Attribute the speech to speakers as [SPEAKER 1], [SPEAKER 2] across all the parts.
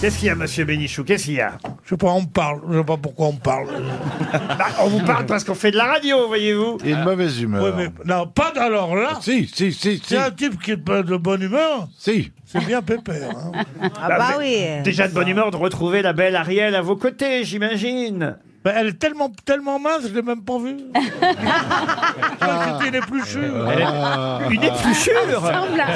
[SPEAKER 1] Qu'est-ce qu'il y a, monsieur Bénichou Qu'est-ce qu'il y a
[SPEAKER 2] Je sais pas, on parle. Je sais pas pourquoi on parle.
[SPEAKER 1] Bah, On vous parle parce qu'on fait de la radio, voyez-vous.
[SPEAKER 3] Il y a
[SPEAKER 4] Ah.
[SPEAKER 3] une mauvaise humeur.
[SPEAKER 2] Ouais, mais- non, pas d- alors là.
[SPEAKER 3] Si, si, si, si.
[SPEAKER 2] C'est un type qui est pas de bonne humeur.
[SPEAKER 3] Si.
[SPEAKER 2] C'est bien pépère. hein.
[SPEAKER 5] Ah
[SPEAKER 1] Bah,
[SPEAKER 5] bah,
[SPEAKER 1] vous-
[SPEAKER 5] oui.
[SPEAKER 1] Déjà de bonne humeur de retrouver la belle Ariel à vos côtés, j'imagine.
[SPEAKER 2] Ben, elle est tellement, tellement mince, je l'ai même pas vue. C'était Ah. une épluchure.
[SPEAKER 1] Elle est-
[SPEAKER 3] Ah.
[SPEAKER 1] Une
[SPEAKER 6] Ah,
[SPEAKER 1] épluchure
[SPEAKER 6] on me l'a-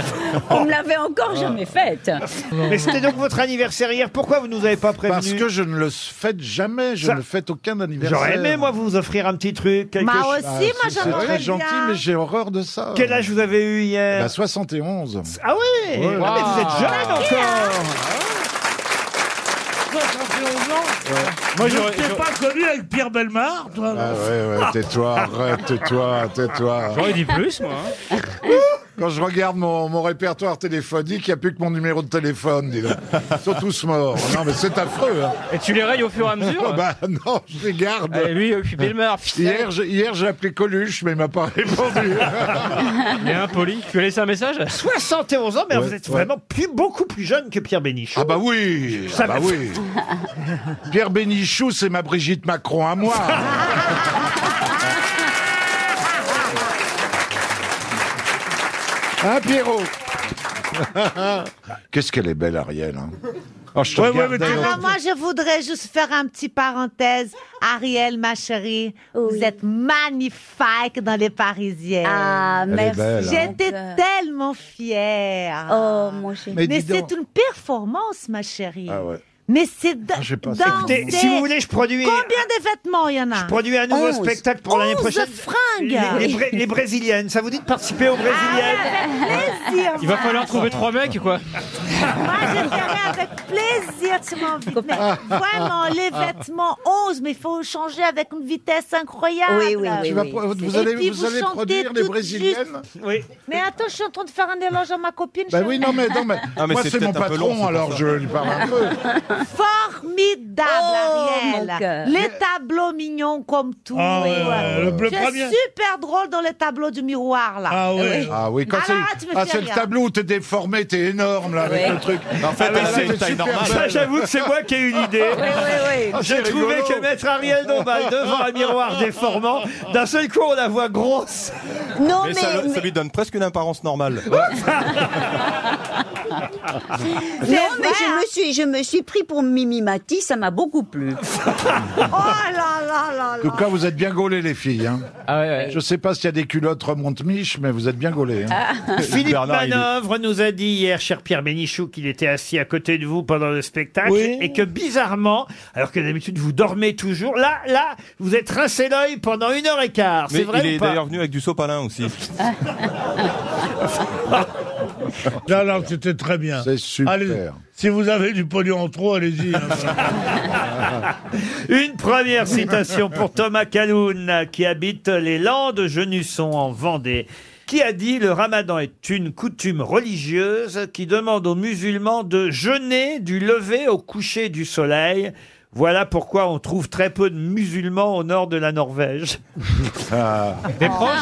[SPEAKER 6] On me l'avait encore jamais faite.
[SPEAKER 1] Mais c'était donc votre anniversaire hier. Pourquoi vous nous avez pas prévenu
[SPEAKER 3] Parce que je ne le fête jamais, je
[SPEAKER 1] Ça-
[SPEAKER 3] ne fête aucun anniversaire.
[SPEAKER 1] J'aurais aimé, moi, vous offrir un petit truc. quelque
[SPEAKER 5] Moi
[SPEAKER 1] chose.
[SPEAKER 5] aussi,
[SPEAKER 3] Ah,
[SPEAKER 5] moi
[SPEAKER 3] si, C'est
[SPEAKER 5] j'aimerais
[SPEAKER 3] très
[SPEAKER 5] bien.
[SPEAKER 3] gentil, mais j'ai horreur de ça.
[SPEAKER 1] Quel âge vous avez eu hier
[SPEAKER 3] Bah, 71.
[SPEAKER 1] Ah oui
[SPEAKER 3] Ouais.
[SPEAKER 1] Ah, mais vous êtes jeune encore
[SPEAKER 2] 71 ans.
[SPEAKER 4] Moi,
[SPEAKER 2] Je
[SPEAKER 4] j'aurais-
[SPEAKER 2] ne t'ai pas connu avec Pierre Belmar. Toi,
[SPEAKER 3] Ah ouais, ouais, tais-toi, arrête, tais-toi, tais-toi.
[SPEAKER 4] j'aurais dit plus, moi. hein.
[SPEAKER 3] Quand je regarde mon, mon répertoire téléphonique, il n'y a plus que mon numéro de téléphone, dis donc. Ils sont tous morts. Non, mais c'est affreux, hein.
[SPEAKER 4] Et tu les rayes au fur et à mesure
[SPEAKER 3] Bah non, je les garde.
[SPEAKER 4] Allez, lui, euh, puis Belmar,
[SPEAKER 3] Hier, j'ai- hier, j'ai appelé Coluche, mais il m'a pas répondu.
[SPEAKER 4] il est impoli. hein, Tu lui as laissé un message
[SPEAKER 1] 71 ans, mais
[SPEAKER 3] Ouais,
[SPEAKER 1] vous êtes
[SPEAKER 3] ouais.
[SPEAKER 1] vraiment plus, beaucoup plus jeune que Pierre Bénichou.
[SPEAKER 3] ah bah oui,
[SPEAKER 1] Ça
[SPEAKER 3] ah bah
[SPEAKER 1] me-
[SPEAKER 3] oui. Pierre Bénichou, c'est ma Brigitte Macron à moi. Hein, Pierrot Qu'est-ce qu'elle est belle, Ariel. Hein. Oh, je te
[SPEAKER 2] Ouais, ouais,
[SPEAKER 3] regarde,
[SPEAKER 2] mais tu-
[SPEAKER 3] elle-
[SPEAKER 5] Alors moi, je voudrais juste faire un petit parenthèse. Ariel, ma chérie, vous êtes magnifique dans les Parisiens.
[SPEAKER 6] Ah,
[SPEAKER 3] est
[SPEAKER 6] merci.
[SPEAKER 3] belle, hein.
[SPEAKER 5] J'étais tellement fière.
[SPEAKER 6] Oh, mon chéri.
[SPEAKER 3] Mais
[SPEAKER 5] Mais
[SPEAKER 3] dis donc.
[SPEAKER 5] c'est une performance, ma chérie.
[SPEAKER 3] Ah ouais.
[SPEAKER 5] Mais c'est d-
[SPEAKER 3] Ah, j'ai pas-
[SPEAKER 5] danser.
[SPEAKER 1] Écoutez, si vous voulez, je produis,
[SPEAKER 5] Combien de vêtements il y en
[SPEAKER 1] je
[SPEAKER 5] a
[SPEAKER 1] produis un nouveau
[SPEAKER 6] Onze.
[SPEAKER 1] spectacle pour l'année
[SPEAKER 5] 11
[SPEAKER 1] prochaine.
[SPEAKER 5] fringues. Ah,
[SPEAKER 1] Les, les Bré- les Brésiliennes, ça vous dit de participer aux Brésiliennes
[SPEAKER 5] Plaisir.
[SPEAKER 6] Ah,
[SPEAKER 4] Il va falloir trouver trois mecs, quoi.
[SPEAKER 5] Moi, je le ferai avec plaisir, tu m'invites. Mais
[SPEAKER 3] Ah.
[SPEAKER 5] vraiment, les vêtements 11, mais il faut changer avec une vitesse incroyable.
[SPEAKER 6] Oui, oui, oui.
[SPEAKER 3] Tu vas pro- vous
[SPEAKER 5] Et
[SPEAKER 3] allez,
[SPEAKER 5] puis,
[SPEAKER 3] vous
[SPEAKER 5] vous
[SPEAKER 3] allez
[SPEAKER 5] chantez
[SPEAKER 3] produire les
[SPEAKER 5] toutes
[SPEAKER 3] brésiliennes
[SPEAKER 1] Oui.
[SPEAKER 5] Mais attends, je suis en train de faire un éloge à ma copine.
[SPEAKER 3] Ben
[SPEAKER 5] chérie.
[SPEAKER 3] oui, non mais, non, mais,
[SPEAKER 7] Ah, mais
[SPEAKER 3] moi
[SPEAKER 7] c'est
[SPEAKER 3] c'est mon
[SPEAKER 7] peut-être un peu
[SPEAKER 3] patron,
[SPEAKER 7] long, c'est pour
[SPEAKER 3] alors
[SPEAKER 7] ça.
[SPEAKER 3] je lui parle un peu.
[SPEAKER 5] Formidable,
[SPEAKER 6] Oh, mon cœur.
[SPEAKER 5] Ariel. Les tableaux mignons comme tout.
[SPEAKER 2] Ah ouais, ouais, le bleu
[SPEAKER 5] Tu es
[SPEAKER 2] premier.
[SPEAKER 5] super drôle dans les tableaux du miroir, là.
[SPEAKER 2] Ah ouais.
[SPEAKER 3] Ah oui,
[SPEAKER 1] Bah
[SPEAKER 3] quand
[SPEAKER 5] Ah
[SPEAKER 3] c'est
[SPEAKER 5] là, tu me
[SPEAKER 3] ah,
[SPEAKER 5] fais
[SPEAKER 3] c'est le
[SPEAKER 5] rire.
[SPEAKER 3] tableau où t'es déformé, t'es énorme là Ah, avec
[SPEAKER 6] Ouais.
[SPEAKER 3] le truc.
[SPEAKER 1] Ah,
[SPEAKER 3] Ah,
[SPEAKER 7] En fait, elle a
[SPEAKER 3] c'est
[SPEAKER 7] une taille
[SPEAKER 3] super
[SPEAKER 7] normale.
[SPEAKER 1] Ça, j'avoue que c'est moi qui ai eu l'idée.
[SPEAKER 6] Oui, oui, oui.
[SPEAKER 3] Ah,
[SPEAKER 1] J'ai
[SPEAKER 3] c'est
[SPEAKER 1] trouvé
[SPEAKER 3] rigolo.
[SPEAKER 1] que mettre Ariel Dombal devant un miroir déformant, d'un seul coup, on la voit grosse.
[SPEAKER 6] Non,
[SPEAKER 7] Mais
[SPEAKER 6] mais,
[SPEAKER 7] ça,
[SPEAKER 6] mais-
[SPEAKER 7] ça lui donne presque une apparence normale.
[SPEAKER 6] non, mais
[SPEAKER 5] vrai,
[SPEAKER 6] je,
[SPEAKER 5] hein.
[SPEAKER 6] me suis, je me suis pris pour Mimi Mati, ça m'a beaucoup plu.
[SPEAKER 5] Oh là là là
[SPEAKER 3] En
[SPEAKER 5] là.
[SPEAKER 3] tout cas, vous êtes bien gaulés les filles. Hein.
[SPEAKER 4] Ah ouais, ouais.
[SPEAKER 3] Je sais pas s'il y a des culottes remonte miche, mais vous êtes bien gaulés. hein.
[SPEAKER 1] Ah. Philippe
[SPEAKER 7] Bernard, il est-
[SPEAKER 1] Manœuvre nous a dit hier, cher Pierre Bénichou, qu'il était assis à côté de vous pendant le spectacle
[SPEAKER 2] Oui.
[SPEAKER 1] et que bizarrement, alors que d'habitude vous dormez toujours, là, là, vous êtes rincé l'œil pendant une heure et quart.
[SPEAKER 7] Mais
[SPEAKER 1] C'est vrai
[SPEAKER 7] il
[SPEAKER 1] ou
[SPEAKER 7] est
[SPEAKER 1] pas
[SPEAKER 7] d'ailleurs venu avec du sopalin aussi.
[SPEAKER 2] Non, non, c'était très bien.
[SPEAKER 3] C'est super.
[SPEAKER 2] Allez, si vous avez du pognon en trop, allez-y. hein.
[SPEAKER 1] Une première citation pour Thomas Caloun, qui habite les Landes Genusson en Vendée, qui a dit Le ramadan est une coutume religieuse qui demande aux musulmans de jeûner du lever au coucher du soleil. Voilà pourquoi on trouve très peu de musulmans au nord de la Norvège.
[SPEAKER 4] Ah.
[SPEAKER 1] Ah.
[SPEAKER 4] Des proches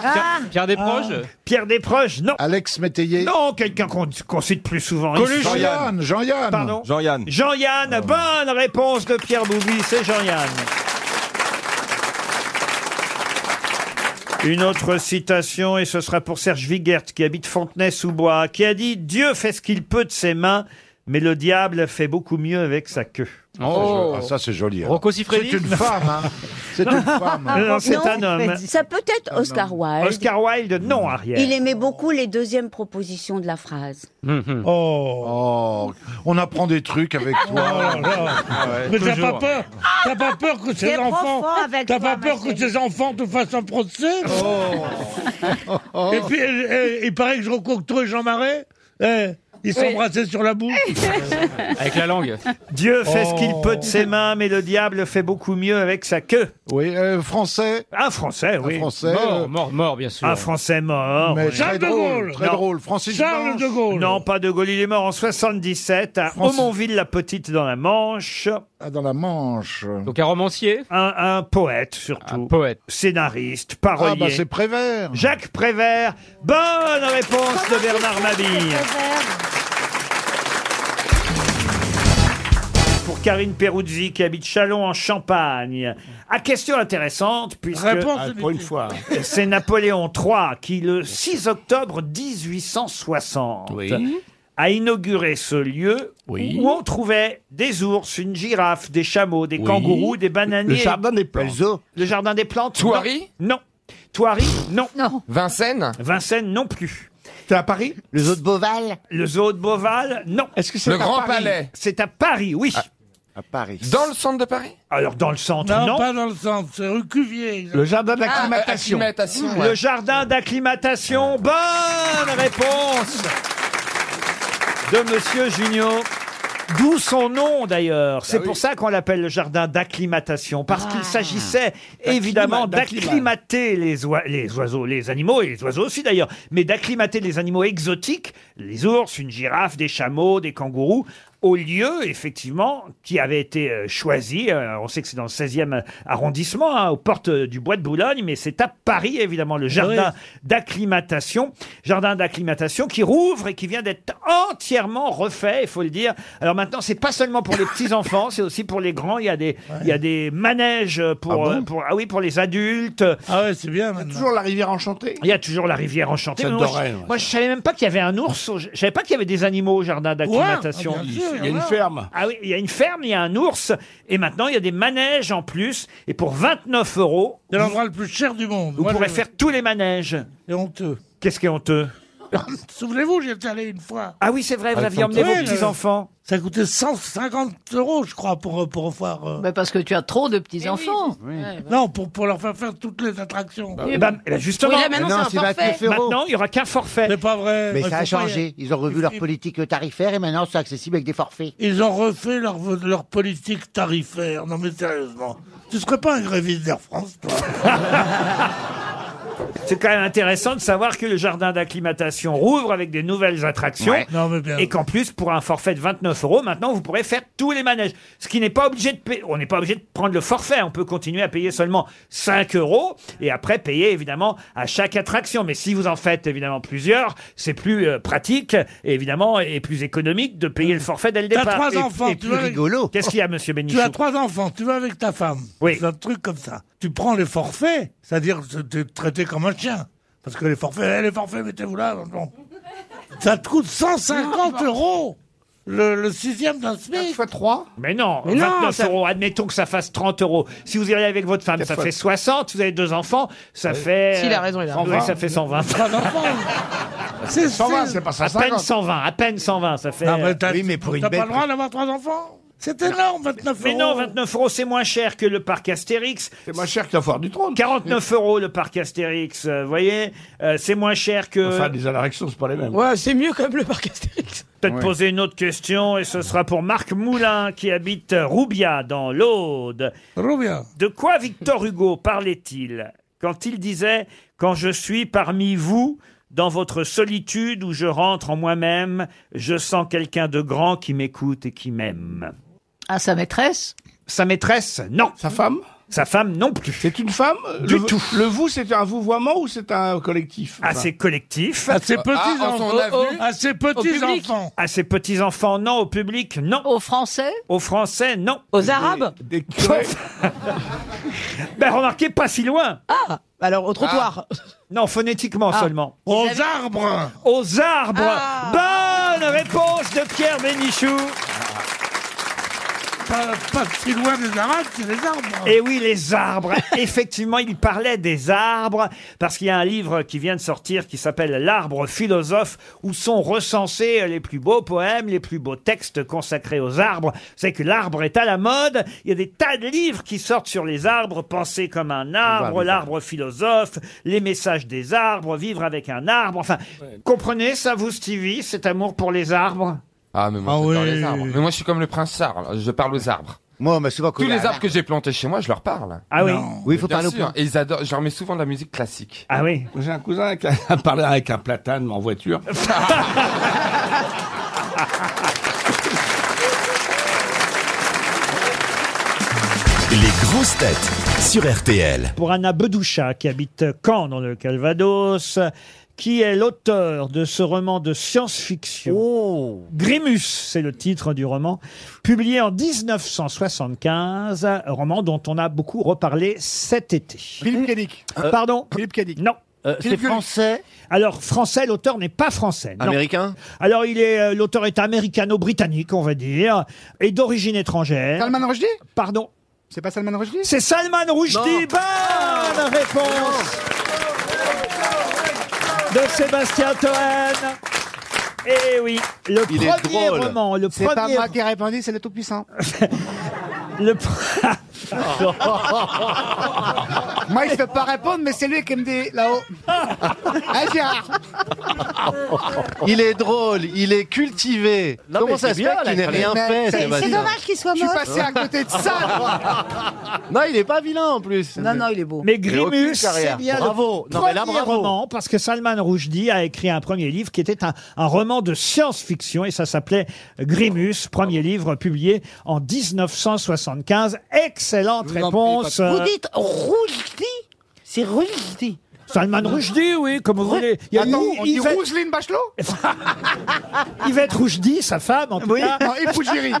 [SPEAKER 4] Pierre, Pierre des proches
[SPEAKER 1] Pierre Desproges, non.
[SPEAKER 3] Alex Métayer.
[SPEAKER 1] Non, quelqu'un qu'on qu'on cite plus souvent.
[SPEAKER 2] Coluche.
[SPEAKER 1] ici.
[SPEAKER 3] Jean-Yann, Jean-Yann.
[SPEAKER 1] Pardon
[SPEAKER 7] Jean-Yann.
[SPEAKER 1] Jean-Yann, bonne réponse de Pierre Boubi, c'est Jean-Yann. Une autre citation, et ce sera pour Serge Wigert, qui habite Fontenay-sous-Bois, qui a dit « Dieu fait ce qu'il peut de ses mains, mais le diable fait beaucoup mieux avec sa queue
[SPEAKER 3] Ah, ça c'est joli. hein.
[SPEAKER 4] Rocco
[SPEAKER 3] C'est
[SPEAKER 4] Siffredi
[SPEAKER 3] une femme. hein. C'est une ». femme. hein.
[SPEAKER 1] Non, non, c'est
[SPEAKER 6] Non,
[SPEAKER 1] un homme.
[SPEAKER 6] Ça peut être Oscar Wilde.
[SPEAKER 1] Oscar Wilde, non, Ariel.
[SPEAKER 6] Il aimait beaucoup les deuxièmes propositions de la phrase.
[SPEAKER 2] Oh.
[SPEAKER 3] Oh, on apprend des trucs avec toi. Ah
[SPEAKER 2] Oh là
[SPEAKER 1] Ah
[SPEAKER 2] là. Mais t'as pas
[SPEAKER 4] toujours.
[SPEAKER 2] peur T'as pas peur que ces
[SPEAKER 5] T'es
[SPEAKER 2] enfants
[SPEAKER 5] profond avec
[SPEAKER 2] T'as
[SPEAKER 5] toi,
[SPEAKER 2] pas
[SPEAKER 5] ma
[SPEAKER 2] peur que
[SPEAKER 5] chérie.
[SPEAKER 2] ces enfants te fassent un procès
[SPEAKER 3] Oh.
[SPEAKER 2] Et puis euh, euh, il paraît que Jean Cocteau et Jean Marais, eh, ils s'embrassaient sur la bouche.
[SPEAKER 4] Avec la langue.
[SPEAKER 1] Dieu fait ce
[SPEAKER 3] Oh.
[SPEAKER 1] qu'il peut de ses mains, mais le diable fait beaucoup mieux avec sa queue.
[SPEAKER 3] Oui, euh, français.
[SPEAKER 1] Un Français,
[SPEAKER 3] Un
[SPEAKER 1] oui.
[SPEAKER 3] Français. euh,
[SPEAKER 4] Mort, mort, mort, bien sûr.
[SPEAKER 1] Un Français mort.
[SPEAKER 3] mais
[SPEAKER 1] oui.
[SPEAKER 3] très
[SPEAKER 2] Charles de
[SPEAKER 3] drôle,
[SPEAKER 2] Gaulle.
[SPEAKER 3] très
[SPEAKER 1] Non.
[SPEAKER 3] drôle. Francis
[SPEAKER 2] Charles
[SPEAKER 3] Blanche.
[SPEAKER 2] de Gaulle.
[SPEAKER 1] Non, pas de Gaulle. Il est mort en 77 à
[SPEAKER 3] Francis-
[SPEAKER 1] la petite dans la Manche.
[SPEAKER 3] Ah, dans la Manche.
[SPEAKER 4] Donc un romancier,
[SPEAKER 1] Un, un poète
[SPEAKER 4] un
[SPEAKER 1] surtout.
[SPEAKER 4] poète.
[SPEAKER 1] Scénariste,
[SPEAKER 3] Ah bah
[SPEAKER 1] parolier.
[SPEAKER 3] c'est Prévert.
[SPEAKER 1] Jacques Prévert. Bonne réponse de Bernard Mabille. Karine Peruzzi qui habite Chalon en Champagne. À question intéressante puisque
[SPEAKER 8] Ah,
[SPEAKER 2] Réponse
[SPEAKER 1] pour une fois. C'est Napoléon III qui le 6 octobre 1860 a inauguré ce lieu où on trouvait des ours, une girafe, des chameaux, des kangourous, des bananiers.
[SPEAKER 8] Le jardin des plantes.
[SPEAKER 1] Le jardin des plantes.
[SPEAKER 8] Thoiry
[SPEAKER 1] Non. Non. Thoiry Non.
[SPEAKER 8] Vincennes
[SPEAKER 1] Vincennes non plus.
[SPEAKER 8] C'est à Paris
[SPEAKER 9] Le zoo de Beauval
[SPEAKER 1] Le zoo de Beauval Non.
[SPEAKER 8] Est-ce que c'est Le Grand Palais
[SPEAKER 1] C'est à Paris, oui.
[SPEAKER 9] Ah, À Paris.
[SPEAKER 8] Dans le centre de Paris
[SPEAKER 1] Alors dans le centre,
[SPEAKER 2] Non,
[SPEAKER 1] non.
[SPEAKER 2] pas dans le centre, c'est rue Cuvier.
[SPEAKER 8] Le jardin de
[SPEAKER 4] Acclimatation.
[SPEAKER 8] Ah,
[SPEAKER 3] Ah,
[SPEAKER 4] Acclimatation,
[SPEAKER 1] Le jardin d'acclimatation. Bonne réponse de Monsieur Junior. D'où son nom d'ailleurs. C'est pour ça qu'on l'appelle le jardin d'acclimatation, parce qu'il s'agissait évidemment d'acclimater les, oi- les oiseaux, les animaux, et les oiseaux aussi d'ailleurs, mais d'acclimater les animaux exotiques, les ours, une girafe, des chameaux, des kangourous, au lieu effectivement qui avait été euh, choisi. Euh, on sait que c'est dans le 16e arrondissement, hein, aux portes euh, du Bois de Boulogne, mais c'est à Paris évidemment, le jardin d'acclimatation. Jardin d'acclimatation qui rouvre et qui vient d'être entièrement refait, il faut le dire. Alors maintenant, c'est pas seulement pour les petits-enfants, c'est aussi pour les grands. Il y a des, il y a des manèges pour, euh, pour, ah oui, pour les adultes.
[SPEAKER 2] Ah ouais, c'est bien maintenant.
[SPEAKER 8] Toujours la rivière enchantée
[SPEAKER 1] Il y a toujours la rivière enchantée.
[SPEAKER 8] Ça
[SPEAKER 1] Mais moi,
[SPEAKER 8] devrait,
[SPEAKER 1] je,
[SPEAKER 8] ouais.
[SPEAKER 1] moi, je savais même pas qu'il y avait un ours. au- Je savais pas qu'il y avait des animaux au jardin d'acclimatation.
[SPEAKER 2] Ouais, ah, bien sûr,
[SPEAKER 8] Il y a une ferme.
[SPEAKER 1] Ah oui, il y a une ferme, il y a un ours, et maintenant il y a des manèges en plus. Et pour 29 euros,
[SPEAKER 2] C'est l'endroit le plus cher du monde.
[SPEAKER 1] vous
[SPEAKER 2] Moi,
[SPEAKER 1] pourrez
[SPEAKER 2] je-
[SPEAKER 1] faire tous les manèges.
[SPEAKER 2] C'est honteux.
[SPEAKER 1] Qu'est-ce qui est honteux
[SPEAKER 2] Souvenez-vous, j'y étais allé une fois.
[SPEAKER 1] Ah oui, c'est vrai, vous aviez emmené
[SPEAKER 2] oui,
[SPEAKER 1] vos
[SPEAKER 2] le-
[SPEAKER 1] petits-enfants.
[SPEAKER 2] Ça coûtait 150 euros, je crois, pour, pour faire. euh,
[SPEAKER 10] Bah, parce que tu as trop de petits-enfants.
[SPEAKER 2] Non, pour, pour leur faire faire toutes les attractions.
[SPEAKER 1] Eh ben, eh ben, justement,
[SPEAKER 10] Bah Oui, là, maintenant,
[SPEAKER 9] non,
[SPEAKER 10] c'est
[SPEAKER 9] c'est
[SPEAKER 10] un forfait.
[SPEAKER 9] 29 euros.
[SPEAKER 1] maintenant il n'y aura qu'un forfait.
[SPEAKER 2] C'est pas vrai.
[SPEAKER 9] Mais
[SPEAKER 2] Il
[SPEAKER 9] ça a
[SPEAKER 2] faut pas y-
[SPEAKER 9] changé. Ils ont revu
[SPEAKER 2] Il-
[SPEAKER 9] leur
[SPEAKER 2] il-
[SPEAKER 9] politique tarifaire et maintenant c'est accessible avec des forfaits.
[SPEAKER 2] Ils ont refait leur, leur politique tarifaire. Non, mais sérieusement. Tu serais pas un gréviste d'Air France, toi
[SPEAKER 1] C'est quand même intéressant de savoir que le jardin d'acclimatation rouvre avec des nouvelles attractions.
[SPEAKER 2] Non, mais bien.
[SPEAKER 1] Et qu'en plus, pour un forfait de 29 euros, maintenant, vous pourrez faire tous les manèges. Ce qui n'est pas obligé de payer. On n'est pas obligé de prendre le forfait. On peut continuer à payer seulement 5 euros et après payer, évidemment, à chaque attraction. Mais si vous en faites, évidemment, plusieurs, c'est plus euh, pratique, et évidemment, et plus économique de payer le forfait dès le
[SPEAKER 2] T'as
[SPEAKER 1] départ.
[SPEAKER 2] trois
[SPEAKER 1] Et-
[SPEAKER 2] enfants,
[SPEAKER 1] et
[SPEAKER 2] tu
[SPEAKER 1] plus
[SPEAKER 2] vois.
[SPEAKER 1] rigolo.
[SPEAKER 9] Rigolo.
[SPEAKER 1] Qu'est-ce qu'il y a, monsieur Bénichou
[SPEAKER 2] Tu as trois enfants, tu vas avec ta femme.
[SPEAKER 1] Oui.
[SPEAKER 2] C'est un truc comme ça. Tu prends les forfaits, c'est-à-dire que tu es traité comme un chien. Parce que les forfaits, eh, les forfaits, mettez-vous là. bon. Ça te coûte 150 euros le, le sixième d'un SMIC.
[SPEAKER 8] fois 3
[SPEAKER 1] Mais non,
[SPEAKER 2] Mais non,
[SPEAKER 1] 29
[SPEAKER 2] ça-
[SPEAKER 1] euros, admettons que ça fasse 30 euros. Si vous irez avec votre femme, ça
[SPEAKER 8] fois-
[SPEAKER 1] fait 60. Si vous avez deux enfants, ça fait...
[SPEAKER 10] Si, il a raison, il a
[SPEAKER 1] Oui, ça fait 120.
[SPEAKER 2] Trois enfants. C'est c'est-
[SPEAKER 8] pas
[SPEAKER 1] À peine 120, à peine 120, ça fait...
[SPEAKER 2] Non, mais t'as-
[SPEAKER 8] Oui, mais pour une
[SPEAKER 2] T'as
[SPEAKER 8] belle
[SPEAKER 2] pas le droit d'avoir trois enfants C'est énorme, 29
[SPEAKER 1] Mais
[SPEAKER 2] euros.
[SPEAKER 1] non, 29 euros, c'est moins cher que le parc Astérix.
[SPEAKER 8] C'est moins cher que la foire du trône.
[SPEAKER 1] 49 euros le parc Astérix, euh, vous voyez Euh, C'est moins cher que...
[SPEAKER 8] Enfin, les alarications, c'est pas les mêmes.
[SPEAKER 10] Ouais, c'est mieux comme le parc Astérix.
[SPEAKER 1] Peut-être poser une autre question, et ce sera pour Marc Moulin, qui habite Roubia, dans l'Aude.
[SPEAKER 2] Trop bien.
[SPEAKER 1] De quoi Victor Hugo parlait-il quand il disait « Quand je suis parmi vous, dans votre solitude où je rentre en moi-même, je sens quelqu'un de grand qui m'écoute et qui m'aime.
[SPEAKER 10] Ah, sa maîtresse ».
[SPEAKER 1] Sa maîtresse, non.
[SPEAKER 8] Sa femme
[SPEAKER 1] Sa femme, non plus.
[SPEAKER 8] C'est une femme
[SPEAKER 1] Du
[SPEAKER 8] le,
[SPEAKER 1] tout. Ah,
[SPEAKER 8] Le vous, c'est un vouvoiement ou c'est un collectif
[SPEAKER 1] À ses collectifs.
[SPEAKER 2] À ses
[SPEAKER 3] Ah, en
[SPEAKER 2] petits-enfants.
[SPEAKER 3] son avenue
[SPEAKER 2] À ses petits-enfants.
[SPEAKER 1] À ses petits-enfants, non. Au public, non.
[SPEAKER 10] Aux Français
[SPEAKER 1] Aux Français, non.
[SPEAKER 10] Aux Arabes
[SPEAKER 8] Des curés.
[SPEAKER 1] Ben remarquez, pas si loin.
[SPEAKER 10] Ah,
[SPEAKER 1] Ah.
[SPEAKER 10] Alors, au trottoir. Ah.
[SPEAKER 1] Non, phonétiquement seulement.
[SPEAKER 2] Aux arbres.
[SPEAKER 1] Aux arbres.
[SPEAKER 10] Ah.
[SPEAKER 1] Bonne réponse de Pierre Bénichou.
[SPEAKER 2] Pas, pas si loin des arabes, c'est les arbres.
[SPEAKER 1] Et Eh oui, les arbres. Effectivement, il parlait des arbres parce qu'il y a un livre qui vient de sortir qui s'appelle L'arbre philosophe où sont recensés les plus beaux poèmes, les plus beaux textes consacrés aux arbres. C'est que l'arbre est à la mode. Il y a des tas de livres qui sortent sur les arbres. Penser comme un arbre, l'arbre philosophe, les messages des arbres, vivre avec un arbre. Enfin, comprenez ça, vous, Stevie, cet amour pour les arbres?
[SPEAKER 11] Ah, mais moi,
[SPEAKER 2] Ah
[SPEAKER 11] j'adore
[SPEAKER 2] oui.
[SPEAKER 11] les arbres. Mais moi, je suis comme le prince Charles. Je parle aux arbres.
[SPEAKER 9] Moi, on m'a souvent
[SPEAKER 11] Tous
[SPEAKER 9] collé
[SPEAKER 11] les
[SPEAKER 9] à-
[SPEAKER 11] arbres que j'ai plantés chez moi, je leur parle.
[SPEAKER 1] Ah oui.
[SPEAKER 9] Oui, il faut
[SPEAKER 11] Bien
[SPEAKER 9] parler au
[SPEAKER 11] sûr. Et ils adorent. Je leur mets souvent de la musique classique.
[SPEAKER 1] Ah oui.
[SPEAKER 8] J'ai un cousin avec un, parler avec un platane en voiture.
[SPEAKER 4] Les
[SPEAKER 12] grosses têtes sur RTL.
[SPEAKER 1] Pour Anna Bedoucha, qui habite Caen, dans le Calvados, qui est l'auteur de ce roman de science-fiction. Oh. Grimus, c'est le titre du roman, publié en 1975, un roman dont on a beaucoup reparlé cet été. Philippe Kédic. Pardon Philippe Kédic. Non.
[SPEAKER 13] Euh, c'est Philippe Kédic. français
[SPEAKER 1] Alors, français, l'auteur n'est pas français. non.
[SPEAKER 13] Américain
[SPEAKER 1] Alors, il est, euh, l'auteur est américano-britannique, on va dire, et d'origine étrangère. Salman Rushdie Pardon C'est pas Salman Rushdie C'est Salman Rushdie Bonne réponse de Sébastien Toen. Eh oui, le
[SPEAKER 13] Il est
[SPEAKER 1] premier
[SPEAKER 13] drôle.
[SPEAKER 1] roman, le
[SPEAKER 13] C'est pas
[SPEAKER 1] premier...
[SPEAKER 13] moi
[SPEAKER 1] qui ai répondu, c'est le Tout-Puissant. le... pr- Ah,
[SPEAKER 13] Moi, je peux pas répondre, mais c'est lui qui me dit là-haut. Hein, Gérard
[SPEAKER 14] Il est drôle, il est cultivé.
[SPEAKER 13] Non, mais
[SPEAKER 14] Comment ça
[SPEAKER 13] c'est
[SPEAKER 14] se
[SPEAKER 13] bien,
[SPEAKER 14] fait qu'il
[SPEAKER 13] la
[SPEAKER 14] n'ait rien
[SPEAKER 13] crème.
[SPEAKER 14] fait
[SPEAKER 13] C'est- c'est
[SPEAKER 14] Sébastien
[SPEAKER 13] dommage qu'il soit Je suis mort. passé à côté de ça.
[SPEAKER 14] Non, il est pas vilain en plus.
[SPEAKER 1] Non, non,
[SPEAKER 14] il est beau.
[SPEAKER 1] Mais Grimus, c'est
[SPEAKER 14] carrière.
[SPEAKER 1] bien
[SPEAKER 14] bravo.
[SPEAKER 1] le
[SPEAKER 14] Non,
[SPEAKER 1] premier
[SPEAKER 14] mais là, bravo.
[SPEAKER 1] roman, parce que Salman Rushdie a écrit un premier livre qui était un, un roman de science-fiction, et ça s'appelait Grimus, premier livre publié en 1975. Excellente réponse.
[SPEAKER 13] Vous
[SPEAKER 1] euh,
[SPEAKER 13] dites Rushdie C'est Rushdie.
[SPEAKER 1] Salman Rushdie, oui, comme vous voulez. Il y a
[SPEAKER 13] Attends,
[SPEAKER 1] Yves-
[SPEAKER 13] on dit
[SPEAKER 1] Yvette-
[SPEAKER 13] Roselyne Bachelot
[SPEAKER 1] Yvette Rushdie, sa femme, en tout
[SPEAKER 13] Oui.
[SPEAKER 1] cas.
[SPEAKER 13] Non, et Fougiri.
[SPEAKER 1] Non,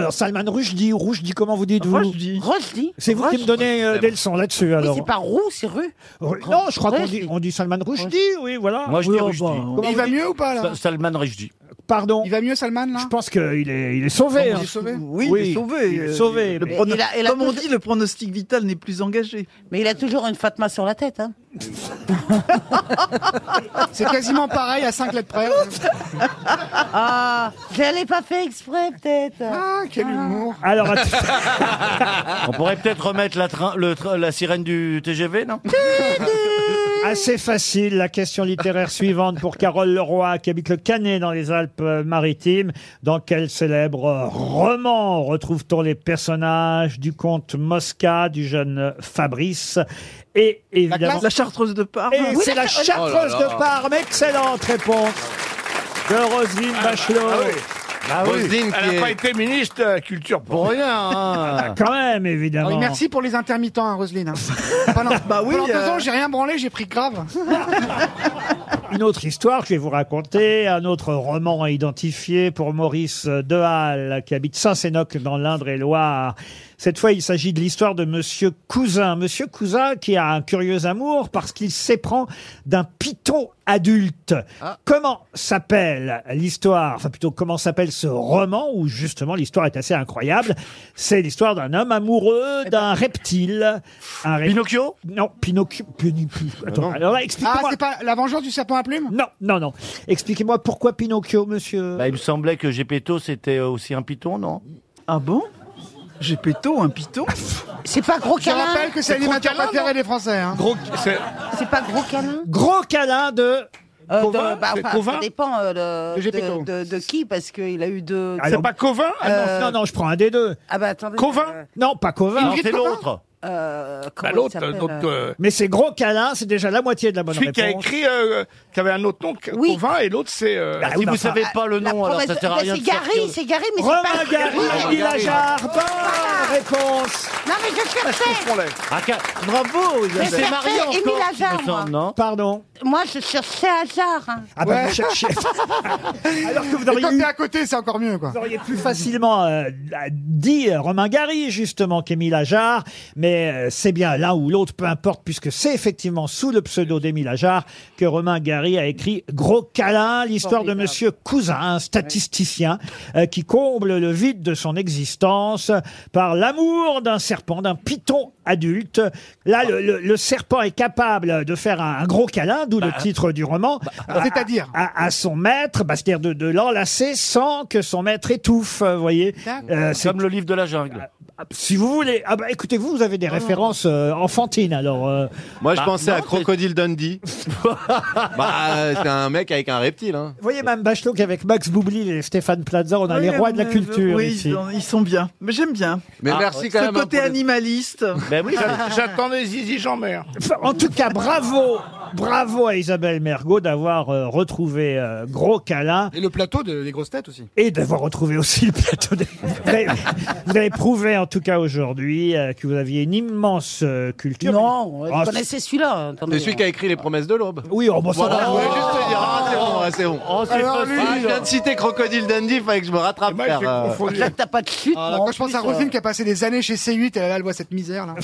[SPEAKER 1] alors Salman Rushdie, ou Rushdie, comment vous dites vous Rushdie. C'est vous qui me donnez euh, des leçons là-dessus, alors. Oh,
[SPEAKER 13] c'est pas roux, c'est rue.
[SPEAKER 1] Non, je crois qu'on dit, on dit Salman Rushdie, oui, voilà.
[SPEAKER 13] Moi, je
[SPEAKER 1] Oui,
[SPEAKER 13] dis
[SPEAKER 1] oh,
[SPEAKER 13] Rushdie.
[SPEAKER 1] bah, comment
[SPEAKER 13] Il
[SPEAKER 1] vous
[SPEAKER 13] va
[SPEAKER 1] dites Bah,
[SPEAKER 13] mieux ou pas, là
[SPEAKER 1] Salman Rushdie. Pardon
[SPEAKER 13] Il va mieux, Salman, là
[SPEAKER 1] Je pense qu'il est, il est sauvé.
[SPEAKER 13] Il est
[SPEAKER 1] hein.
[SPEAKER 13] sauvé
[SPEAKER 15] Oui, il est sauvé.
[SPEAKER 1] Il est
[SPEAKER 15] euh,
[SPEAKER 1] sauvé.
[SPEAKER 15] le
[SPEAKER 1] mais-
[SPEAKER 15] prono- Comme on dit, le pronostic vital n'est plus engagé. Mais il a toujours une Fatma sur la tête.
[SPEAKER 13] hein. C'est quasiment pareil à 5 lettres près.
[SPEAKER 10] Ah, j'allais pas fait exprès, peut-être.
[SPEAKER 13] Ah, quel humour.
[SPEAKER 1] Alors,
[SPEAKER 14] On pourrait peut-être remettre la, train- le tra- la sirène du TGV, non
[SPEAKER 1] Assez facile, la question littéraire suivante pour Carole Leroy, qui habite le Canet dans les Alpes-Maritimes. Dans quel célèbre euh, roman retrouve-t-on les personnages du comte Mosca, du jeune euh, Fabrice et évidemment...
[SPEAKER 15] classe La Chartreuse de Parme.
[SPEAKER 1] Et
[SPEAKER 15] Oui,
[SPEAKER 1] c'est
[SPEAKER 15] la
[SPEAKER 1] la
[SPEAKER 15] Char-
[SPEAKER 1] Chartreuse
[SPEAKER 15] Oh là là.
[SPEAKER 1] de Parme. Excellente réponse de Roselyne
[SPEAKER 2] Ah
[SPEAKER 1] Bachelot.
[SPEAKER 8] Roselyne Elle n'a pas été ministre euh, culture pour
[SPEAKER 16] hein.
[SPEAKER 1] Ah, Quand même, évidemment.
[SPEAKER 13] Oui, merci pour les intermittents, hein, Roselyne. hein. Pendant,
[SPEAKER 1] Bah oui,
[SPEAKER 13] pendant deux
[SPEAKER 1] euh.
[SPEAKER 13] ans, j'ai rien branlé, j'ai pris grave.
[SPEAKER 1] Une autre histoire que je vais vous raconter, un autre roman à identifier pour Maurice Dehalle, qui habite Saint-Sénoc dans l'Indre-et-Loire. Cette fois, il s'agit de l'histoire de Monsieur Cousin. Monsieur Cousin qui a un curieux amour parce qu'il s'éprend d'un python adulte. Comment s'appelle l'histoire, enfin plutôt comment s'appelle ce roman où justement l'histoire est assez incroyable C'est l'histoire d'un homme amoureux d'un reptile. Pinocchio Non, Pinocchio. Pini- Attends, alors là, explique-moi.
[SPEAKER 13] Ah, c'est pas la vengeance du serpent à plumes
[SPEAKER 1] Non, non, non. Expliquez-moi pourquoi Pinocchio, monsieur
[SPEAKER 14] Bah, Il me semblait que Gepetto, c'était aussi un python, non
[SPEAKER 15] Ah bon Gepetto, un python
[SPEAKER 13] C'est pas
[SPEAKER 15] Gros
[SPEAKER 13] Je
[SPEAKER 15] Câlin
[SPEAKER 13] rappelle que
[SPEAKER 15] C'est
[SPEAKER 13] c'est l'animateur
[SPEAKER 15] Gros Câlin,
[SPEAKER 13] préféré des Français. hein.
[SPEAKER 15] C'est pas gros câlin
[SPEAKER 1] Gros câlin de.
[SPEAKER 17] Euh,
[SPEAKER 13] Covin
[SPEAKER 15] bah,
[SPEAKER 13] C'est
[SPEAKER 15] enfin,
[SPEAKER 13] Covin
[SPEAKER 15] ça dépend euh,
[SPEAKER 13] De
[SPEAKER 15] de,
[SPEAKER 13] Gepetto.
[SPEAKER 15] de- de qui, parce qu'il a eu deux.
[SPEAKER 1] Alors-
[SPEAKER 15] Euh,
[SPEAKER 1] Ah non, non, non, je prends un des deux.
[SPEAKER 15] Ah bah attendez. euh,
[SPEAKER 1] Non, pas Covin.
[SPEAKER 15] Ingrid Non, c'est Covin l'autre. euh, comment il s'appelle, euh,
[SPEAKER 1] Mais c'est gros câlin, c'est déjà la moitié de la bonne
[SPEAKER 8] Celui qui a
[SPEAKER 1] réponse.
[SPEAKER 8] écrit, euh, qui avait un autre nom, que- Covin, et l'autre c'est. euh,
[SPEAKER 1] Bah, Si oui, vous bah, savez enfin, pas le
[SPEAKER 15] la promesse- bah, C'est Gary, c'est Gary, mais c'est
[SPEAKER 1] Romain
[SPEAKER 15] pas.
[SPEAKER 1] Gary,
[SPEAKER 15] Oui,
[SPEAKER 1] Guy Lajard, bonne réponse
[SPEAKER 15] Non mais je cherchais.
[SPEAKER 1] Ah,
[SPEAKER 14] Bravo
[SPEAKER 15] Mais ça fait Émile Hazard, moi.
[SPEAKER 1] Pardon
[SPEAKER 15] Moi je cherchais hasard. hein.
[SPEAKER 1] Ah bah, vous cherchez. Alors que vous
[SPEAKER 13] Et quand
[SPEAKER 1] auriez eu-
[SPEAKER 13] t'es à côté, c'est encore mieux, quoi.
[SPEAKER 1] Vous auriez plus facilement euh, dit euh, Romain Gary, justement, qu'Émile Ajar, mais euh, c'est bien l'un ou l'autre, peu importe, puisque c'est effectivement sous le pseudo d'Émile Ajar que Romain Gary a écrit Gros câlin, l'histoire de Monsieur Cousin, un statisticien euh, qui comble le vide de son existence par l'amour d'un serpent, d'un python adulte. Là, le, le- le serpent est capable de faire un, un gros câlin, d'où le titre du roman.
[SPEAKER 14] Bah,
[SPEAKER 1] C'est-à-dire à, à son maître, bah, c'est-à-dire de, de l'enlacer sans que son maître étouffe, vous voyez. Euh, c'est-
[SPEAKER 14] Comme le livre de la jungle.
[SPEAKER 1] si vous voulez. Ah bah, écoutez, vous, vous avez
[SPEAKER 15] Oh.
[SPEAKER 1] des références euh, enfantines, alors. euh,
[SPEAKER 14] Moi, je
[SPEAKER 1] bah,
[SPEAKER 14] pensais
[SPEAKER 1] non,
[SPEAKER 14] à Crocodile Dundee.
[SPEAKER 1] Ah.
[SPEAKER 14] bah, euh, c'est un mec avec un reptile. Hein.
[SPEAKER 1] Vous voyez, Mme Bachelot, qu'avec Max Boublil et Stéphane Plaza, on a les rois de la
[SPEAKER 15] mais-
[SPEAKER 1] culture
[SPEAKER 15] oui,
[SPEAKER 1] ici.
[SPEAKER 15] ils sont- Ils sont bien. Mais j'aime bien.
[SPEAKER 14] Mais
[SPEAKER 1] Ah,
[SPEAKER 14] merci quand
[SPEAKER 15] Ce
[SPEAKER 14] même
[SPEAKER 15] côté
[SPEAKER 14] pour les-
[SPEAKER 15] animaliste.
[SPEAKER 14] Ben oui,
[SPEAKER 8] J'a- J'attendais Zizi Jean-Mer.
[SPEAKER 1] En tout cas, bravo Bravo à Isabelle Mergot d'avoir euh, retrouvé euh, Gros Câlin
[SPEAKER 13] Et le plateau de- des grosses têtes aussi. Ah,
[SPEAKER 1] et d'avoir retrouvé aussi le plateau. des- Vous, avez, vous avez prouvé en tout cas aujourd'hui euh, que vous aviez une immense euh, culture.
[SPEAKER 18] Non, vous
[SPEAKER 1] Ah,
[SPEAKER 18] connaissez celui-là. attendez.
[SPEAKER 1] C'est celui qui
[SPEAKER 16] a écrit Les promesses de l'aube.
[SPEAKER 1] Oui, oh, bon, ça
[SPEAKER 16] voilà,
[SPEAKER 1] va.
[SPEAKER 16] je voulais juste te dire, ah, c'est bon, ah, c'est bon.
[SPEAKER 14] Oh, c'est
[SPEAKER 16] Alors,
[SPEAKER 14] facile.
[SPEAKER 13] Ah,
[SPEAKER 16] lui, je viens de citer Crocodile Dundee, fallait que je me rattrape.
[SPEAKER 13] Eh ben,
[SPEAKER 14] Et moi, je
[SPEAKER 16] frère,
[SPEAKER 14] l'ai
[SPEAKER 16] euh.
[SPEAKER 14] confondu.
[SPEAKER 10] Là, t'as pas de chute.
[SPEAKER 13] Ah, quand je pense à
[SPEAKER 1] euh.
[SPEAKER 13] Roselyne qui a passé des années chez C8, elle, là, elle voit cette misère. Là.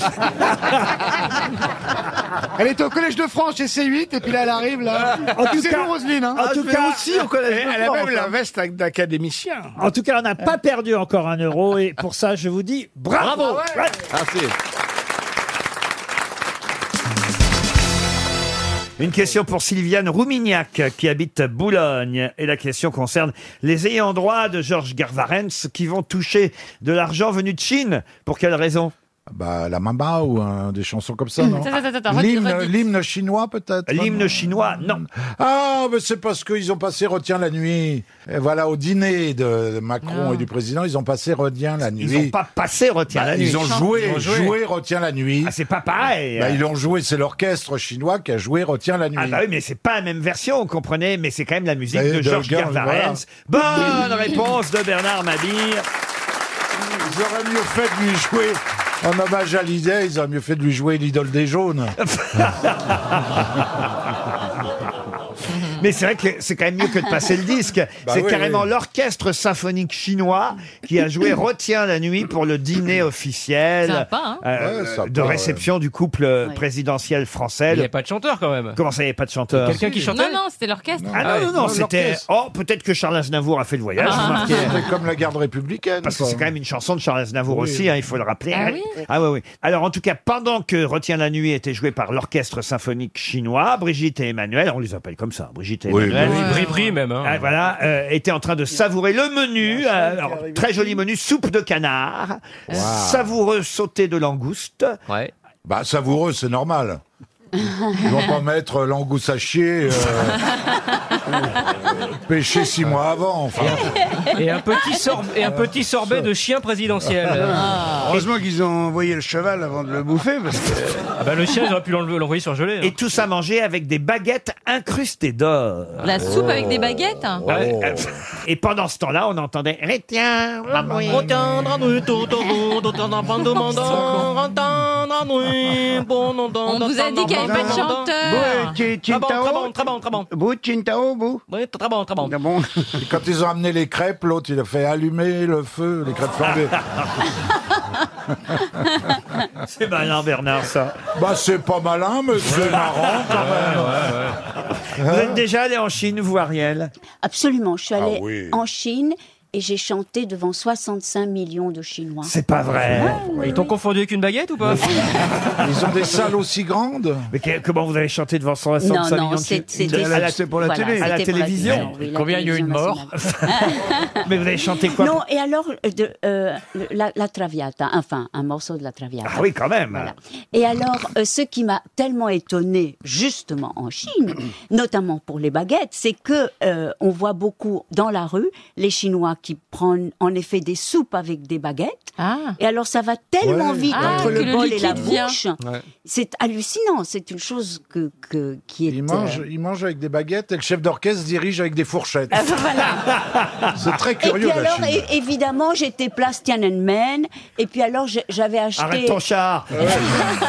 [SPEAKER 13] elle était au Collège de France chez C8 et puis là elle arrive là.
[SPEAKER 1] Ah. En tout
[SPEAKER 13] C'est
[SPEAKER 1] cas-
[SPEAKER 13] nous Roselyne. Hein.
[SPEAKER 1] en tout cas- Ah, aussi au collège de
[SPEAKER 8] Elle a
[SPEAKER 1] France,
[SPEAKER 8] même la
[SPEAKER 1] hein.
[SPEAKER 8] veste d'académicien.
[SPEAKER 1] En tout cas, on n'a pas perdu encore un euro et pour ça, je vous dis bravo.
[SPEAKER 8] Bravo.
[SPEAKER 1] Ouais.
[SPEAKER 3] Ah,
[SPEAKER 16] Merci.
[SPEAKER 1] Une question pour Sylviane Roumignac qui habite Boulogne et la question concerne les ayants droit de Georges Garvarens qui vont toucher de l'argent venu de Chine. Pour quelle raison
[SPEAKER 3] Bah, la Mama ou un- des chansons comme ça, non
[SPEAKER 1] Attends, attends, attends, redis,
[SPEAKER 3] L'hymne-
[SPEAKER 1] redis.
[SPEAKER 3] L'hymne chinois, peut-être
[SPEAKER 1] L'hymne chinois, non.
[SPEAKER 3] Ah, mais c'est parce qu'ils ont passé Retiens la nuit. Et voilà, au dîner de Macron
[SPEAKER 1] Ah.
[SPEAKER 3] et du président, ils ont passé Retiens la nuit.
[SPEAKER 1] Ils n'ont pas passé Retiens
[SPEAKER 3] Bah,
[SPEAKER 1] la nuit.
[SPEAKER 3] Ils ont joué,
[SPEAKER 1] Ils ont
[SPEAKER 3] joué. Retiens la nuit.
[SPEAKER 1] c'est pas pareil.
[SPEAKER 3] Bah, ils l'ont joué, c'est l'orchestre chinois qui a joué Retiens la nuit.
[SPEAKER 1] Ah bah oui, mais c'est pas la même version, vous comprenez, mais c'est quand même la musique
[SPEAKER 3] Mais
[SPEAKER 1] de,
[SPEAKER 3] de
[SPEAKER 1] Georges
[SPEAKER 3] Gar-
[SPEAKER 1] Garvarens.
[SPEAKER 3] voilà.
[SPEAKER 1] Bonne réponse de Bernard Mabir.
[SPEAKER 3] J'aurais mieux fait de lui jouer en hommage à l'idée, ils auraient mieux fait de lui jouer l'idole des jaunes.
[SPEAKER 1] Ah Mais c'est vrai que c'est quand même mieux que de passer le disque.
[SPEAKER 3] Bah
[SPEAKER 1] c'est
[SPEAKER 3] oui,
[SPEAKER 1] carrément
[SPEAKER 3] oui.
[SPEAKER 1] l'orchestre symphonique chinois qui a joué Retiens la nuit pour le dîner officiel
[SPEAKER 19] Sympa, hein
[SPEAKER 1] euh,
[SPEAKER 19] Ouais, sympa,
[SPEAKER 1] de réception du couple euh, présidentiel français.
[SPEAKER 19] Il n'y avait pas de chanteur quand même.
[SPEAKER 1] Comment ça, il n'y avait pas de chanteur
[SPEAKER 19] Quelqu'un qui chantait Non, non, c'était l'orchestre.
[SPEAKER 1] Ah non, non, non, c'était. Oh, peut-être que Charles Aznavour a fait le voyage.
[SPEAKER 19] Ah.
[SPEAKER 1] remarquez.
[SPEAKER 3] C'était comme la garde républicaine.
[SPEAKER 1] Parce que c'est quand même une chanson de Charles Aznavour
[SPEAKER 3] Oui.
[SPEAKER 1] aussi, hein, il faut le rappeler.
[SPEAKER 19] Ah
[SPEAKER 1] Ah
[SPEAKER 19] oui
[SPEAKER 1] ouais, oui. Alors en tout cas, pendant que Retiens la nuit était joué par l'orchestre symphonique chinois, Brigitte et Emmanuel, on les appelle comme ça, Brigitte et
[SPEAKER 19] Oui,
[SPEAKER 1] Emmanuel.
[SPEAKER 19] oui, oui, Bri-Bri même, hein.
[SPEAKER 1] Ah, voilà, euh, étaient en train de savourer le menu, euh, alors, très joli menu, soupe de canard,
[SPEAKER 3] Wow.
[SPEAKER 1] savoureux sauté de langouste.
[SPEAKER 3] Ouais. Bah, savoureux, c'est normal. Ils vont pas mettre euh, l'angousse à chier, euh, euh, pêché six mois avant, enfin.
[SPEAKER 19] Et un petit, sor- et un petit sorbet de chien présidentiel.
[SPEAKER 8] Ah.
[SPEAKER 1] Ah.
[SPEAKER 6] Ah.
[SPEAKER 20] Heureusement qu'ils ont envoyé le cheval avant de le bouffer, parce que...
[SPEAKER 19] Ah bah, le chien, ils auraient pu l'enlever- l'envoyer sur gelée. hein.
[SPEAKER 1] Et tout ça mangé avec des baguettes incrustées d'or.
[SPEAKER 17] La soupe avec des baguettes
[SPEAKER 1] Ah ouais. Et pendant ce temps-là, on entendait Retiens, la nuit.
[SPEAKER 17] On vous a dit qu'il n'y avait pas de chanteur.
[SPEAKER 20] Très bon, très bon, très bon. Bout, Chintao, bout. Oui, très bon, très bon.
[SPEAKER 13] Ah
[SPEAKER 3] Et quand ils ont amené les crêpes, l'autre, il a fait allumer le feu, les crêpes flambées.
[SPEAKER 1] c'est malin, Bernard, ça.
[SPEAKER 3] Bah, c'est pas malin, mais c'est marrant, quand même.
[SPEAKER 1] Vous êtes déjà allé en Chine, vous, Ariel
[SPEAKER 6] Absolument, je suis allée
[SPEAKER 1] Ah oui.
[SPEAKER 6] en Chine et j'ai chanté devant 65 millions de Chinois.
[SPEAKER 1] C'est pas vrai.
[SPEAKER 20] Ah.
[SPEAKER 19] Ils t'ont confondu avec une baguette ou pas
[SPEAKER 3] Ils ont des salles aussi grandes.
[SPEAKER 1] Mais que- comment vous avez chanté devant 165
[SPEAKER 6] Non, non,
[SPEAKER 1] millions de
[SPEAKER 6] c'est-
[SPEAKER 1] Chinois
[SPEAKER 6] c'était-
[SPEAKER 1] À la-
[SPEAKER 6] c'était pour la voilà, télé.
[SPEAKER 1] À la
[SPEAKER 6] c'était pour la
[SPEAKER 1] télévision.
[SPEAKER 6] télévision, oui, la Combien il y a eu de télévision morts
[SPEAKER 1] Mais vous avez chanté quoi
[SPEAKER 6] Non, et alors, euh, de, euh, le- la, la Traviata, enfin, un morceau de la Traviata.
[SPEAKER 1] Ah oui, quand même.
[SPEAKER 6] Et alors, euh, ce qui m'a tellement étonné, justement en Chine, notamment pour les baguettes, c'est que euh, on voit beaucoup dans la rue les Chinois qui prennent en effet des soupes avec des baguettes. Et alors, ça va tellement
[SPEAKER 17] Ah. Ouais.
[SPEAKER 6] vite
[SPEAKER 17] Ah,
[SPEAKER 6] entre
[SPEAKER 17] que
[SPEAKER 6] le
[SPEAKER 17] le
[SPEAKER 6] bol et la
[SPEAKER 17] liquide vient.
[SPEAKER 6] bouche. C'est hallucinant. C'est une chose que, que- qui est. euh,
[SPEAKER 3] Ils mangent, ils mangent avec des baguettes et le chef d'orchestre dirige avec des fourchettes. C'est très curieux,
[SPEAKER 6] Ah, ben Et puis
[SPEAKER 3] la
[SPEAKER 6] alors,
[SPEAKER 3] Chine.
[SPEAKER 6] é- évidemment, j'étais place Tiananmen. Et puis alors, j'ai- j'avais acheté.
[SPEAKER 1] Arrête ton char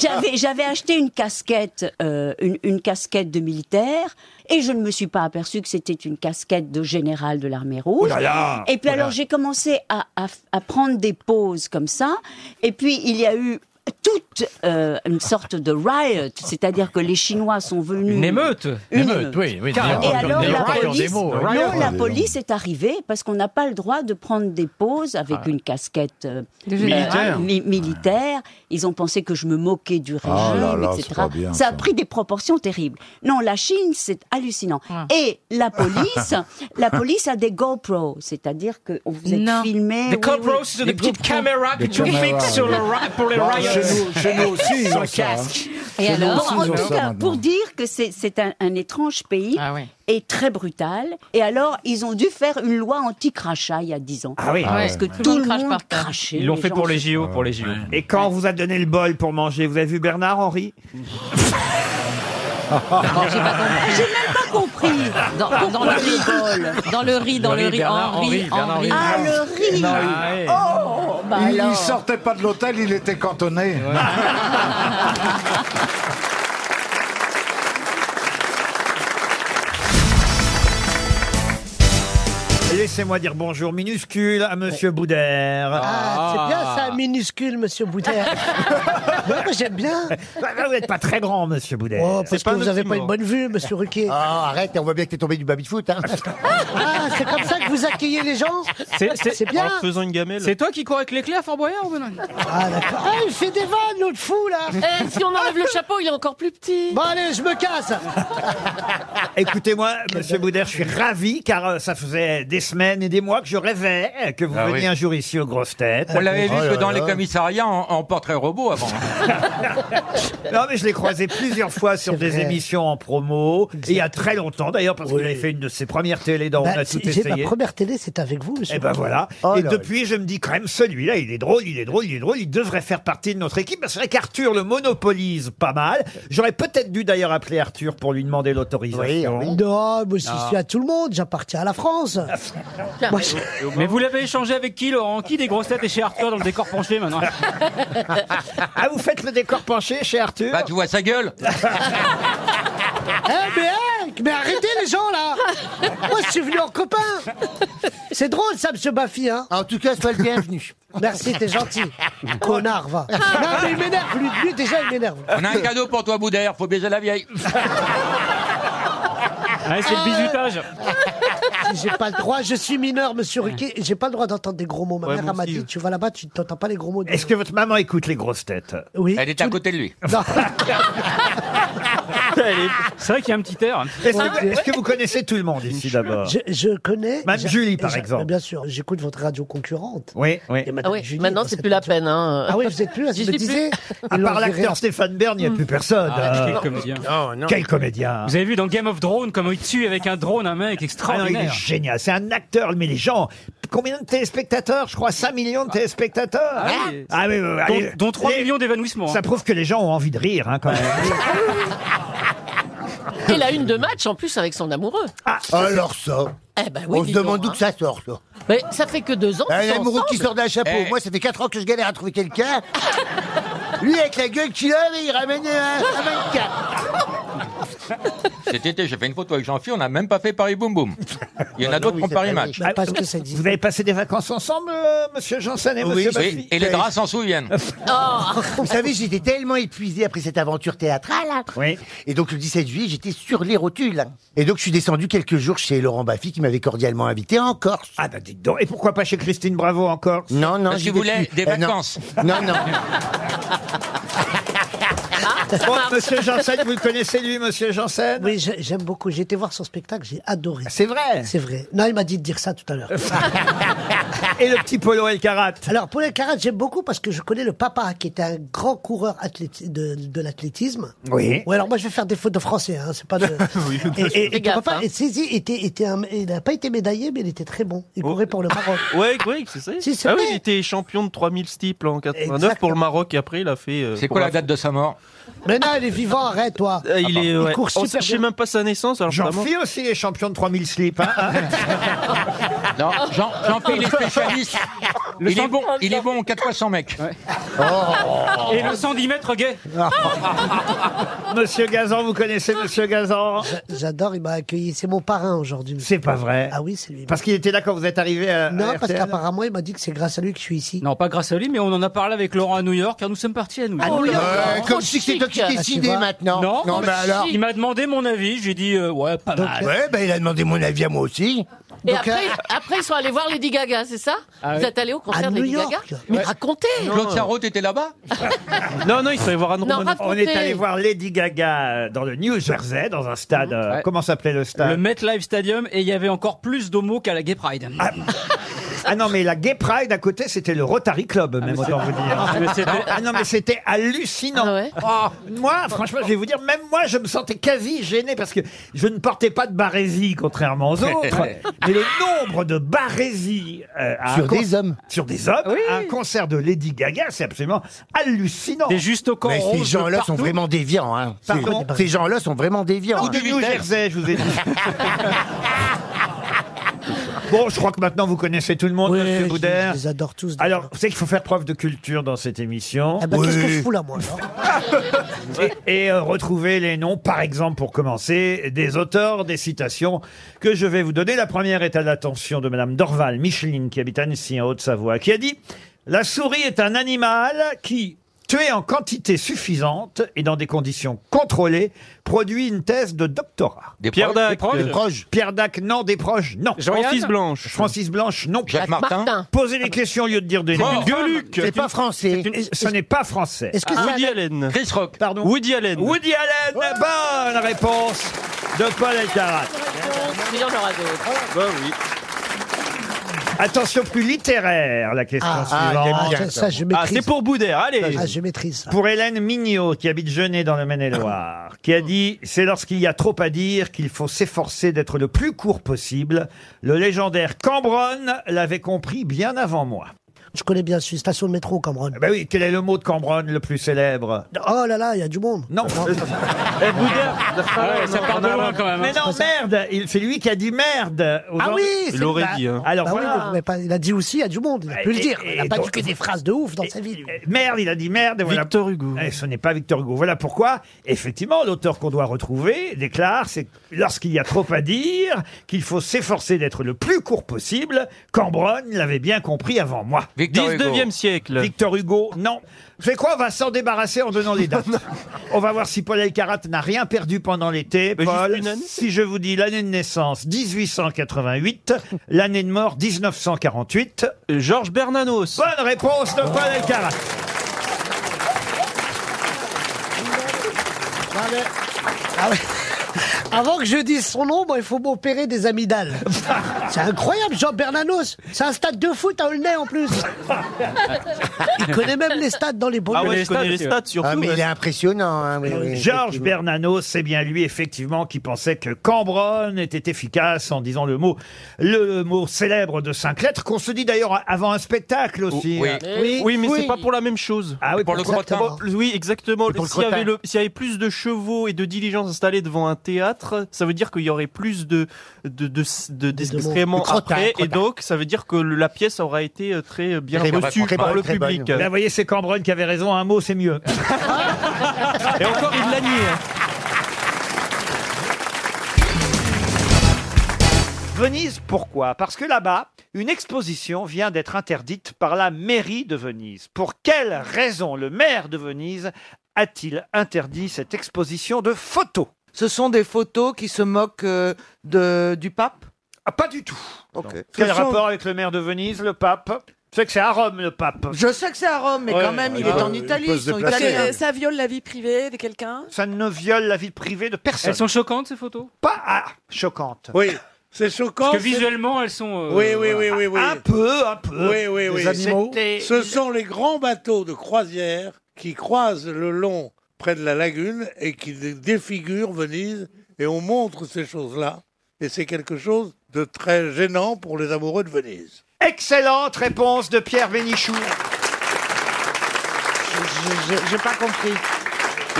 [SPEAKER 6] j'avais j'avais acheté une casquette euh, une, une casquette de militaire et je ne me suis pas aperçu que c'était une casquette de général de l'armée rouge.
[SPEAKER 17] là là
[SPEAKER 6] et puis
[SPEAKER 17] Oh là.
[SPEAKER 6] alors j'ai commencé à, à, à prendre des pauses comme ça et puis il y a eu toute euh, une sorte de riot, c'est-à-dire que les Chinois sont venus.
[SPEAKER 19] Une émeute.
[SPEAKER 6] Une
[SPEAKER 19] Émeute,
[SPEAKER 6] émeute.
[SPEAKER 19] oui, oui,
[SPEAKER 6] Et
[SPEAKER 19] des-
[SPEAKER 6] alors
[SPEAKER 19] des
[SPEAKER 6] la
[SPEAKER 19] riots,
[SPEAKER 6] police,
[SPEAKER 19] des mots, hein.
[SPEAKER 6] non, la
[SPEAKER 19] Des-
[SPEAKER 6] police est arrivée parce qu'on n'a pas le droit de prendre des pauses avec
[SPEAKER 19] Ah.
[SPEAKER 6] une casquette euh,
[SPEAKER 19] De général.
[SPEAKER 6] euh, mi- militaire. Ils ont pensé que je me moquais du régime,
[SPEAKER 17] Ah là là, c'est
[SPEAKER 6] etc.
[SPEAKER 17] pas bien,
[SPEAKER 6] ça a
[SPEAKER 17] ça.
[SPEAKER 6] pris des proportions terribles. Non, la Chine, c'est hallucinant.
[SPEAKER 19] Ah.
[SPEAKER 6] Et la police, la police a des GoPro, c'est-à-dire que vous êtes filmé.
[SPEAKER 19] Des
[SPEAKER 6] oui,
[SPEAKER 19] GoPros,
[SPEAKER 6] oui.
[SPEAKER 19] c'est
[SPEAKER 6] Des
[SPEAKER 19] des petites
[SPEAKER 6] GoPro.
[SPEAKER 19] caméras que tu fixes sur le ra- pour les
[SPEAKER 6] Bon,
[SPEAKER 19] riots.
[SPEAKER 6] chez nous-
[SPEAKER 3] Bah, chez nous aussi, ils
[SPEAKER 19] Sans
[SPEAKER 3] ont ça, hein.
[SPEAKER 19] casque.
[SPEAKER 3] Et Chez nous alors aussi,
[SPEAKER 6] Bon, en
[SPEAKER 3] ils ont
[SPEAKER 6] tout
[SPEAKER 3] ça
[SPEAKER 6] cas,
[SPEAKER 3] maintenant.
[SPEAKER 6] pour dire que c'est c'est un, un étrange pays et très brutal. Et alors, ils ont dû faire une loi anti-crachat il y a 10 ans.
[SPEAKER 1] Ah oui. Ah
[SPEAKER 6] Parce
[SPEAKER 1] ouais.
[SPEAKER 6] que
[SPEAKER 1] Tout
[SPEAKER 6] tout,
[SPEAKER 1] le
[SPEAKER 6] le monde crachait.
[SPEAKER 19] Ils l'ont
[SPEAKER 6] les
[SPEAKER 19] fait
[SPEAKER 6] gens
[SPEAKER 19] pour les
[SPEAKER 6] se-
[SPEAKER 19] JO, pour les JO.
[SPEAKER 1] Et quand on vous a donné le bol pour manger, vous avez vu Bernard Henry
[SPEAKER 17] J'ai pas compris.
[SPEAKER 4] J'ai même pas compris.
[SPEAKER 17] Ah, Dans, dans le riz, dans le riz, dans le riz, Henri, Henri.
[SPEAKER 4] Ah, le riz.
[SPEAKER 3] Non,
[SPEAKER 4] Ah,
[SPEAKER 3] il-
[SPEAKER 4] Oh, bah
[SPEAKER 3] il, il
[SPEAKER 4] alors.
[SPEAKER 3] sortait pas de l'hôtel, il était cantonné.
[SPEAKER 1] Laissez-moi dire bonjour minuscule à Monsieur Boudère.
[SPEAKER 16] Ah, c'est bien ça, minuscule, monsieur Boudin. non, mais j'aime bien.
[SPEAKER 1] Vous n'êtes pas très grand, monsieur Boudet.
[SPEAKER 16] Oh, parce que vous n'avez pas une bonne vue, monsieur Ruquier.
[SPEAKER 13] Ah, arrête, on voit bien que t'es tombé du baby-foot. Hein.
[SPEAKER 16] Ah, c'est comme ça que vous accueillez les gens Ah, C'est bien.
[SPEAKER 19] faisant une gamelle.
[SPEAKER 21] C'est toi qui cours avec l'éclair, Fort Boyard ou Benoît
[SPEAKER 16] Ah, d'accord. Ah, il fait des vannes, l'autre fou, là.
[SPEAKER 17] Eh, si on enlève le chapeau, il est encore plus petit.
[SPEAKER 16] Bon, allez, je me casse.
[SPEAKER 1] Ah. Écoutez-moi, Monsieur Boudère, je suis ravi car euh, ça faisait des semaines et des mois que je rêvais euh, que vous
[SPEAKER 7] Ah
[SPEAKER 1] veniez
[SPEAKER 7] oui.
[SPEAKER 1] un jour ici aux grosses têtes. Oh
[SPEAKER 7] On l'avait vu que dans les commissariats, on, on porterait robot avant. hein.
[SPEAKER 1] Non, mais je l'ai croisé plusieurs fois sur des
[SPEAKER 16] vrai.
[SPEAKER 1] émissions en promo. Et il y a très longtemps d'ailleurs, parce qu'il avait fait une de ses premières télés dans
[SPEAKER 16] Bah,
[SPEAKER 1] On a tout
[SPEAKER 16] J'ai ma
[SPEAKER 1] essayé.
[SPEAKER 16] première télé, c'est avec vous, monsieur
[SPEAKER 1] Et ben
[SPEAKER 16] Boudin.
[SPEAKER 1] voilà.
[SPEAKER 16] Oh
[SPEAKER 1] et
[SPEAKER 16] là
[SPEAKER 1] depuis, je me dis quand même, celui-là, il est drôle, il est drôle, il est drôle. Il devrait faire partie de notre équipe. Parce que c'est vrai qu'Arthur le monopolise pas mal. J'aurais peut-être dû d'ailleurs appeler Arthur pour lui demander l'autorisation.
[SPEAKER 16] Non, moi, je
[SPEAKER 1] Non. Ah,
[SPEAKER 16] suis à tout le monde, j'appartiens à la France. Moi, je-
[SPEAKER 8] Mais vous l'avez échangé avec qui, Laurent Qui des grosses têtes est chez Arthur dans le décor penché maintenant
[SPEAKER 1] Ah, vous faites le décor penché chez Arthur
[SPEAKER 7] Bah, tu vois sa gueule
[SPEAKER 16] Eh, mais, eh, mais arrêtez les gens là Moi je suis venu en copain C'est drôle ça, monsieur Baffy, hein En tout cas, sois le bienvenu. Merci, t'es gentil. Connard, va. Non, mais il m'énerve, lui, lui, déjà il m'énerve.
[SPEAKER 7] Ah. On a un cadeau pour toi, Boudère, faut baiser la vieille.
[SPEAKER 8] c'est le bisutage.
[SPEAKER 16] J'ai pas le droit, je suis mineur, monsieur Ruquet, j'ai pas le droit d'entendre des gros mots. Ma
[SPEAKER 1] Ouais,
[SPEAKER 16] mère
[SPEAKER 1] moi
[SPEAKER 16] elle m'a
[SPEAKER 1] aussi,
[SPEAKER 16] dit,
[SPEAKER 1] ouais.
[SPEAKER 16] tu vas là-bas, tu t'entends pas les gros mots.
[SPEAKER 1] Est-ce que votre maman écoute les grosses têtes
[SPEAKER 16] Oui.
[SPEAKER 7] Elle est à côté de lui.
[SPEAKER 16] Non.
[SPEAKER 8] C'est vrai qu'il y a un petit air.
[SPEAKER 1] Est-ce que, est-ce que vous connaissez tout le monde ici d'abord
[SPEAKER 16] Je, je connais.
[SPEAKER 1] Madame
[SPEAKER 16] j'ai-
[SPEAKER 1] Julie, par
[SPEAKER 16] j'ai-
[SPEAKER 1] exemple.
[SPEAKER 16] Bien sûr, j'écoute votre radio concurrente.
[SPEAKER 1] Oui, oui.
[SPEAKER 16] Et
[SPEAKER 17] Ah
[SPEAKER 16] Madame
[SPEAKER 17] oui,
[SPEAKER 16] Julie,
[SPEAKER 17] maintenant,
[SPEAKER 16] dans
[SPEAKER 17] c'est
[SPEAKER 16] cette
[SPEAKER 17] plus la
[SPEAKER 16] radio-
[SPEAKER 17] peine. Hein.
[SPEAKER 16] Ah oui, vous êtes plus là, je
[SPEAKER 17] J'y
[SPEAKER 16] me
[SPEAKER 17] suis plus.
[SPEAKER 16] disais.
[SPEAKER 1] À
[SPEAKER 16] ils l'ont
[SPEAKER 1] part
[SPEAKER 16] viré
[SPEAKER 1] l'acteur
[SPEAKER 16] après.
[SPEAKER 1] Stéphane Bern, il n'y a plus
[SPEAKER 16] Mmh.
[SPEAKER 1] personne.
[SPEAKER 8] Ah,
[SPEAKER 1] Euh,
[SPEAKER 8] quel comédien.
[SPEAKER 1] Quel comédien
[SPEAKER 8] Vous avez vu dans Game of Thrones comment il tue avec un drone un mec
[SPEAKER 1] Ah non, il est
[SPEAKER 8] extraordinaire.
[SPEAKER 1] génial. C'est un acteur, mais les gens. Combien de téléspectateurs Je crois 5 millions de téléspectateurs.
[SPEAKER 8] Ah oui.
[SPEAKER 1] Ah oui, oui, oui,
[SPEAKER 8] Dont-
[SPEAKER 1] allez.
[SPEAKER 8] dont 3
[SPEAKER 1] Les-
[SPEAKER 8] millions d'évanouissements. hein.
[SPEAKER 1] Ça prouve que les gens ont envie de rire, hein, quand même.
[SPEAKER 17] Et la une de match en plus avec son amoureux.
[SPEAKER 13] Ah,
[SPEAKER 1] Ah.
[SPEAKER 13] Alors ça,
[SPEAKER 17] Eh ben oui.
[SPEAKER 13] on se
[SPEAKER 17] dis donc,
[SPEAKER 13] demande d'où
[SPEAKER 17] hein.
[SPEAKER 13] que ça sort, ça.
[SPEAKER 17] Mais ça fait que deux ans. qu'ils
[SPEAKER 13] Un
[SPEAKER 17] sont
[SPEAKER 13] amoureux qui
[SPEAKER 17] ensemble.
[SPEAKER 13] sort d'un chapeau.
[SPEAKER 7] Eh.
[SPEAKER 13] Moi, ça fait 4 ans que je galère à trouver quelqu'un. Lui, avec la gueule qu'il a, mais il ramène un, un mannequin.
[SPEAKER 7] Cet été, j'ai fait une photo avec Jean-Phil, on n'a même pas fait Paris Boum Boum. Il y en a d'autres qui ont Paris Match.
[SPEAKER 1] Ah, vous avez passé des vacances ensemble, euh, monsieur Janssen
[SPEAKER 13] Bah,
[SPEAKER 1] et monsieur Baffy
[SPEAKER 7] et les draps s'en souviennent.
[SPEAKER 17] Oh.
[SPEAKER 13] Vous savez, j'étais tellement épuisé après cette aventure théâtrale. hein. Et donc, le 17 juillet, j'étais sur les rotules. Et donc, je suis descendu quelques jours chez Laurent Baffy, qui m'avait cordialement invité en Corse.
[SPEAKER 1] Ah, bah dites donc. Et pourquoi pas chez Christine Bravo en Corse
[SPEAKER 13] Non, non,
[SPEAKER 7] Parce
[SPEAKER 13] j'y
[SPEAKER 7] qu'il
[SPEAKER 13] vais
[SPEAKER 7] voulait
[SPEAKER 13] plus.
[SPEAKER 7] des
[SPEAKER 13] Euh, non.
[SPEAKER 7] vacances.
[SPEAKER 13] Non, non.
[SPEAKER 1] Bon,
[SPEAKER 4] Ah,
[SPEAKER 1] Oh, monsieur Janssen, vous le connaissez lui, monsieur Janssen
[SPEAKER 16] Oui, j'ai- j'aime beaucoup. J'ai été voir son spectacle, j'ai adoré.
[SPEAKER 1] C'est vrai
[SPEAKER 16] C'est vrai. Non, il m'a dit de dire ça tout à l'heure.
[SPEAKER 1] Et le petit Polo El Karat
[SPEAKER 16] Alors, pour les karates, j'aime beaucoup parce que je connais le papa, qui était un grand coureur athlèti- de, de l'athlétisme.
[SPEAKER 1] Oui.
[SPEAKER 16] Ouais, alors moi, je vais faire des fautes de français, hein, c'est pas de... et, et- et
[SPEAKER 17] Fais
[SPEAKER 16] ton
[SPEAKER 17] gaffe,
[SPEAKER 16] papa,
[SPEAKER 17] hein.
[SPEAKER 16] et si, si, était, était un- il n'a pas été médaillé, mais il était très bon.
[SPEAKER 1] Oh.
[SPEAKER 16] Il courait pour le Maroc.
[SPEAKER 19] Ouais, ouais, c'est ça.
[SPEAKER 16] Si, c'est
[SPEAKER 19] ah
[SPEAKER 16] vrai.
[SPEAKER 19] oui, il était champion de 3000 steeples en 89 pour le Maroc et après il a fait. euh,
[SPEAKER 7] C'est
[SPEAKER 19] pour
[SPEAKER 7] quoi la date de sa mort
[SPEAKER 16] Mais non, il est vivant, arrête, toi.
[SPEAKER 19] Euh,
[SPEAKER 1] Ah,
[SPEAKER 19] il est. ouais.
[SPEAKER 16] court
[SPEAKER 19] On
[SPEAKER 16] super
[SPEAKER 19] sachait
[SPEAKER 16] bien.
[SPEAKER 19] même pas sa naissance. Alors
[SPEAKER 1] jean
[SPEAKER 19] vraiment.
[SPEAKER 1] phil aussi est champion de 3000 slips. hein.
[SPEAKER 7] Non, Jean, Jean-Phil il est spécialiste. Il est bon, il est bon, 4 fois 100 mecs.
[SPEAKER 8] Et le 110 mètres gay.
[SPEAKER 1] Ah, monsieur Gazan, vous connaissez monsieur Gazan
[SPEAKER 16] J'adore, il m'a accueilli. C'est mon parrain aujourd'hui.
[SPEAKER 1] C'est pas vrai.
[SPEAKER 16] Ah oui, c'est lui.
[SPEAKER 1] Parce qu'il était là quand vous êtes arrivé à. à
[SPEAKER 16] Non, parce
[SPEAKER 1] RTL.
[SPEAKER 16] qu'apparemment, il m'a dit que c'est grâce à lui que je suis ici.
[SPEAKER 8] Non, pas grâce à lui, mais on en a parlé avec Laurent à New York, car nous sommes partis à New York.
[SPEAKER 16] À New York,
[SPEAKER 13] Euh, comme si c'est toi qui
[SPEAKER 17] chic.
[SPEAKER 13] décidais
[SPEAKER 16] Ah, tu vois.
[SPEAKER 13] maintenant.
[SPEAKER 8] Non,
[SPEAKER 13] non, mais alors.
[SPEAKER 8] il m'a demandé mon avis, j'ai dit euh, ouais, pas mal.
[SPEAKER 13] Ouais,
[SPEAKER 1] bah,
[SPEAKER 13] ben il a demandé mon avis à moi aussi.
[SPEAKER 17] Et
[SPEAKER 16] Donc,
[SPEAKER 17] après,
[SPEAKER 16] euh,
[SPEAKER 17] après, ils sont allés voir Lady Gaga, c'est ça
[SPEAKER 19] Ah oui.
[SPEAKER 17] Vous êtes allés au concert
[SPEAKER 16] À
[SPEAKER 17] de
[SPEAKER 16] New
[SPEAKER 17] Lady Gaga
[SPEAKER 16] York.
[SPEAKER 17] Mais racontez
[SPEAKER 7] Claude Sarraute était là-bas
[SPEAKER 19] Non, non, il fallait voir un
[SPEAKER 17] Non,
[SPEAKER 19] Romanoff.
[SPEAKER 1] On
[SPEAKER 17] racontez
[SPEAKER 1] est allé voir Lady Gaga euh, dans le New Jersey, dans un stade. euh,
[SPEAKER 8] Ouais.
[SPEAKER 1] Comment s'appelait le
[SPEAKER 8] Le
[SPEAKER 1] stade
[SPEAKER 8] MetLife Stadium, et il y avait encore plus d'homos qu'à la Gay Pride.
[SPEAKER 1] Ah non, mais la Gay Pride à côté, c'était le Rotary Club,
[SPEAKER 7] Ah,
[SPEAKER 1] même autant vous dire.
[SPEAKER 19] Mais c'était-
[SPEAKER 1] Ah non, mais c'était hallucinant. Oh, moi, franchement, je vais vous dire, même moi, je me sentais quasi gêné parce que je ne portais pas de barésie, contrairement aux autres. mais le nombre de barésies euh, à un
[SPEAKER 9] Sur
[SPEAKER 1] con-
[SPEAKER 9] des hommes.
[SPEAKER 1] Sur des hommes, à un concert de Lady Gaga, c'est absolument hallucinant.
[SPEAKER 9] Mais ces gens-là sont vraiment déviants. hein. Ces-
[SPEAKER 1] Pardon
[SPEAKER 9] Ces gens-là sont vraiment déviants.
[SPEAKER 1] Ou
[SPEAKER 9] hein.
[SPEAKER 1] de New Jersey, je vous ai dit. Bon, je crois que maintenant vous connaissez tout le monde, monsieur Boudère.
[SPEAKER 18] je les adore tous.
[SPEAKER 1] Alors, vous savez qu'il faut faire preuve de culture dans cette émission.
[SPEAKER 18] Ah bah, Qu'est-ce que je
[SPEAKER 1] Oui.
[SPEAKER 18] fous là, moi alors
[SPEAKER 1] Et, et, euh, retrouver les noms, par exemple, pour commencer, des auteurs, des citations que je vais vous donner. La première est à l'attention de Madame Dorval Micheline, qui habite Annecy, en Haute-Savoie, qui a dit « La souris est un animal qui, tué en quantité suffisante et dans des conditions contrôlées, produit une thèse de doctorat. »
[SPEAKER 11] Des
[SPEAKER 1] Pierre
[SPEAKER 11] proches,
[SPEAKER 1] Dac.
[SPEAKER 11] des proches.
[SPEAKER 1] Des proches. Pierre Dac, non. Des proches, non.
[SPEAKER 11] Jean-Yann
[SPEAKER 1] Francis Blanche. Francis Blanche, non.
[SPEAKER 11] Jacques Martin. Martin.
[SPEAKER 1] Posez les questions au lieu de dire des
[SPEAKER 11] C'est
[SPEAKER 1] noms.
[SPEAKER 11] une gueuluque. C'est pas
[SPEAKER 1] français. Ce n'est pas français.
[SPEAKER 11] Est-ce que c'est Woody avec- Allen.
[SPEAKER 1] Chris Rock. Pardon.
[SPEAKER 11] Woody Allen.
[SPEAKER 1] Woody Allen. Bonne réponse de Paul Elkarat.
[SPEAKER 17] Il y en aura d'autres.
[SPEAKER 1] oui. Attention plus littéraire, la question
[SPEAKER 18] Ah, ah,
[SPEAKER 1] suivante.
[SPEAKER 18] j'aime bien, Ah, ça, ça, je maîtrise. Ah, c'est pour
[SPEAKER 1] Boudère, allez.
[SPEAKER 18] Ah, je maîtrise ça.
[SPEAKER 1] Pour Hélène Mignot, qui habite Genêt dans le Maine-et-Loire, qui a dit C'est lorsqu'il y a trop à dire qu'il faut s'efforcer d'être le plus court possible. Le légendaire Cambronne l'avait compris bien avant moi.
[SPEAKER 18] Je connais bien, je suis station de métro, Cameron.
[SPEAKER 1] Ben oui, quel est le mot de Cambronne le plus célèbre
[SPEAKER 18] Oh là là, il y a du monde.
[SPEAKER 1] Non. Eh, Boudère, ça part de loin quand même. hein. Mais non, merde, il- c'est lui qui a dit merde. aux
[SPEAKER 18] Ah
[SPEAKER 1] gens-
[SPEAKER 18] oui, c'est- bah-
[SPEAKER 1] Ah Alors
[SPEAKER 18] bah oui,
[SPEAKER 1] voilà.
[SPEAKER 18] mais pas- il a dit aussi, il y a du monde. Il a pu
[SPEAKER 1] Et-
[SPEAKER 18] le dire. Il n'a
[SPEAKER 1] et
[SPEAKER 18] pas dit
[SPEAKER 1] donc-
[SPEAKER 18] que des phrases de ouf dans sa vie.
[SPEAKER 1] Eh, Merde, il a dit merde. Victor Hugo. ce n'est pas Victor Hugo. Voilà pourquoi, effectivement, l'auteur qu'on doit retrouver déclare, c'est lorsqu'il y a trop à dire, qu'il faut s'efforcer d'être le plus court possible. Cambronne l'avait bien compris avant moi.
[SPEAKER 11] Victor Hugo. 19e siècle.
[SPEAKER 1] Victor Hugo, non. C'est quoi On va s'en débarrasser en donnant les dates. On va voir si Paul Elkarat n'a rien perdu pendant l'été. Paul, ben, si je vous dis l'année de naissance 1888, l'année de mort 1948. Georges Bernanos. Bonne réponse de Paul Elkarat.
[SPEAKER 18] Non, mais- Ah ouais. Avant que je dise son nom, bon, il faut m'opérer des amygdales. C'est incroyable, Jean Bernanos. C'est un stade de foot à Aulnay en plus. Il connaît même les stades dans les
[SPEAKER 19] Ah
[SPEAKER 18] banlieues.
[SPEAKER 9] Ah, mais il est impressionnant. hein, oui, oui,
[SPEAKER 1] Georges
[SPEAKER 9] effectivement.
[SPEAKER 1] Bernanos, c'est bien lui effectivement qui pensait que Cambronne était efficace en disant le mot, le mot célèbre de cinq lettres qu'on se dit d'ailleurs avant un spectacle aussi. hein.
[SPEAKER 19] Oui. Oui, mais c'est pas pour la même chose.
[SPEAKER 1] Ah oui,
[SPEAKER 19] Pour
[SPEAKER 1] pour
[SPEAKER 19] le
[SPEAKER 1] le
[SPEAKER 19] crottin.
[SPEAKER 1] crottin.
[SPEAKER 19] Oui, exactement.
[SPEAKER 1] Et pour le
[SPEAKER 19] S'il y, avait
[SPEAKER 1] crottin.
[SPEAKER 19] le- s'il y avait plus de chevaux et de diligences installées devant un théâtre, ça veut dire qu'il y aurait plus de de de, de- d'excréments
[SPEAKER 1] De crottin,
[SPEAKER 19] après, et
[SPEAKER 1] crottin.
[SPEAKER 19] donc ça veut dire que le- la pièce aura été euh, très euh, bien
[SPEAKER 1] Très bonne,
[SPEAKER 19] reçue
[SPEAKER 1] très
[SPEAKER 19] par
[SPEAKER 1] bonne,
[SPEAKER 19] le
[SPEAKER 1] très bonne.
[SPEAKER 19] public.
[SPEAKER 1] Là, Ben, vous voyez, c'est Cambronne qui avait raison. Un mot, c'est mieux.
[SPEAKER 19] Et encore il l'a nié. hein.
[SPEAKER 1] Venise, pourquoi Parce que là-bas, une exposition vient d'être interdite par la mairie de Venise. Pour quelle raison le maire de Venise a-t-il interdit cette exposition de photos
[SPEAKER 22] Ce sont des photos qui se moquent euh, de, du pape
[SPEAKER 1] Ah, pas du tout.
[SPEAKER 22] Ce
[SPEAKER 1] Quel
[SPEAKER 22] sont-
[SPEAKER 1] rapport avec le maire de Venise, le pape C'est que c'est à Rome, le pape.
[SPEAKER 22] Je sais que c'est à Rome, mais
[SPEAKER 1] Ouais,
[SPEAKER 22] quand même, il
[SPEAKER 1] ouais,
[SPEAKER 22] est en
[SPEAKER 1] ouais, il
[SPEAKER 22] Italie.
[SPEAKER 1] peut
[SPEAKER 22] ils
[SPEAKER 1] se
[SPEAKER 22] sont
[SPEAKER 1] déplacer.
[SPEAKER 22] italiens.
[SPEAKER 1] Euh,
[SPEAKER 23] Ça viole la vie privée de quelqu'un
[SPEAKER 1] Ça ne viole la vie privée de personne.
[SPEAKER 23] Elles sont choquantes ces photos
[SPEAKER 1] Pas ah, choquantes.
[SPEAKER 2] Oui, c'est choquant.
[SPEAKER 23] Parce que
[SPEAKER 2] c'est-
[SPEAKER 23] visuellement elles sont. euh,
[SPEAKER 2] Oui, oui, oui,
[SPEAKER 23] voilà.
[SPEAKER 2] oui, oui.
[SPEAKER 1] Un peu, un peu.
[SPEAKER 2] Oui, oui,
[SPEAKER 1] Des
[SPEAKER 2] oui.
[SPEAKER 1] animaux.
[SPEAKER 2] C'était- Ce sont les grands bateaux de croisière qui croisent le long près de la lagune et qui dé- défigurent Venise. Et on montre ces choses-là. Et c'est quelque chose de très gênant pour les amoureux de Venise.
[SPEAKER 1] Excellente réponse de Pierre Bénichou.
[SPEAKER 22] Je- je- J'ai pas compris.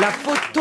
[SPEAKER 22] La photo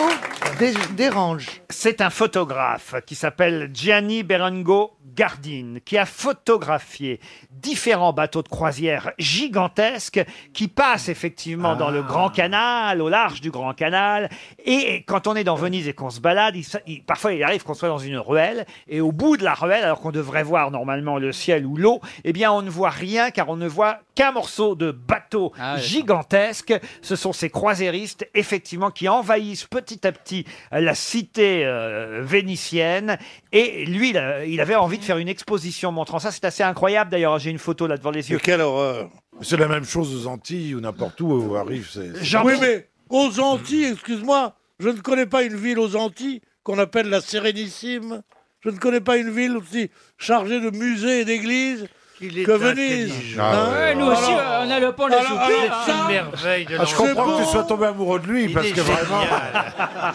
[SPEAKER 22] dé- dérange.
[SPEAKER 1] C'est un photographe qui s'appelle Gianni Berengo Gardin qui a photographié différents bateaux de croisière gigantesques qui passent effectivement dans
[SPEAKER 22] Ah.
[SPEAKER 1] le Grand Canal, au large du Grand Canal. Et quand on est dans Venise et qu'on se balade, il s- il- parfois il arrive qu'on soit dans une ruelle et au bout de la ruelle, alors qu'on devrait voir normalement le ciel ou l'eau, eh bien on ne voit rien car on ne voit qu'un morceau de bateau gigantesque. Ce sont ces croisiéristes, effectivement, qui envahissent petit à petit euh, la cité euh, vénitienne. Et lui, il, a- il avait envie de faire une exposition montrant ça. C'est assez incroyable, d'ailleurs. J'ai une photo là devant les yeux.
[SPEAKER 2] quelle horreur
[SPEAKER 3] C'est la même chose aux Antilles ou n'importe où où arrive. c'est- c'est-
[SPEAKER 2] Oui, mais aux Antilles, excuse-moi, je ne connais pas une ville aux Antilles qu'on appelle la Sérénissime. Je ne connais pas une ville aussi chargée de musées et d'églises. qu'il est que Venise.
[SPEAKER 5] Ah
[SPEAKER 2] hein.
[SPEAKER 23] Ouais, nous aussi, euh, on a le pont de la
[SPEAKER 2] alors- alors
[SPEAKER 23] soucure.
[SPEAKER 2] ça,
[SPEAKER 3] Ah, je comprends que tu sois tombé amoureux de lui, parce que vraiment...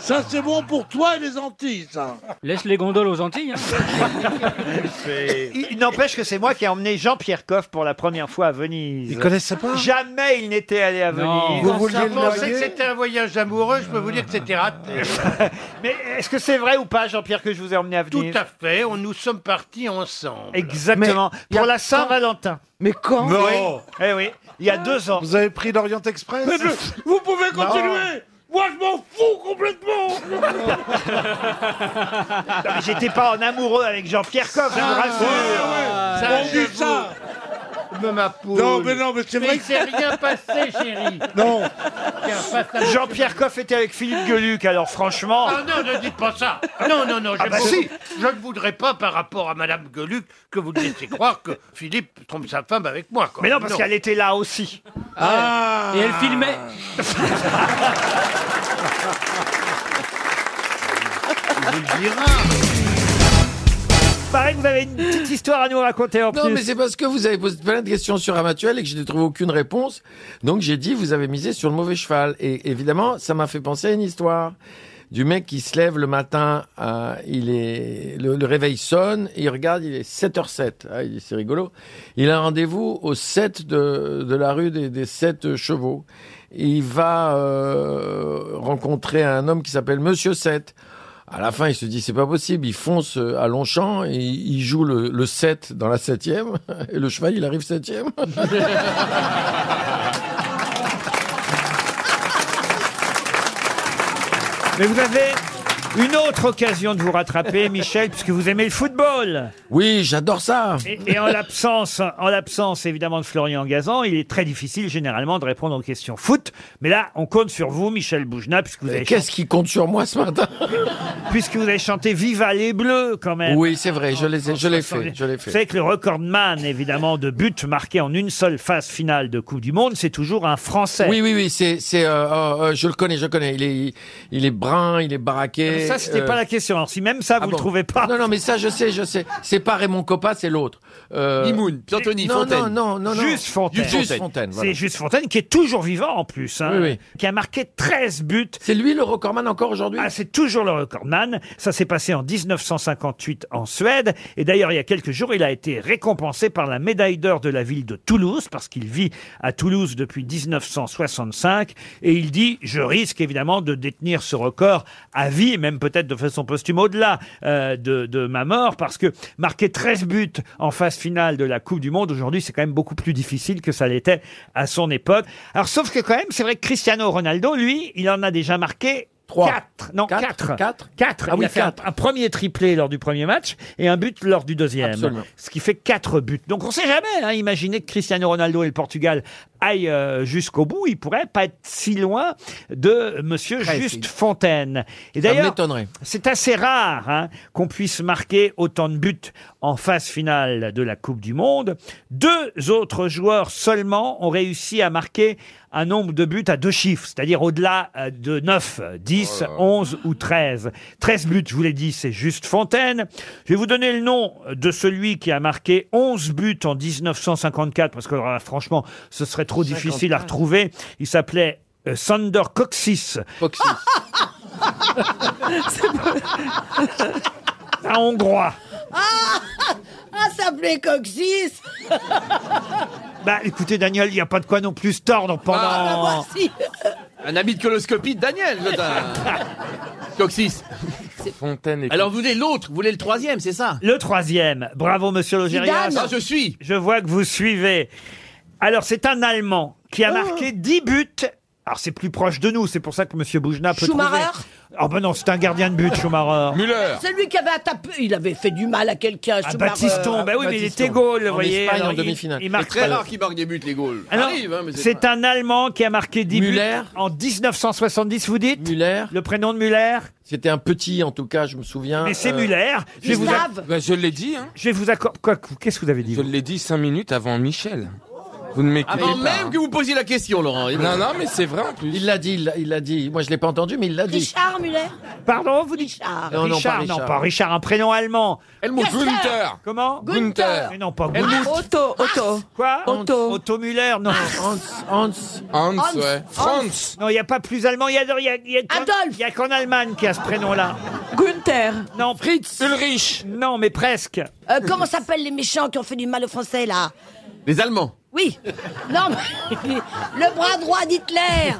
[SPEAKER 2] Ça, c'est bon pour toi et les Antilles, ça.
[SPEAKER 1] Laisse les gondoles aux Antilles.
[SPEAKER 8] hein.
[SPEAKER 1] Il il n'empêche que c'est moi qui ai emmené Jean-Pierre Coff pour la première fois à Venise.
[SPEAKER 2] Il connaissait pas
[SPEAKER 1] Jamais il n'était allé à Venise.
[SPEAKER 5] Vous si on pensait que c'était un voyage amoureux, je peux vous dire que c'était raté.
[SPEAKER 1] Mais est-ce que c'est vrai ou pas, Jean-Pierre, que je vous ai emmené à
[SPEAKER 5] Tout
[SPEAKER 1] Venise
[SPEAKER 5] à fait, on nous sommes partis ensemble.
[SPEAKER 1] Exactement. pour la Saint-Valentin.
[SPEAKER 5] Mais quand
[SPEAKER 1] Oui. Eh oui, il y a deux ans. Vous avez pris l'Orient Express
[SPEAKER 2] Vous pouvez continuer Moi, je m'en fous complètement
[SPEAKER 1] J'étais pas en amoureux avec Jean-Pierre Coff, je vous rassure.
[SPEAKER 2] On dit ça Non, mais non, mais c'est vrai que...
[SPEAKER 5] passé, chérie.
[SPEAKER 2] Non
[SPEAKER 1] Jean-Pierre Coff était avec Philippe Gueluc, alors franchement.
[SPEAKER 5] Ah non, ne dites pas ça. Non, non, non.
[SPEAKER 1] Ah
[SPEAKER 5] je-
[SPEAKER 1] bah si.
[SPEAKER 5] Je ne voudrais pas, par rapport à Madame Geluc, que vous laissiez croire que Philippe trompe sa femme avec moi. quoi.
[SPEAKER 1] Mais non, parce qu'elle était là aussi.
[SPEAKER 5] Ah.
[SPEAKER 1] Et elle filmait.
[SPEAKER 5] Il vous le dira.
[SPEAKER 1] Pareil, vous avez une petite histoire à nous raconter en
[SPEAKER 7] Non, mais c'est parce que vous avez posé plein de questions sur Amatuel et que je n'ai trouvé aucune réponse. Donc j'ai dit, vous avez misé sur le mauvais cheval. Et évidemment, ça m'a fait penser à une histoire du mec qui se lève le matin, euh, il est le, le réveil sonne, il regarde, il est 7h07. Ah, il dit, c'est rigolo. Il a un rendez-vous au 7 de, de la rue des, des 7 chevaux. Il va euh, rencontrer un homme qui s'appelle Monsieur 7. À la fin, il se dit c'est pas possible. Il fonce euh, à Longchamp et il joue le, le 7 dans la septième et le cheval il arrive septième.
[SPEAKER 1] Mais vous avez une autre occasion de vous rattraper, Michel, puisque vous aimez le football.
[SPEAKER 7] Oui, j'adore ça.
[SPEAKER 1] Et, et en l'absence, en l'absence évidemment de Florian Gazan, il est très difficile généralement de répondre aux questions foot. Mais là, on compte sur vous, Michel Boujna, puisque vous avez.
[SPEAKER 7] Qu'est-ce qui compte sur moi ce matin
[SPEAKER 1] Puisque vous avez chanté Viva les Bleus quand même.
[SPEAKER 7] Oui, c'est vrai, je les ai- je l'ai fait, je l'ai fait.
[SPEAKER 1] C'est que le recordman évidemment de buts marqués en une seule phase finale de Coupe du Monde, c'est toujours un Français.
[SPEAKER 7] Oui, oui, oui, c'est, c'est, euh, euh, euh, je le connais, je le connais. Il est, il est brun, il est baraqué. euh, Ah
[SPEAKER 1] Mais ça, c'était pas la question. Alors, si même ça, vous le trouvez pas.
[SPEAKER 7] Non, non, mais ça, je sais, je sais. C'est pas Raymond Coppa, c'est l'autre. Euh...
[SPEAKER 1] Mimoun,
[SPEAKER 7] Anthony non, Non, non, non, non.
[SPEAKER 1] Juste Fontaine.
[SPEAKER 7] Juste Fontaine. voilà.
[SPEAKER 1] C'est Juste Fontaine qui est toujours vivant en plus, hein,
[SPEAKER 7] Oui, oui.
[SPEAKER 1] qui a marqué 13 buts.
[SPEAKER 7] C'est lui le recordman encore aujourd'hui
[SPEAKER 1] Ah, c'est toujours le recordman. Ça s'est passé en 1958 en Suède. Et d'ailleurs, il y a quelques jours, il a été récompensé par la médaille d'or de la ville de Toulouse, parce qu'il vit à Toulouse depuis 1965. Et il dit, je risque évidemment de détenir ce record à vie, même peut-être de façon posthume au-delà euh, de, de ma mort, parce que marquer 13 buts en phase finale de la Coupe du Monde aujourd'hui, c'est quand même beaucoup plus difficile que ça l'était à son époque. Alors, sauf que quand même, c'est vrai que Cristiano Ronaldo, lui, il en a déjà marqué 3. 4. Non, 4. 4. 4.
[SPEAKER 7] Ah
[SPEAKER 1] il
[SPEAKER 7] oui,
[SPEAKER 1] a fait un-
[SPEAKER 7] quatre.
[SPEAKER 1] Un, premier triplé lors du premier match et un but lors du deuxième.
[SPEAKER 7] Absolument.
[SPEAKER 1] Ce qui fait 4 buts. Donc on sait jamais. Hein, imaginez que Cristiano Ronaldo et le Portugal aillent euh, jusqu'au bout. Il pourrait pas être si loin de Monsieur Juste Fontaine. Et
[SPEAKER 7] Ça
[SPEAKER 1] d'ailleurs,
[SPEAKER 7] m'étonnerait.
[SPEAKER 1] c'est assez rare hein, qu'on puisse marquer autant de buts en phase finale de la Coupe du Monde. Deux autres joueurs seulement ont réussi à marquer un nombre de buts à deux chiffres, c'est-à-dire au-delà euh, de 9, 10, 11 ou 13. 13 buts, je vous l'ai dit, c'est juste Fontaine. Je vais vous donner le nom de celui qui a marqué 11 buts en 1954, parce que alors là, franchement, ce serait trop difficile à retrouver. Il s'appelait euh, Sander Coxis. un Hongrois.
[SPEAKER 10] Ah, ah, ça plaît Coxis
[SPEAKER 1] Bah écoutez Daniel, il n'y a pas de quoi non plus se tordre pendant...
[SPEAKER 10] Ah, bah, voici.
[SPEAKER 24] Un habit de coloscopie de Daniel, je t'en- Coxis.
[SPEAKER 7] Fontaine et
[SPEAKER 24] Alors vous voulez l'autre, vous voulez le troisième, c'est ça
[SPEAKER 1] Le troisième. Bravo, monsieur Logérias.
[SPEAKER 24] Zidane. Ah, je suis.
[SPEAKER 1] Je vois que vous suivez. Alors, c'est un Allemand qui a
[SPEAKER 10] Oh.
[SPEAKER 1] marqué 10 buts. Alors, c'est plus proche de nous. C'est pour ça que monsieur Boujna peut
[SPEAKER 10] Schumacher
[SPEAKER 1] trouver. Oh, ben non, c'est un gardien de but, Schumacher.
[SPEAKER 17] Ah,
[SPEAKER 1] Müller.
[SPEAKER 10] Celui qui avait attaqué, il avait fait du mal à quelqu'un.
[SPEAKER 1] Ah,
[SPEAKER 10] Schumacher.
[SPEAKER 1] Baptiston, ben oui, mais il était Gaulle, vous voyez. alors, il- Il, marque
[SPEAKER 24] C'est très
[SPEAKER 1] pas.
[SPEAKER 24] rare qu'il marque des buts, les Gauls. Ça
[SPEAKER 1] Alors,
[SPEAKER 24] arrive, hein, mais c'est
[SPEAKER 1] c'est un Allemand qui a marqué 10
[SPEAKER 7] Müller.
[SPEAKER 1] buts en 1970, vous dites
[SPEAKER 7] Muller.
[SPEAKER 1] Le prénom de Muller.
[SPEAKER 7] C'était un petit, en tout cas, je me souviens.
[SPEAKER 1] Mais c'est Muller. Je vais vous acc-
[SPEAKER 7] Bah, je l'ai dit.
[SPEAKER 1] hein. Je vais vous accorder. Quoi, qu'est-ce que vous avez dit
[SPEAKER 7] Je l'ai dit cinq minutes avant Michel. Vous ne
[SPEAKER 24] m'écoutez Avant pas, même hein.
[SPEAKER 7] que vous posiez la question, Laurent.
[SPEAKER 24] Il-
[SPEAKER 7] Non, non, mais c'est vrai en plus. Il l'a dit, il l'a- il l'a dit. Moi, je l'ai pas entendu, mais il l'a dit.
[SPEAKER 4] Richard Muller
[SPEAKER 1] Pardon, vous dites
[SPEAKER 7] Non, non, pas
[SPEAKER 1] Richard,
[SPEAKER 7] Richard.
[SPEAKER 1] non, pas Richard, un prénom allemand.
[SPEAKER 7] Helmut Gunther. Gunther.
[SPEAKER 1] Comment
[SPEAKER 7] Gunther.
[SPEAKER 1] Mais non, pas
[SPEAKER 7] Helmut.
[SPEAKER 1] Gunther.
[SPEAKER 7] Ah,
[SPEAKER 1] Otto, Otto. Quoi Otto. Otto Müller, non. Hans,
[SPEAKER 7] Hans.
[SPEAKER 1] Hans,
[SPEAKER 7] Hans, ouais.
[SPEAKER 1] Franz. Non, il n'y a pas plus allemand, il y a, il y a, il y a qu'en- Il n'y a qu'en Allemagne qui a ce prénom-là.
[SPEAKER 4] Gunther.
[SPEAKER 1] Non, Fritz. Ulrich. Non, mais presque.
[SPEAKER 4] Euh, comment s'appellent les méchants qui ont fait du mal aux Français, là
[SPEAKER 24] Les Allemands.
[SPEAKER 4] Oui. Non, mais le bras droit d'Hitler.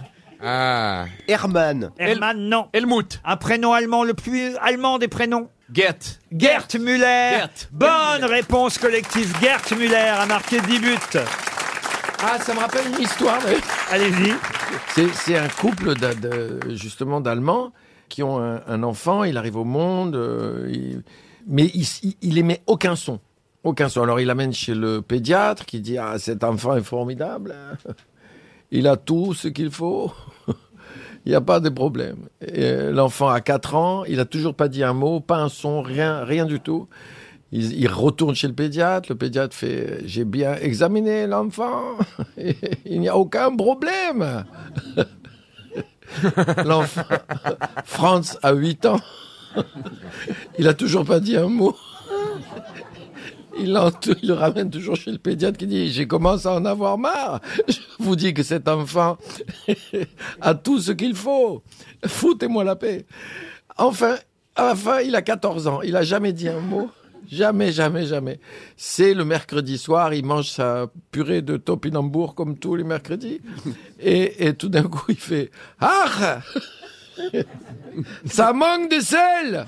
[SPEAKER 24] Ah.
[SPEAKER 1] Hermann. Hermann, non. Helmut. Un prénom allemand, le plus allemand des prénoms.
[SPEAKER 24] Gert.
[SPEAKER 1] Gert Müller.
[SPEAKER 24] Gerd.
[SPEAKER 1] Bonne réponse collective. Gert Müller a marqué 10 buts.
[SPEAKER 7] Ah, ça me rappelle une histoire.
[SPEAKER 1] Allez-y.
[SPEAKER 7] C'est, c'est un couple d'a- de- justement d'Allemands qui ont un, un enfant, il arrive au monde, euh, il- mais il, s- il- il émet aucun son. Aucun son. Alors il l'amène chez le pédiatre qui dit Ah, cet enfant est formidable. Il a tout ce qu'il faut. Il n'y a pas de problème. Et, euh, L'enfant a 4 ans, il n'a toujours pas dit un mot, pas un son, rien, rien du tout. Il, il retourne chez le pédiatre, le pédiatre fait J'ai bien examiné l'enfant, il n'y a aucun problème. L'enfant, Franz a 8 ans, il n'a toujours pas dit un mot. Il, l'en- il le ramène toujours chez le pédiatre qui dit J'ai commencé à en avoir marre. Je vous dis que cet enfant a tout ce qu'il faut. Foutez-moi la paix. Enfin, à la fin, il a 14 ans. Il a jamais dit un mot. Jamais, jamais, jamais. C'est le mercredi soir, il mange sa purée de topinambour comme tous les mercredis. Et, et tout d'un coup, il fait Ah Ça manque de sel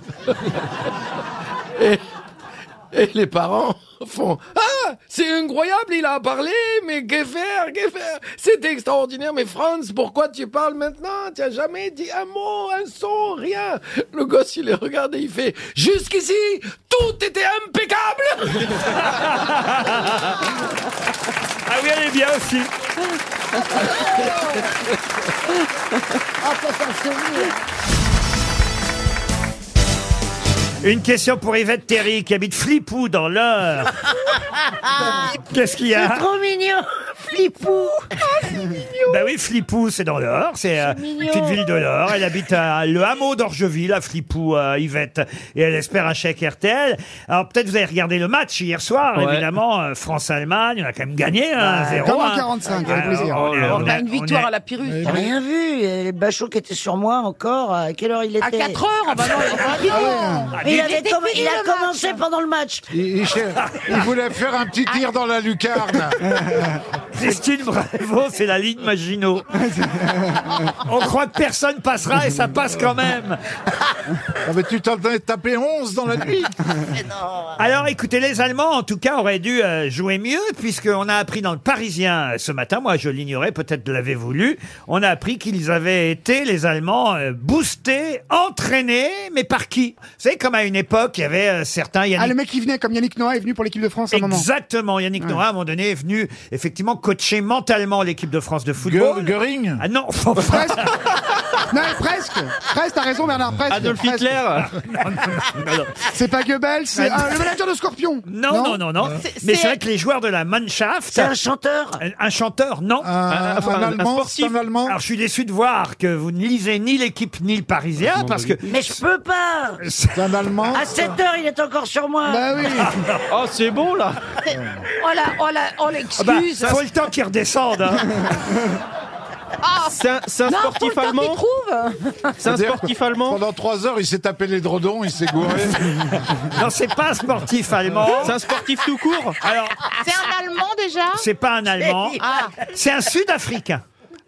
[SPEAKER 7] Et- et les parents font Ah, c'est incroyable, il a parlé, mais que faire, que faire C'est extraordinaire, mais Franz, pourquoi tu parles maintenant Tu n'as jamais dit un mot, un son, rien. Le gosse, il les regarde et il fait Jusqu'ici, tout était impeccable
[SPEAKER 1] Ah oui, elle est bien aussi.
[SPEAKER 13] Ah,
[SPEAKER 1] Une question pour Yvette Terry qui habite Flipou dans l'heure. Qu'est-ce qu'il y a
[SPEAKER 10] C'est trop mignon Flippou
[SPEAKER 1] Ben oui, Flipou, c'est dans l'Or, c'est euh, une
[SPEAKER 10] mignon.
[SPEAKER 1] petite ville de l'Or. Elle habite à le hameau d'Orgeville, à Flipou, euh, Yvette, et elle espère un chèque RTL. Alors peut-être vous avez regardé le match hier soir,
[SPEAKER 24] Ouais.
[SPEAKER 1] évidemment, euh, France-Allemagne, on a quand même gagné hein, 0
[SPEAKER 24] comme en
[SPEAKER 1] hein.
[SPEAKER 24] 45,
[SPEAKER 1] Ouais,
[SPEAKER 24] avec plaisir. Oh
[SPEAKER 1] on est- on est- on est-
[SPEAKER 4] Pyrrhus.
[SPEAKER 12] J'ai Eh ben, rien vu. Et Bachot qui était sur moi encore. À quelle heure il était
[SPEAKER 4] À 4 heures, ah bah non, il est pas fini.
[SPEAKER 12] Ah ouais.
[SPEAKER 4] Il
[SPEAKER 12] Il,
[SPEAKER 4] était
[SPEAKER 12] avait comm-
[SPEAKER 4] fini,
[SPEAKER 12] il a
[SPEAKER 4] le match.
[SPEAKER 12] commencé pendant le match.
[SPEAKER 3] Il, il cher- il voulait faire un petit tir dans la lucarne.
[SPEAKER 1] Christine Bravo, c'est la ligne Maginot. On croit que personne passera et ça passe quand même.
[SPEAKER 3] Ah, mais tu t'en tapé 11 dans la nuit.
[SPEAKER 1] Alors écoutez, les Allemands en tout cas auraient dû euh, jouer mieux puisqu'on a appris dans le Parisien euh, ce matin, moi je l'ignorais, peut-être l'avez-vous lu, on a appris qu'ils avaient été, les Allemands, euh, boostés, entraînés, mais par qui Vous savez comme à une époque, il y avait euh, certains... Yannick
[SPEAKER 13] Ah, le mec qui venait, comme Yannick Noah est venu pour l'équipe de France à un moment.
[SPEAKER 1] Exactement. Yannick Noah, à un moment donné, est venu effectivement coacher mentalement l'équipe de France de football. Göring Ah non
[SPEAKER 13] Presque. non, mais presque. Presque, t'as raison, Bernard. Presque.
[SPEAKER 1] Adolf
[SPEAKER 13] Presque.
[SPEAKER 1] Hitler
[SPEAKER 13] C'est pas Goebbels, c'est
[SPEAKER 1] Ah, non.
[SPEAKER 13] ah, le manager de Scorpion.
[SPEAKER 1] Non, non, non,
[SPEAKER 3] Euh.
[SPEAKER 1] non. Mais c'est vrai que les joueurs de la Mannschaft.
[SPEAKER 13] C'est un
[SPEAKER 1] chanteur Un chanteur, non.
[SPEAKER 3] Un- un Allemand,
[SPEAKER 1] sportif. Alors je suis déçu de voir que vous ne lisez ni l'équipe ni le
[SPEAKER 19] Ah,
[SPEAKER 1] Parisien parce
[SPEAKER 19] bah
[SPEAKER 1] que.
[SPEAKER 12] Mais je peux pas.
[SPEAKER 1] Ah, C'est
[SPEAKER 3] un Allemand.
[SPEAKER 12] À 7 heures, il est encore sur moi.
[SPEAKER 13] Bah oui.
[SPEAKER 1] oh, c'est bon là
[SPEAKER 4] On la, on la,
[SPEAKER 1] Ah bah,
[SPEAKER 4] on l'excuse.
[SPEAKER 1] Faut le temps qu'ils redescendent. hein.
[SPEAKER 4] Ah,
[SPEAKER 19] C'est un, c'est un
[SPEAKER 4] non, faut
[SPEAKER 19] sportif
[SPEAKER 4] le temps qu'il
[SPEAKER 19] allemand
[SPEAKER 4] trouve.
[SPEAKER 19] C'est un
[SPEAKER 3] C'est-à-dire
[SPEAKER 19] sportif
[SPEAKER 3] que
[SPEAKER 19] allemand
[SPEAKER 3] Pendant 3 heures, il s'est tapé les dredons, il s'est gouré.
[SPEAKER 1] non, c'est pas un sportif allemand.
[SPEAKER 19] C'est un sportif tout court
[SPEAKER 1] Alors,
[SPEAKER 15] C'est un Allemand déjà
[SPEAKER 1] c'est pas un Allemand.
[SPEAKER 15] Ah.
[SPEAKER 1] C'est un Sud-Africain.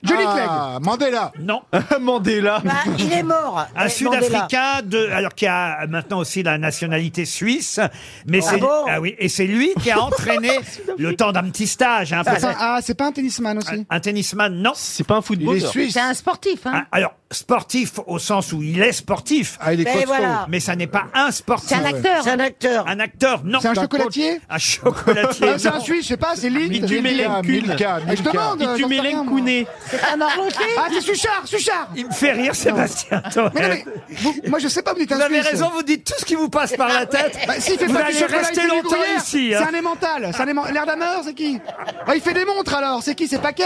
[SPEAKER 15] Johnny
[SPEAKER 1] ah, Mandela. Non. Mandela.
[SPEAKER 12] il est mort.
[SPEAKER 1] Un
[SPEAKER 12] Mais Mandela.
[SPEAKER 1] Sud-Africain de, alors qui a maintenant aussi la nationalité suisse, mais
[SPEAKER 12] Ah
[SPEAKER 1] c'est
[SPEAKER 12] bon
[SPEAKER 1] oui, et c'est lui qui a entraîné le temps d'un petit stage. hein,
[SPEAKER 13] C'est
[SPEAKER 1] parce-
[SPEAKER 13] pas- ah, c'est pas un tennisman aussi.
[SPEAKER 1] Un tennisman, non.
[SPEAKER 19] C'est pas un
[SPEAKER 1] footballeur.
[SPEAKER 13] C'est un sportif, hein.
[SPEAKER 1] Ah, Alors, sportif au sens où il est sportif.
[SPEAKER 13] il est Ben costaud. voilà.
[SPEAKER 1] Mais ça n'est pas un sportif.
[SPEAKER 13] C'est un acteur. C'est un
[SPEAKER 1] acteur. Un acteur, non.
[SPEAKER 13] C'est un chocolatier
[SPEAKER 1] Un chocolatier.
[SPEAKER 13] Ah, c'est un
[SPEAKER 1] non.
[SPEAKER 13] Suisse, je sais pas, c'est Link.
[SPEAKER 1] Milka,
[SPEAKER 19] Ah,
[SPEAKER 1] Milka,
[SPEAKER 13] Je
[SPEAKER 1] Milka.
[SPEAKER 13] demande.
[SPEAKER 1] Il tue
[SPEAKER 13] j'en sais
[SPEAKER 1] Mélène
[SPEAKER 13] rien, moi.
[SPEAKER 1] Kounet.
[SPEAKER 13] C'est un horloger. Ah, c'est Suchard, Suchard.
[SPEAKER 1] Il me fait rire, Sébastien Toen.
[SPEAKER 13] Mais non, mais vous- moi, je sais pas, vous dites un
[SPEAKER 1] Vous avez
[SPEAKER 13] Suisse.
[SPEAKER 1] raison, vous dites tout ce qui vous passe par la tête.
[SPEAKER 13] Bah, s'il fait
[SPEAKER 1] Vous
[SPEAKER 13] pas du
[SPEAKER 1] allez
[SPEAKER 13] chocolat,
[SPEAKER 1] rester
[SPEAKER 13] il fait du
[SPEAKER 1] longtemps
[SPEAKER 13] gruyère.
[SPEAKER 1] ici, hein.
[SPEAKER 13] C'est un émental. C'est un émental. L'air d'ameur, c'est qui Ah, Il fait des montres alors. C'est qui C'est Paquet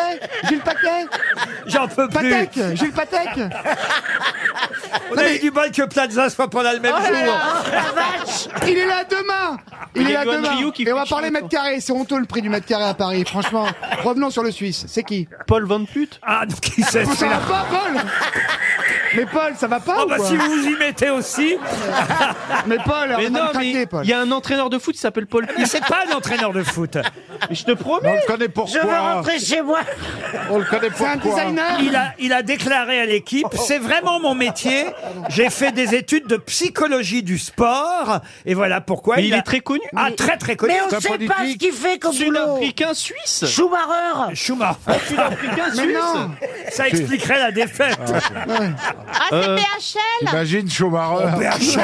[SPEAKER 13] Gilles Paquet
[SPEAKER 1] J'en peux plus.
[SPEAKER 13] Patek Gilles Patek
[SPEAKER 1] On a eu du bol que Plaza soit pas là le même
[SPEAKER 13] Oh là
[SPEAKER 1] jour.
[SPEAKER 13] là, la vache Il est là demain Il,
[SPEAKER 1] Il y
[SPEAKER 13] est
[SPEAKER 1] a
[SPEAKER 13] là
[SPEAKER 1] Johan
[SPEAKER 13] demain
[SPEAKER 1] Rioux qui
[SPEAKER 13] Et on va
[SPEAKER 1] fait
[SPEAKER 13] parler
[SPEAKER 1] chier
[SPEAKER 13] mètre carré, c'est honteux le prix du mètre carré à Paris, franchement. Revenons sur le Suisse, c'est qui
[SPEAKER 19] Paul Van Plut
[SPEAKER 1] Ah, donc qui c'est
[SPEAKER 13] Ça
[SPEAKER 1] celui-là
[SPEAKER 13] va pas, Paul Mais Paul, ça va pas
[SPEAKER 1] Oh
[SPEAKER 13] ou
[SPEAKER 1] bah
[SPEAKER 13] quoi
[SPEAKER 1] si vous vous y mettez aussi.
[SPEAKER 13] Mais Paul,
[SPEAKER 19] Mais
[SPEAKER 13] on va
[SPEAKER 19] non,
[SPEAKER 13] le craquer,
[SPEAKER 19] mais
[SPEAKER 13] Paul.
[SPEAKER 19] il y a un entraîneur de foot qui s'appelle Paul Plut.
[SPEAKER 1] Mais c'est pas un entraîneur de foot.
[SPEAKER 19] Je te promets.
[SPEAKER 13] Je veux rentrer
[SPEAKER 1] chez moi. On le connaît
[SPEAKER 13] C'est un pourquoi.
[SPEAKER 19] hein.
[SPEAKER 13] designer Oh.
[SPEAKER 1] Il a, il a déclaré à l'équipe, c'est vraiment mon métier. J'ai fait des études de psychologie du sport. Et voilà pourquoi.
[SPEAKER 19] Mais il
[SPEAKER 1] a-
[SPEAKER 19] est très connu.
[SPEAKER 1] Ah, très très connu.
[SPEAKER 19] Mais on sait pas ce qu'il
[SPEAKER 1] fait comme
[SPEAKER 19] Sud-Africain suisse.
[SPEAKER 1] Schumacher. Schumacher.
[SPEAKER 13] Ah,
[SPEAKER 19] Sud-Africain
[SPEAKER 1] Mais
[SPEAKER 19] suisse.
[SPEAKER 1] non. Ça expliquerait la défaite.
[SPEAKER 5] Ah, c'est
[SPEAKER 19] Euh,
[SPEAKER 5] PHL
[SPEAKER 13] Oh
[SPEAKER 4] Schumacher.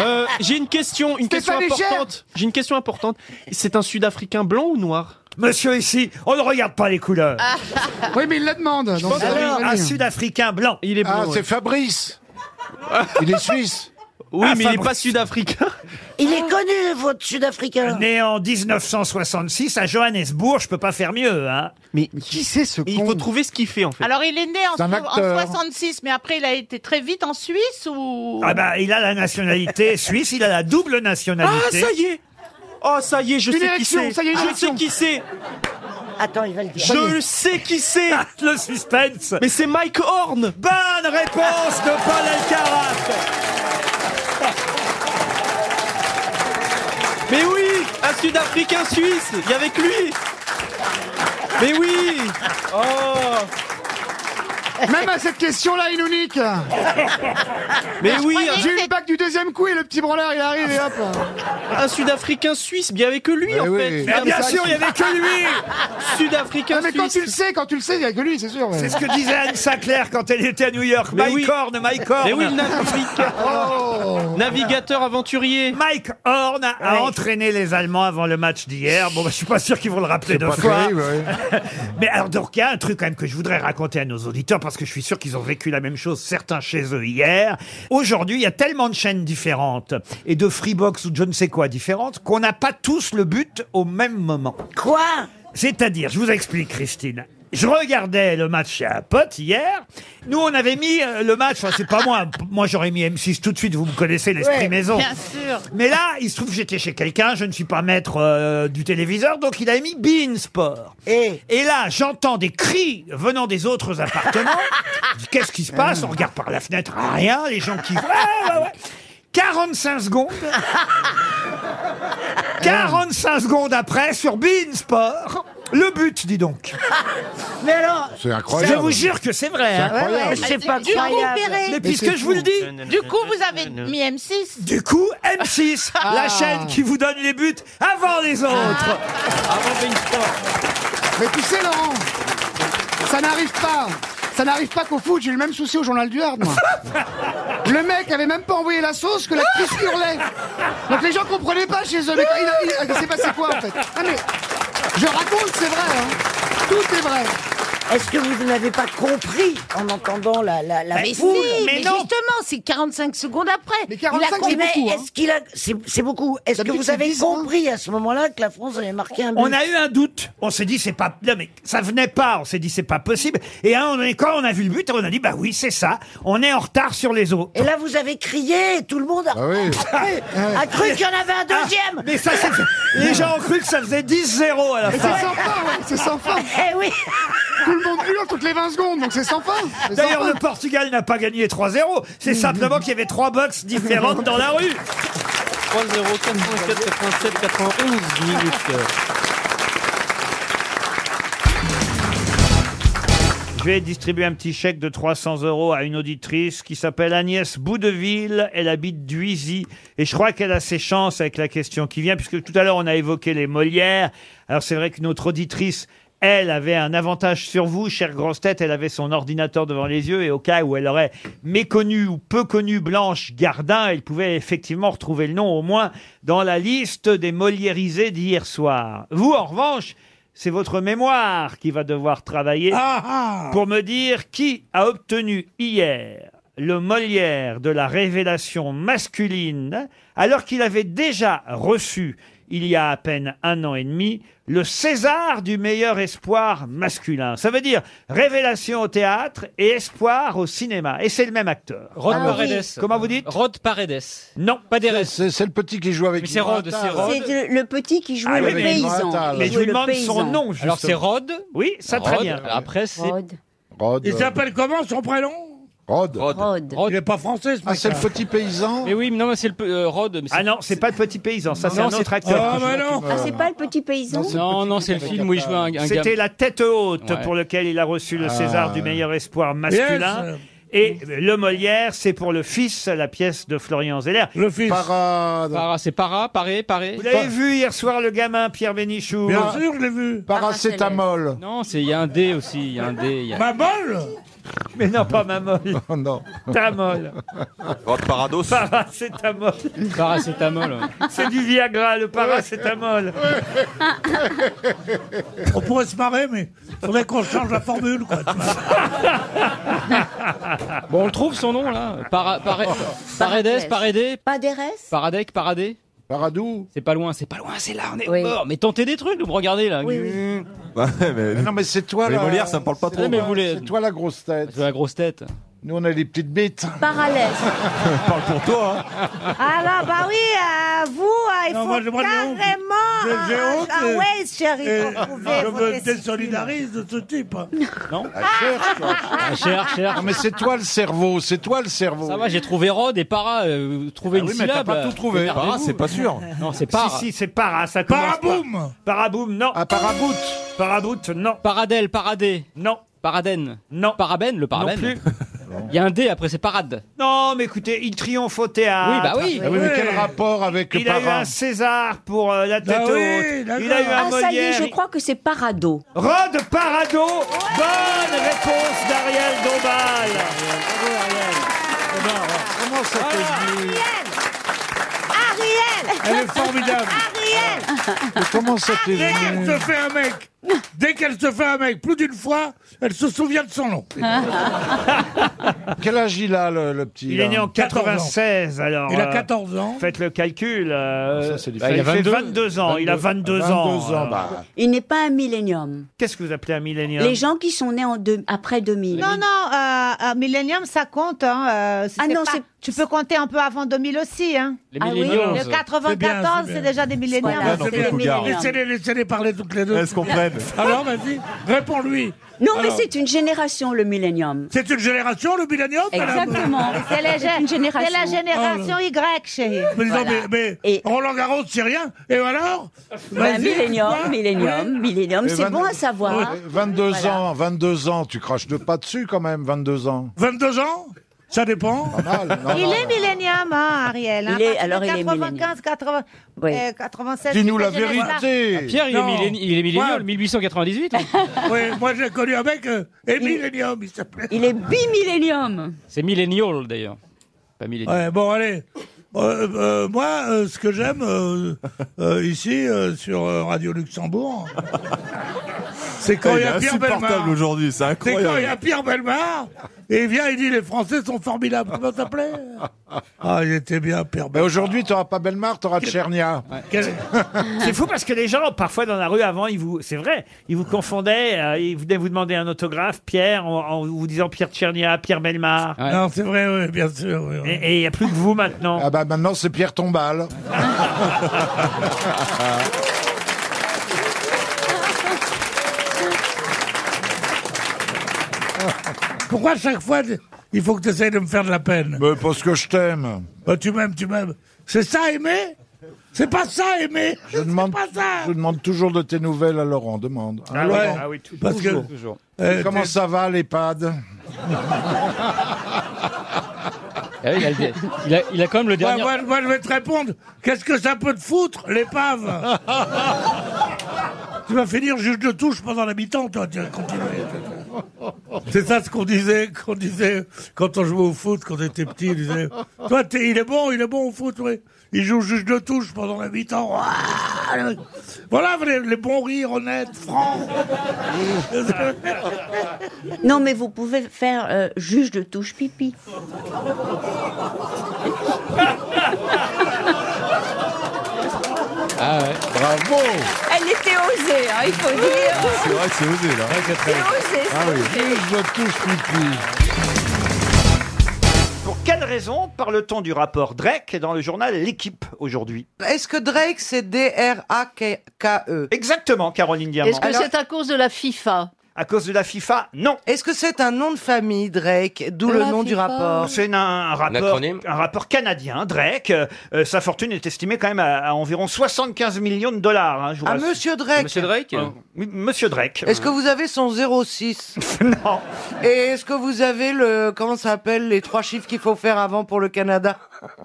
[SPEAKER 19] Euh, J'ai une question, une question
[SPEAKER 5] Stéphane Echer.
[SPEAKER 19] importante. J'ai une question importante. C'est un Sud-Africain blanc ou noir
[SPEAKER 1] Monsieur ici, on ne regarde pas les couleurs.
[SPEAKER 5] Ah.
[SPEAKER 13] Oui, mais il la demande. donc ça va
[SPEAKER 1] Alors,
[SPEAKER 13] venir.
[SPEAKER 1] un Sud-Africain blanc.
[SPEAKER 19] Il est
[SPEAKER 13] Ah,
[SPEAKER 19] blanc.
[SPEAKER 13] c'est
[SPEAKER 19] Fabrice. il est suisse. Oui,
[SPEAKER 1] Ah,
[SPEAKER 19] mais il n'est
[SPEAKER 1] Fabrice.
[SPEAKER 19] pas sud-africain.
[SPEAKER 1] Il est connu, votre Sud-Africain. Né en 1966 à Johannesburg, je peux pas faire mieux. Hein.
[SPEAKER 19] Mais
[SPEAKER 1] qui c'est ce
[SPEAKER 19] Il faut trouver ce qu'il fait en fait.
[SPEAKER 5] Alors il est né en,
[SPEAKER 1] C'est un
[SPEAKER 5] so- en
[SPEAKER 13] euh.
[SPEAKER 1] acteur.
[SPEAKER 5] 66, mais après il a été très vite en Suisse ou
[SPEAKER 1] Ah bah, il a la nationalité suisse, il a la double nationalité.
[SPEAKER 19] Ah, ça y est Oh, ça y est, je
[SPEAKER 1] Une
[SPEAKER 19] sais qui
[SPEAKER 1] élection,
[SPEAKER 19] c'est.
[SPEAKER 1] ça y est, une
[SPEAKER 19] Je sais
[SPEAKER 1] élection.
[SPEAKER 19] qui c'est.
[SPEAKER 17] Attends, il va le dire.
[SPEAKER 19] Je sais qui c'est.
[SPEAKER 1] Le suspense.
[SPEAKER 19] Mais c'est Mike Horn.
[SPEAKER 1] Bonne réponse de Paul Alcarat.
[SPEAKER 19] Mais oui, un Sud-Africain suisse. Il y avait que lui. Mais oui. Oh.
[SPEAKER 13] Même à cette question-là, il nous nique
[SPEAKER 19] Mais oui,
[SPEAKER 4] hein.
[SPEAKER 19] un-
[SPEAKER 13] J'ai eu le bac du deuxième coup et le petit branleur, il arrive et hop
[SPEAKER 19] Un Sud-Africain suisse, bien avec lui en
[SPEAKER 13] oui.
[SPEAKER 19] fait.
[SPEAKER 13] Mais bien sûr, il y avait
[SPEAKER 1] que lui.
[SPEAKER 19] Sud-Africain
[SPEAKER 13] Ah, Mais quand tu le sais, quand tu le sais, il y a que lui, c'est sûr. ouais.
[SPEAKER 1] C'est ce que disait Anne Sinclair quand elle était à New York.
[SPEAKER 19] Mais
[SPEAKER 1] Mike
[SPEAKER 19] oui.
[SPEAKER 1] Horn, Mike Horn.
[SPEAKER 19] Mais oui, le
[SPEAKER 13] Oh.
[SPEAKER 19] navigateur. Navigateur aventurier.
[SPEAKER 1] Mike Horn a a entraîné les Allemands avant le match d'hier. Bon, bah, je suis pas sûr qu'ils vont le rappeler
[SPEAKER 4] C'est
[SPEAKER 1] deux
[SPEAKER 4] pas
[SPEAKER 1] fois.
[SPEAKER 4] terrible,
[SPEAKER 1] Mais alors, donc, il y a un truc quand même que je voudrais raconter à nos auditeurs parce que je suis sûr qu'ils ont vécu la même chose, certains chez eux hier. Aujourd'hui, il y a tellement de chaînes différentes et de Freebox ou de je ne sais quoi différentes qu'on n'a pas tous le but au même moment. Quoi C'est-à-dire, je vous explique, Christine. Je regardais le match chez un pote hier. Nous, on avait mis euh, le match, enfin, c'est pas moi, moi j'aurais mis M6 tout de suite, vous me connaissez, l'esprit
[SPEAKER 5] Ouais,
[SPEAKER 1] maison.
[SPEAKER 5] Bien sûr.
[SPEAKER 1] Mais là, il se trouve que j'étais chez quelqu'un, je ne suis pas maître euh, du téléviseur, donc il a mis Bean Sport. Et, là, j'entends des cris venant des autres appartements. Je dis, Qu'est-ce qui se passe On regarde par la fenêtre, ah, rien, les gens qui... Ah, ouais, ouais. 45 secondes 45 secondes après, sur Bean Sport, le but, dis donc
[SPEAKER 17] Mais alors,
[SPEAKER 4] C'est
[SPEAKER 1] Je vous jure que c'est vrai
[SPEAKER 4] C'est
[SPEAKER 1] hein.
[SPEAKER 4] incroyable.
[SPEAKER 17] Ouais, ouais, c'est
[SPEAKER 5] Du
[SPEAKER 17] pas
[SPEAKER 5] coup,
[SPEAKER 17] croyable.
[SPEAKER 5] Perret.
[SPEAKER 1] Mais puisque je vous le dis
[SPEAKER 5] Du coup, vous avez mis M6.
[SPEAKER 1] Du coup, M6, la chaîne qui vous donne les buts avant les autres.
[SPEAKER 13] Mais tu sais, Laurent, ça n'arrive pas. Ça n'arrive pas qu'au foot, j'ai eu le même souci au journal du Hard, moi. Le mec avait même pas envoyé la sauce que l'actrice hurlait. Donc les gens comprenaient pas chez eux. Mais quand il, a- il, il s'est passé quoi, en fait Ah, mais Je raconte, c'est vrai, hein. Tout est vrai.
[SPEAKER 17] Est-ce que vous n'avez pas compris en entendant la, la, la
[SPEAKER 5] Ah, Mais Bah, si,
[SPEAKER 17] foule
[SPEAKER 5] mais justement, c'est 45 secondes après. Mais
[SPEAKER 17] Il a compris, mais
[SPEAKER 13] hein.
[SPEAKER 17] Est-ce qu'il a C'est c'est beaucoup. Est-ce que vous avez compris à ce moment-là que la France avait marqué un but
[SPEAKER 1] On a eu un doute. On s'est dit, c'est pas. Non, mais ça venait pas. On s'est dit, c'est pas possible. Et à un moment donné, quand on a vu le but, on a dit, bah oui, c'est ça. On est en retard sur les autres.
[SPEAKER 17] Et là, vous avez crié, et tout le monde a, a cru, a cru qu'il y en avait un deuxième.
[SPEAKER 1] Ah, mais ça, c'est- les gens ont cru que ça faisait 10-0 à la
[SPEAKER 13] Mais
[SPEAKER 1] fin.
[SPEAKER 13] c'est sans fin, ouais, c'est sans fin.
[SPEAKER 17] Eh oui.
[SPEAKER 13] Tout le monde hurle toutes les 20 secondes, donc c'est sans fin. C'est sans
[SPEAKER 1] D'ailleurs,
[SPEAKER 13] fin.
[SPEAKER 1] le Portugal n'a pas gagné 3-0. C'est simplement qu'il y avait trois box différentes dans la rue.
[SPEAKER 19] 3 0 84 87 91 minutes.
[SPEAKER 1] Je vais distribuer un petit chèque de 300 euros à une auditrice qui s'appelle Agnès Boudeville. Elle habite Duisy. Et je crois qu'elle a ses chances avec la question qui vient, puisque tout à l'heure, on a évoqué les Molières. Alors, c'est vrai que notre auditrice elle avait un avantage sur vous, chère grosse tête. Elle avait son ordinateur devant les yeux et au cas où elle aurait méconnu ou peu connu Blanche Gardin, elle pouvait effectivement retrouver le nom au moins dans la liste des Moliérisés d'hier soir. Vous, en revanche, c'est votre mémoire qui va devoir travailler pour me dire qui a obtenu hier le Molière de la révélation masculine, alors qu'il avait déjà reçu, il y a à peine un an et demi, le César du meilleur espoir masculin. Ça veut dire révélation au théâtre et espoir au cinéma. Et c'est le même acteur. Ah
[SPEAKER 8] Rod Paredes.
[SPEAKER 1] Comment vous dites
[SPEAKER 8] Rod Paredes.
[SPEAKER 1] Non.
[SPEAKER 8] Pas des
[SPEAKER 3] C'est c'est le petit qui joue avec
[SPEAKER 8] Mais c'est Rod,
[SPEAKER 3] Ibrahim.
[SPEAKER 8] c'est Rod.
[SPEAKER 6] C'est le, le petit qui joue
[SPEAKER 3] Ah oui,
[SPEAKER 6] le
[SPEAKER 3] mais-
[SPEAKER 6] paysan.
[SPEAKER 3] Attal.
[SPEAKER 1] Mais je
[SPEAKER 6] Jouer
[SPEAKER 1] vous
[SPEAKER 6] le
[SPEAKER 1] demande son
[SPEAKER 6] paysan.
[SPEAKER 1] nom, justement.
[SPEAKER 8] Alors c'est Rod.
[SPEAKER 1] Oui, ça très
[SPEAKER 8] Rod.
[SPEAKER 1] bien.
[SPEAKER 8] Après c'est
[SPEAKER 3] Rod.
[SPEAKER 2] Il s'appelle comment son prénom
[SPEAKER 3] Rod. Ah,
[SPEAKER 8] Rod.
[SPEAKER 2] Il n'est pas français ce mec.
[SPEAKER 8] paysan. Mais oui, mais non, mais c'est le pe- euh, Rod. mais
[SPEAKER 1] Ah non, c'est pas le petit paysan, ça
[SPEAKER 8] Non,
[SPEAKER 1] c'est un
[SPEAKER 8] c'est-
[SPEAKER 1] autre acteur.
[SPEAKER 8] Ah,
[SPEAKER 1] qui joue
[SPEAKER 8] mais
[SPEAKER 1] là-dedans.
[SPEAKER 8] non.
[SPEAKER 6] Ah, c'est pas le petit paysan
[SPEAKER 8] Non, non, c'est le film où il joue un, un gamin.
[SPEAKER 1] C'était la tête haute
[SPEAKER 8] Ouais.
[SPEAKER 1] pour lequel il a reçu le
[SPEAKER 8] Ah,
[SPEAKER 1] César du
[SPEAKER 8] ouais.
[SPEAKER 1] meilleur espoir masculin.
[SPEAKER 8] Yes.
[SPEAKER 1] Et le Molière, c'est pour le fils, la pièce de Florian Zeller. euh, Le fils.
[SPEAKER 3] Parade.
[SPEAKER 8] Para, c'est para, paré, paré.
[SPEAKER 1] Vous l'avez vu hier soir, le gamin Pierre Bénichou Ah.
[SPEAKER 3] Bien
[SPEAKER 1] sûr, je l'ai vu.
[SPEAKER 3] Paracétamol.
[SPEAKER 8] Non, c'est il y a un dé aussi, il y a un dé. il y a-
[SPEAKER 1] Mamol Mais non, pas Mamol.
[SPEAKER 3] Oh, non.
[SPEAKER 1] Tamol.
[SPEAKER 8] Parados.
[SPEAKER 1] Paracétamol.
[SPEAKER 8] Paracétamol. ouais.
[SPEAKER 1] C'est du Viagra, le paracétamol.
[SPEAKER 2] On pourrait se marrer, mais faudrait qu'on change la formule. Quoi.
[SPEAKER 8] Bon, on le trouve son nom là. Para, paré- paredes, parédé.
[SPEAKER 6] Paderes
[SPEAKER 8] Paradec, paradé.
[SPEAKER 3] Paradou.
[SPEAKER 8] C'est pas loin, c'est pas loin, c'est là, on est
[SPEAKER 6] Oui.
[SPEAKER 8] mort. Mais tentez des trucs, vous me regardez là.
[SPEAKER 3] Non, mais c'est toi
[SPEAKER 8] Les
[SPEAKER 3] la.
[SPEAKER 8] Molières, ça me parle pas trop.
[SPEAKER 3] C'est-
[SPEAKER 8] Mais vous les-
[SPEAKER 3] C'est toi la grosse tête.
[SPEAKER 8] la grosse tête.
[SPEAKER 3] Nous, on a des petites bêtes.
[SPEAKER 6] Parallèle. Ah,
[SPEAKER 3] parle pour toi. hein.
[SPEAKER 13] hein.
[SPEAKER 5] Ah,
[SPEAKER 4] Alors, bah oui, à vous, euh, il
[SPEAKER 2] Non,
[SPEAKER 4] faut
[SPEAKER 2] moi, j'ai pas de
[SPEAKER 4] carrément.
[SPEAKER 2] honte. J'ai- j'ai
[SPEAKER 4] ah,
[SPEAKER 2] honte,
[SPEAKER 4] ah,
[SPEAKER 2] euh,
[SPEAKER 4] ouais, chérie,
[SPEAKER 2] Et
[SPEAKER 4] vous pouvez
[SPEAKER 2] je
[SPEAKER 4] vous
[SPEAKER 2] me
[SPEAKER 4] tester.
[SPEAKER 2] désolidarise de ce type.
[SPEAKER 8] Non
[SPEAKER 4] Ah.
[SPEAKER 3] Cher, cher. Non, mais c'est toi le cerveau. C'est toi le cerveau.
[SPEAKER 8] Ah, Ça va, j'ai trouvé Rod et para. euh, vous trouvez
[SPEAKER 3] Ah
[SPEAKER 8] une
[SPEAKER 3] oui, mais
[SPEAKER 8] syllabe.
[SPEAKER 3] t'as pas tout trouvé.
[SPEAKER 8] Énervez-vous.
[SPEAKER 3] Para, c'est pas sûr.
[SPEAKER 8] Non, c'est para.
[SPEAKER 1] Si, si, c'est para, ça commence
[SPEAKER 2] Paraboum
[SPEAKER 1] par- Paraboum, non. Ah, parabout. Parabout, non.
[SPEAKER 8] Paradel, paradé.
[SPEAKER 1] Non.
[SPEAKER 8] Paraden.
[SPEAKER 1] Non.
[SPEAKER 8] Paraben, le paraben.
[SPEAKER 1] plus.
[SPEAKER 8] Il y a un D après, c'est parade.
[SPEAKER 1] Non, mais écoutez, il triomphe au théâtre.
[SPEAKER 8] Oui, bah oui.
[SPEAKER 3] Ah oui, mais quel rapport avec
[SPEAKER 1] Il a eu
[SPEAKER 3] Parra
[SPEAKER 1] un César pour euh, la tête
[SPEAKER 3] Ah oui,
[SPEAKER 1] haute.
[SPEAKER 3] d'accord.
[SPEAKER 1] Il a eu un
[SPEAKER 6] Ah, ça y est,
[SPEAKER 1] Molière.
[SPEAKER 6] je crois que c'est Parado.
[SPEAKER 1] Rod Parado. Bonne réponse d'Ariel Dombal.
[SPEAKER 3] Comment ça
[SPEAKER 4] Ariel
[SPEAKER 2] Elle est formidable.
[SPEAKER 4] Ariel
[SPEAKER 3] Comment ça t'est
[SPEAKER 2] Dès qu'elle se fait un mec, dès qu'elle se fait un mec, plus d'une fois, elle se souvient de son nom.
[SPEAKER 3] Quel âge il a, le, le petit
[SPEAKER 1] Il est
[SPEAKER 3] là
[SPEAKER 1] né en 96, alors.
[SPEAKER 2] Il a
[SPEAKER 1] euh,
[SPEAKER 2] 14 ans.
[SPEAKER 1] Faites le calcul. euh,
[SPEAKER 3] Ça, c'est du
[SPEAKER 1] bah, il, fait
[SPEAKER 3] fait. 22.
[SPEAKER 1] 22 ans. Il a 22,
[SPEAKER 3] 22
[SPEAKER 1] ans. euh.
[SPEAKER 3] ans,
[SPEAKER 1] alors.
[SPEAKER 3] bah.
[SPEAKER 6] Il n'est pas un millénium.
[SPEAKER 1] Qu'est-ce que vous appelez un millénium
[SPEAKER 6] Les gens qui sont nés en deux- après 2000.
[SPEAKER 15] Non, non, euh, euh, Millennium, ça compte. Hein, euh, c'est
[SPEAKER 6] Ah non,
[SPEAKER 15] pas-
[SPEAKER 6] c'est-
[SPEAKER 15] Tu peux compter un peu avant 2000 aussi. Hein.
[SPEAKER 8] Les
[SPEAKER 15] Ah oui,
[SPEAKER 8] millennials.
[SPEAKER 15] Le 94, c'est déjà des milléniums.
[SPEAKER 6] Voilà,
[SPEAKER 2] c'est
[SPEAKER 6] c'est les
[SPEAKER 2] bien.
[SPEAKER 6] milléniums.
[SPEAKER 2] Laissez-les laissez-les parler toutes les deux.
[SPEAKER 6] Elles se comprennent.
[SPEAKER 2] Alors, vas-y, réponds-lui.
[SPEAKER 6] Non, mais
[SPEAKER 2] Alors,
[SPEAKER 6] c'est une génération, le millénium.
[SPEAKER 2] C'est une génération, le millénium madame
[SPEAKER 6] Exactement.
[SPEAKER 15] C'est les gé-
[SPEAKER 6] Une génération.
[SPEAKER 15] c'est la génération Y, chérie.
[SPEAKER 2] Mais, disons, mais, mais Roland Garros, c'est rien. Et alors
[SPEAKER 6] Ben,
[SPEAKER 2] Vas-y,
[SPEAKER 6] millénium,
[SPEAKER 2] quoi
[SPEAKER 6] millénium, millénium,
[SPEAKER 3] Et
[SPEAKER 6] c'est
[SPEAKER 3] vingt-
[SPEAKER 6] bon à savoir.
[SPEAKER 3] Ouais, 22 ans, 22 ans, tu craches deux pas dessus quand même, 22 ans.
[SPEAKER 2] 22 ans Ça dépend.
[SPEAKER 15] il est millénium, hein, Ariel. hein,
[SPEAKER 6] Il est-
[SPEAKER 15] parce que
[SPEAKER 6] alors, il est
[SPEAKER 15] 95, 80, euh, 96.
[SPEAKER 3] Dis-nous la
[SPEAKER 15] cette jeunesse-là.
[SPEAKER 3] vérité.
[SPEAKER 8] Ah, Pierre, il est,
[SPEAKER 2] Non.
[SPEAKER 8] milléni- il est millénial,
[SPEAKER 2] Ouais.
[SPEAKER 8] 1898. hein.
[SPEAKER 2] Ouais, moi, j'ai connu un mec, euh, et millénium, il s'appelait.
[SPEAKER 6] Il est bimillénium.
[SPEAKER 8] C'est millénial d'ailleurs. Pas millénial.
[SPEAKER 2] Ouais, bon, allez. Euh, euh, moi, euh, ce que j'aime euh, euh, ici, euh, sur euh, Radio Luxembourg, c'est
[SPEAKER 3] Eh,
[SPEAKER 2] quand il y a Pierre Bellemare.
[SPEAKER 16] aujourd'hui, c'est
[SPEAKER 2] C'est quand il y a Pierre Bellemare, et il vient, il dit les Français sont formidables. Comment ça s'appelait Ah, il était bien, Pierre
[SPEAKER 3] Mais aujourd'hui, t'auras pas Belmar, t'auras Tchernia.
[SPEAKER 1] C'est fou parce que les gens, parfois dans la rue avant, ils vous, c'est vrai, ils vous confondaient, euh, ils venaient vous demander un autographe, Pierre, en, en vous disant Pierre Tchernia, Pierre Belmar.
[SPEAKER 2] Non, c'est vrai, oui, bien sûr. oui, oui.
[SPEAKER 1] Et il n'y a plus que vous maintenant.
[SPEAKER 3] Ah bah maintenant, c'est Pierre Tombal.
[SPEAKER 2] Pourquoi à chaque fois, il faut que tu essayes de me faire de la peine
[SPEAKER 3] Mais parce que je t'aime.
[SPEAKER 2] Bah, Tu m'aimes, tu m'aimes. C'est ça, aimer C'est pas ça, aimer
[SPEAKER 3] Je demande, je demande toujours de tes nouvelles à Laurent. Demande. Hein,
[SPEAKER 2] Ah ouais,
[SPEAKER 3] Laurent
[SPEAKER 2] ah oui, toujours. Parce que-
[SPEAKER 3] Toujours.
[SPEAKER 2] Euh,
[SPEAKER 3] Comment
[SPEAKER 2] t'es-
[SPEAKER 3] ça va,
[SPEAKER 8] Ah
[SPEAKER 3] l'EHPAD
[SPEAKER 8] oui, il, a le- il a- il a quand même le
[SPEAKER 2] Moi,
[SPEAKER 8] dernier.
[SPEAKER 2] moi, moi, je vais te répondre. Qu'est-ce que ça peut te foutre, l'épave Tu m'as fait dire juge de touche pendant l'habitant, toi. Tiens, continue. C'est ça ce qu'on disait, qu'on disait quand on jouait au foot, quand on était petit. On disait Toi, t'es- il est bon, il est bon au foot, oui. Il joue juge de touche pendant l'habitant. Ouah Voilà les, les bons rires honnêtes, francs.
[SPEAKER 6] Non, mais vous pouvez faire euh, juge de touche pipi.
[SPEAKER 4] Ah ouais, bravo
[SPEAKER 25] Elle était osée, hein, il faut
[SPEAKER 4] C'est
[SPEAKER 25] dire.
[SPEAKER 4] vrai que c'est osé là.
[SPEAKER 25] C'est osé,
[SPEAKER 4] Ah oui.
[SPEAKER 25] c'est osé.
[SPEAKER 4] Je touche pipi.
[SPEAKER 1] Hmm. Pour quelle raison parle-t-on du rapport Drake dans le journal L'équipe aujourd'hui
[SPEAKER 13] Est-ce que Drake, c'est E D-R-A-K-E
[SPEAKER 1] Exactement, Caroline Diamant.
[SPEAKER 13] Est-ce que
[SPEAKER 1] Alors,
[SPEAKER 13] c'est à cause de la FIFA
[SPEAKER 1] à cause de la FIFA Non.
[SPEAKER 13] Est-ce que c'est un nom de famille, Drake, d'où le nom du rapport
[SPEAKER 1] C'est un, un rapport, un rapport canadien, Drake. Euh, euh, sa fortune est estimée quand même à, à environ 75 millions de dollars. hein, je vous
[SPEAKER 13] Ah,
[SPEAKER 1] rassure.
[SPEAKER 13] Monsieur Drake. Monsieur Drake
[SPEAKER 1] Euh, Oui, Monsieur Drake.
[SPEAKER 13] Est-ce que vous avez son 06
[SPEAKER 1] Non.
[SPEAKER 13] Et est-ce que vous avez le comment ça s'appelle les trois chiffres qu'il faut faire avant pour le Canada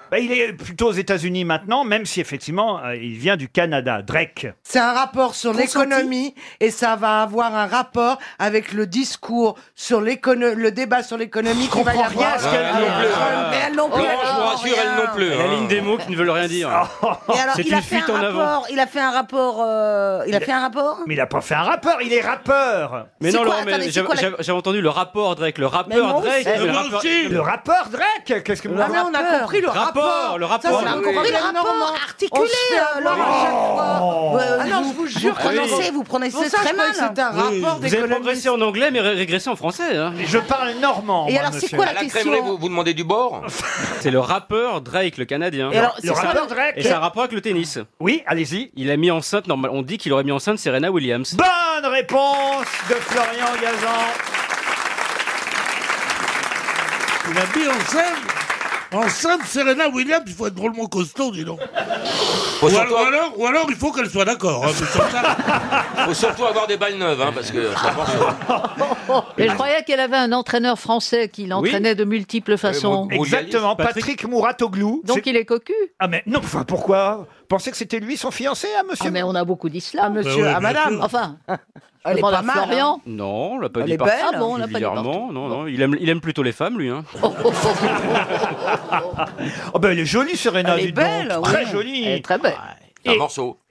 [SPEAKER 1] Bah, il est plutôt aux États-Unis maintenant, même si effectivement euh, il vient du Canada, Drake.
[SPEAKER 13] C'est un rapport sur
[SPEAKER 1] Consenti.
[SPEAKER 13] l'économie et ça va avoir un rapport avec le discours sur l'économie, le débat sur l'économie qui va y avoir.
[SPEAKER 4] rien à ce qu'elle dit.
[SPEAKER 13] Ah, Mais elles n'ont plus.
[SPEAKER 4] Oh, je vous rassure, elles non plus.
[SPEAKER 1] hein.
[SPEAKER 8] La ligne des mots qui ne veulent rien dire.
[SPEAKER 5] Et alors,
[SPEAKER 8] C'est
[SPEAKER 5] il a
[SPEAKER 8] une
[SPEAKER 5] fait
[SPEAKER 8] fuite
[SPEAKER 5] un
[SPEAKER 8] en avant.
[SPEAKER 5] rapport. Il a fait un rapport. euh, il a fait un rapport.
[SPEAKER 1] Mais il a pas fait un rapport, il est rappeur.
[SPEAKER 8] Mais non,
[SPEAKER 5] quoi,
[SPEAKER 8] Laurent, mais
[SPEAKER 5] attendez, c'est
[SPEAKER 8] j'avais
[SPEAKER 5] quoi la-
[SPEAKER 8] j'avais- j'avais entendu le rapport Drake, le
[SPEAKER 13] Mais moi
[SPEAKER 8] rappeur Drake.
[SPEAKER 13] aussi.
[SPEAKER 8] mais
[SPEAKER 13] Moi
[SPEAKER 8] rappeur-
[SPEAKER 13] aussi.
[SPEAKER 1] Eh, Le rappeur Drake, qu'est-ce que vous
[SPEAKER 13] Ah mais on a compris le rapport.
[SPEAKER 8] Le
[SPEAKER 13] Ça,
[SPEAKER 1] Ah,
[SPEAKER 8] rapport.
[SPEAKER 13] c'est
[SPEAKER 8] le-
[SPEAKER 13] un compris
[SPEAKER 5] Le
[SPEAKER 13] le
[SPEAKER 5] rapport
[SPEAKER 13] rapport.
[SPEAKER 5] articulé, euh, Laurent, à chaque fois. Euh,
[SPEAKER 13] Ah non,
[SPEAKER 5] vous-
[SPEAKER 13] je vous
[SPEAKER 5] vous
[SPEAKER 13] jure que
[SPEAKER 5] prononcez-
[SPEAKER 13] non.
[SPEAKER 5] vous prononcez
[SPEAKER 13] Pour ça,
[SPEAKER 5] très
[SPEAKER 13] je croyais que
[SPEAKER 5] mal.
[SPEAKER 13] C'était un
[SPEAKER 8] Oui.
[SPEAKER 13] rapport
[SPEAKER 8] Vous avez
[SPEAKER 13] d'économie.
[SPEAKER 8] progressé en anglais, mais ré- régressé en français. hein.
[SPEAKER 1] Je parle normand.
[SPEAKER 13] Et moi, alors, c'est monsieur. quoi la
[SPEAKER 7] À la
[SPEAKER 13] question
[SPEAKER 7] crèmerie, vous, vous demandez du bord
[SPEAKER 8] C'est le rappeur Drake, le Canadien.
[SPEAKER 7] Et alors, Le c'est rappeur ça, le- Drake.
[SPEAKER 8] Et c'est un rapport avec le tennis.
[SPEAKER 1] Oui, allez-y.
[SPEAKER 8] Il a mis enceinte, normal, on dit qu'il aurait mis enceinte Serena Williams.
[SPEAKER 1] Bonne réponse de Florian Gazan.
[SPEAKER 2] Il a mis en scène, en scène Serena Williams, il faut être drôlement costaud, dis donc. Ou, al- ou alors, ou alors, il faut qu'elle soit d'accord. hein, mais sans ça-
[SPEAKER 7] Faut surtout avoir des balles neuves, hein, parce que ça marche.
[SPEAKER 13] Mais je croyais qu'elle avait un entraîneur français qui l'entraînait de
[SPEAKER 8] Euh,
[SPEAKER 13] multiples
[SPEAKER 1] Euh,
[SPEAKER 13] façons.
[SPEAKER 1] Exactement, Patrick, Mouratoglou.
[SPEAKER 13] Donc il est cocu.
[SPEAKER 1] Ah mais non, enfin pourquoi Pensez que c'était lui son fiancé, hein, monsieur
[SPEAKER 13] Ah, mais on a beaucoup d'islam.
[SPEAKER 1] monsieur, Bah oui, à bien madame. sûr.
[SPEAKER 13] Enfin,
[SPEAKER 5] Elle est
[SPEAKER 13] demande
[SPEAKER 5] pas
[SPEAKER 13] à
[SPEAKER 5] mal,
[SPEAKER 8] hein.
[SPEAKER 13] Florian.
[SPEAKER 8] Non, on l'a pas
[SPEAKER 13] Elle
[SPEAKER 8] dit
[SPEAKER 13] est
[SPEAKER 8] partout.
[SPEAKER 13] belle. Ah bon, on l'a pas dit
[SPEAKER 8] régulièrement. Non, non, il aime, il aime plutôt les femmes, lui. Hein.
[SPEAKER 13] oh,
[SPEAKER 1] Oh ben elle est jolie Serena,
[SPEAKER 13] Elle est
[SPEAKER 1] dites donc.
[SPEAKER 13] belle, oui.
[SPEAKER 1] très jolie.
[SPEAKER 13] Elle est très belle.
[SPEAKER 1] Et,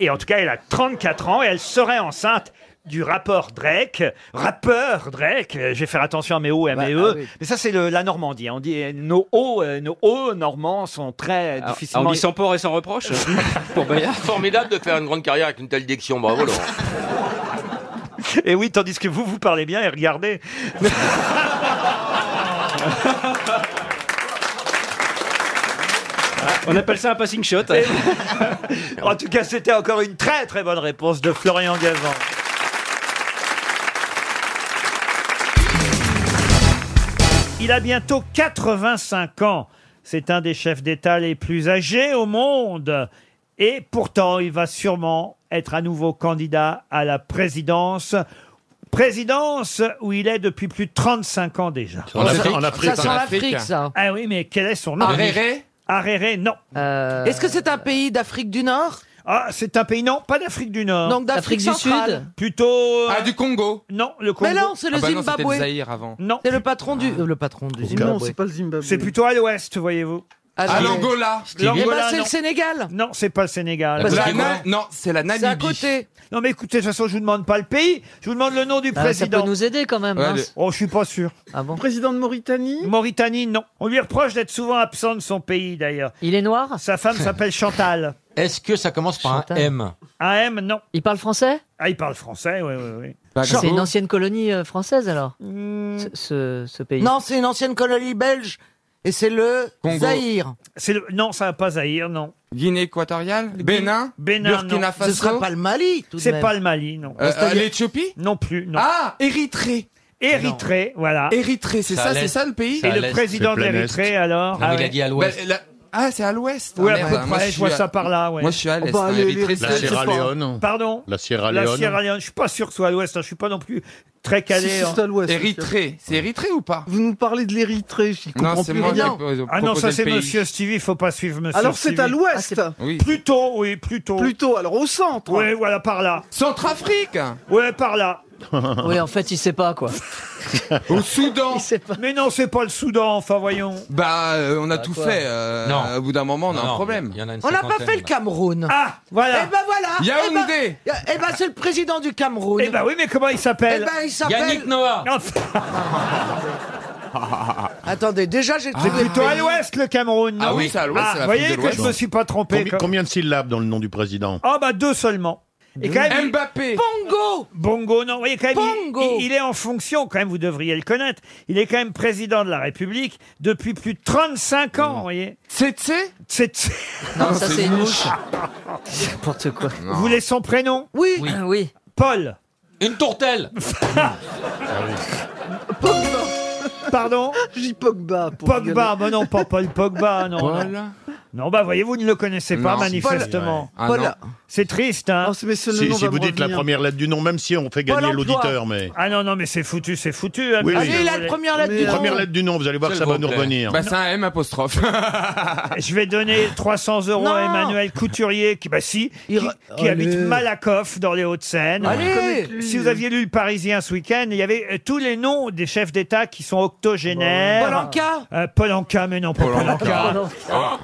[SPEAKER 1] et en tout cas, elle a 34 ans et elle serait enceinte du rapport Drake, rappeur Drake. Euh, Je vais faire attention à mes O et à
[SPEAKER 8] Bah, ah
[SPEAKER 1] mes E. Mais ça, c'est le- la Normandie. hein. On dit euh, nos O, euh, nos O normands sont très
[SPEAKER 8] Ah,
[SPEAKER 1] difficilement.
[SPEAKER 8] on dit sans port et sans reproche pour Bayard.
[SPEAKER 7] Formidable de faire une grande carrière avec une telle diction, bravo Laurent.
[SPEAKER 1] Et Eh oui, tandis que vous, vous parlez bien et regardez.
[SPEAKER 8] On appelle ça un passing shot.
[SPEAKER 1] en tout cas, c'était encore une très très bonne réponse de Florian Gazan. Il a bientôt 85 ans. C'est un des chefs d'État les plus âgés au monde. Et pourtant, il va sûrement être à nouveau candidat à la présidence. Présidence où il est depuis plus de 35 ans déjà.
[SPEAKER 4] En Ça- Afrique. en Afrique. Ça sent l'Afrique, ça.
[SPEAKER 1] Ah oui, mais quel est son nom
[SPEAKER 4] Aréré
[SPEAKER 1] Aréré, non.
[SPEAKER 13] Euh, Est-ce que c'est un pays d'Afrique du Nord
[SPEAKER 1] Ah, c'est un pays, non, pas d'Afrique du Nord.
[SPEAKER 13] Donc d'Afrique Afrique du centrale. Sud
[SPEAKER 1] Plutôt. euh,
[SPEAKER 4] Ah, du Congo
[SPEAKER 1] Non, le Congo.
[SPEAKER 13] Mais non, c'est le
[SPEAKER 4] Ah bah non, c'était
[SPEAKER 13] Zimbabwe.
[SPEAKER 4] le Zaïre avant.
[SPEAKER 1] Non.
[SPEAKER 13] C'est le patron du. euh, le patron du
[SPEAKER 4] Zimbabwe.
[SPEAKER 13] Zimbabwe.
[SPEAKER 4] pas le Zimbabwe.
[SPEAKER 1] C'est plutôt à l'ouest, voyez-vous.
[SPEAKER 4] Ah, l'Angola.
[SPEAKER 13] Eh ben,
[SPEAKER 1] L'Angola,
[SPEAKER 13] c'est
[SPEAKER 1] non.
[SPEAKER 13] le Sénégal.
[SPEAKER 1] Non, c'est pas le Sénégal.
[SPEAKER 4] La Na- non, c'est la
[SPEAKER 13] C'est à
[SPEAKER 4] Namibie.
[SPEAKER 13] côté.
[SPEAKER 1] Non, mais écoutez, de toute façon, je vous demande pas le pays, je vous demande le nom du
[SPEAKER 13] Ah, ça
[SPEAKER 1] président.
[SPEAKER 13] peut nous aider quand même, hein.
[SPEAKER 1] Oh,
[SPEAKER 13] Ouais, mince.
[SPEAKER 1] je suis pas sûr.
[SPEAKER 13] Président de Mauritanie
[SPEAKER 1] Mauritanie, non. On lui reproche d'être souvent absent de son pays, d'ailleurs.
[SPEAKER 13] Il est noir
[SPEAKER 1] Sa femme s'appelle Chantal.
[SPEAKER 7] Est-ce que ça commence par un M
[SPEAKER 1] Un M, non.
[SPEAKER 13] Il parle français
[SPEAKER 1] Ah, il parle français, oui, oui, oui.
[SPEAKER 13] C'est une ancienne colonie euh, française alors ce, ce- ce pays Non, c'est une ancienne colonie belge. Et c'est le
[SPEAKER 1] Zaïre. C'est le... Non, ça va pas Zaïre, non.
[SPEAKER 4] Guinée équatoriale Bénin
[SPEAKER 1] Bénin,
[SPEAKER 4] Burkina
[SPEAKER 1] non.
[SPEAKER 4] Faso
[SPEAKER 13] le Mali
[SPEAKER 1] C'est pas le Mali, non.
[SPEAKER 4] Euh, euh, L'Éthiopie
[SPEAKER 1] Non plus, non.
[SPEAKER 4] Ah, Érythrée
[SPEAKER 1] Érythrée, voilà.
[SPEAKER 4] Érythrée, c'est ça, c'est ça le pays
[SPEAKER 1] Et le président d'Érythrée, alors Ah
[SPEAKER 4] Ben, la-
[SPEAKER 7] Ah, c'est à l'ouest. Ah,
[SPEAKER 1] Oui, à
[SPEAKER 7] merde,
[SPEAKER 1] peu
[SPEAKER 7] moi,
[SPEAKER 1] près, je vois
[SPEAKER 7] suis à-
[SPEAKER 1] ça par là, ouais.
[SPEAKER 7] Moi, je suis à l'est.
[SPEAKER 1] bah,
[SPEAKER 7] hein, il y a des tristes-
[SPEAKER 1] Pardon
[SPEAKER 3] La Sierra
[SPEAKER 1] La
[SPEAKER 3] Leone.
[SPEAKER 1] Sierra Leone. Je suis pas sûr que ce soit à l'ouest. hein. Je suis pas non plus très calé.
[SPEAKER 7] Si, si,
[SPEAKER 1] hein.
[SPEAKER 7] c'est à l'ouest, Érythrée. C'est Érythrée ou pas
[SPEAKER 1] Vous nous parlez de l'Érythrée. Je
[SPEAKER 7] Non, comprends c'est plus moi rien. qui ai pro-
[SPEAKER 1] Ah non,
[SPEAKER 7] proposé
[SPEAKER 1] ça
[SPEAKER 7] le
[SPEAKER 1] c'est
[SPEAKER 7] pays.
[SPEAKER 1] Monsieur Stevie. Faut pas suivre Monsieur.
[SPEAKER 7] Alors, c'est
[SPEAKER 1] Stevie.
[SPEAKER 7] à l'ouest.
[SPEAKER 1] Ah, c'est- Plutôt, oui, plutôt. Plutôt. Alors au centre. Oui, voilà, par là.
[SPEAKER 7] Centrafrique
[SPEAKER 1] Ouais, par là.
[SPEAKER 4] Oui, en fait, il sait pas quoi.
[SPEAKER 7] Au Soudan
[SPEAKER 1] Mais non, c'est pas le Soudan, enfin voyons.
[SPEAKER 7] Bah, euh, on a tout
[SPEAKER 1] quoi
[SPEAKER 7] fait. euh,
[SPEAKER 26] Non.
[SPEAKER 7] Au bout d'un moment, on a
[SPEAKER 26] Non,
[SPEAKER 7] un
[SPEAKER 26] non,
[SPEAKER 7] problème.
[SPEAKER 4] On n'a pas fait le Cameroun.
[SPEAKER 1] Ah, voilà.
[SPEAKER 4] Eh ben voilà.
[SPEAKER 7] Yaoundé.
[SPEAKER 4] Eh ben, eh ben, c'est le président du Cameroun.
[SPEAKER 1] Eh ben oui, mais comment il s'appelle
[SPEAKER 4] Eh ben, il s'appelle- Yannick
[SPEAKER 1] Noah.
[SPEAKER 4] Attendez, déjà j'ai
[SPEAKER 1] C'est
[SPEAKER 4] trouvé.
[SPEAKER 1] Ah, plutôt à l'ouest le Cameroun. non
[SPEAKER 3] Ah oui, c'est à l'ouest, c'est
[SPEAKER 1] Vous
[SPEAKER 3] l'Afrique
[SPEAKER 1] voyez
[SPEAKER 3] de
[SPEAKER 1] que
[SPEAKER 3] l'Ouest.
[SPEAKER 1] je me suis pas trompé.
[SPEAKER 3] Combi- Combien de syllabes dans le nom du président
[SPEAKER 1] Ah bah deux seulement. Et quand même,
[SPEAKER 7] Mbappé.
[SPEAKER 1] Bongo. Bongo, non, vous voyez quand même, il- Il, il est en fonction, quand même, vous devriez le connaître. Il est quand même président de la République depuis plus de 35 ans, vous voyez. C'est C'est
[SPEAKER 4] Non, ça, c'est une mouche. Oh.
[SPEAKER 1] N'importe quoi. Vous voulez son prénom Oui. Oui. Paul. Ah Une tourtelle. Pardon Je dis Pogba. Pogba,
[SPEAKER 4] rigoler.
[SPEAKER 1] bah non, pas Paul Pogba, Ah, non.
[SPEAKER 4] Paul.
[SPEAKER 1] non. Non, bah voyez, vous ne le connaissez pas
[SPEAKER 3] Non, c'est Paul.
[SPEAKER 1] manifestement.
[SPEAKER 3] Ouais. Ah, Paul. non.
[SPEAKER 1] C'est triste,
[SPEAKER 4] Oh,
[SPEAKER 1] hein.
[SPEAKER 3] Si, si vous dites la première lettre du nom, même si on fait
[SPEAKER 1] Paul
[SPEAKER 3] gagner
[SPEAKER 1] emploi.
[SPEAKER 3] l'auditeur, mais.
[SPEAKER 1] Ah non, non, mais c'est foutu, c'est foutu. hein,
[SPEAKER 3] Oui,
[SPEAKER 1] parce
[SPEAKER 3] oui.
[SPEAKER 1] que vous
[SPEAKER 3] Allez, la
[SPEAKER 1] voulez-
[SPEAKER 3] première lettre du nom. Première lettre du nom, vous allez voir que ça va nous revenir.
[SPEAKER 7] Bah, c'est un M apostrophe.
[SPEAKER 1] Je vais donner 300 euros à Emmanuel Couturier, qui, bah si, qui, qui
[SPEAKER 7] Allez.
[SPEAKER 1] habite Malakoff dans les Hauts-de-Seine.
[SPEAKER 4] oh, Allez.
[SPEAKER 1] Si vous aviez lu le Parisien ce week-end, il y avait euh, tous les noms des chefs d'État qui sont octogénaires.
[SPEAKER 4] Polanka
[SPEAKER 1] Euh, Polanka, mais non, pas Polanka.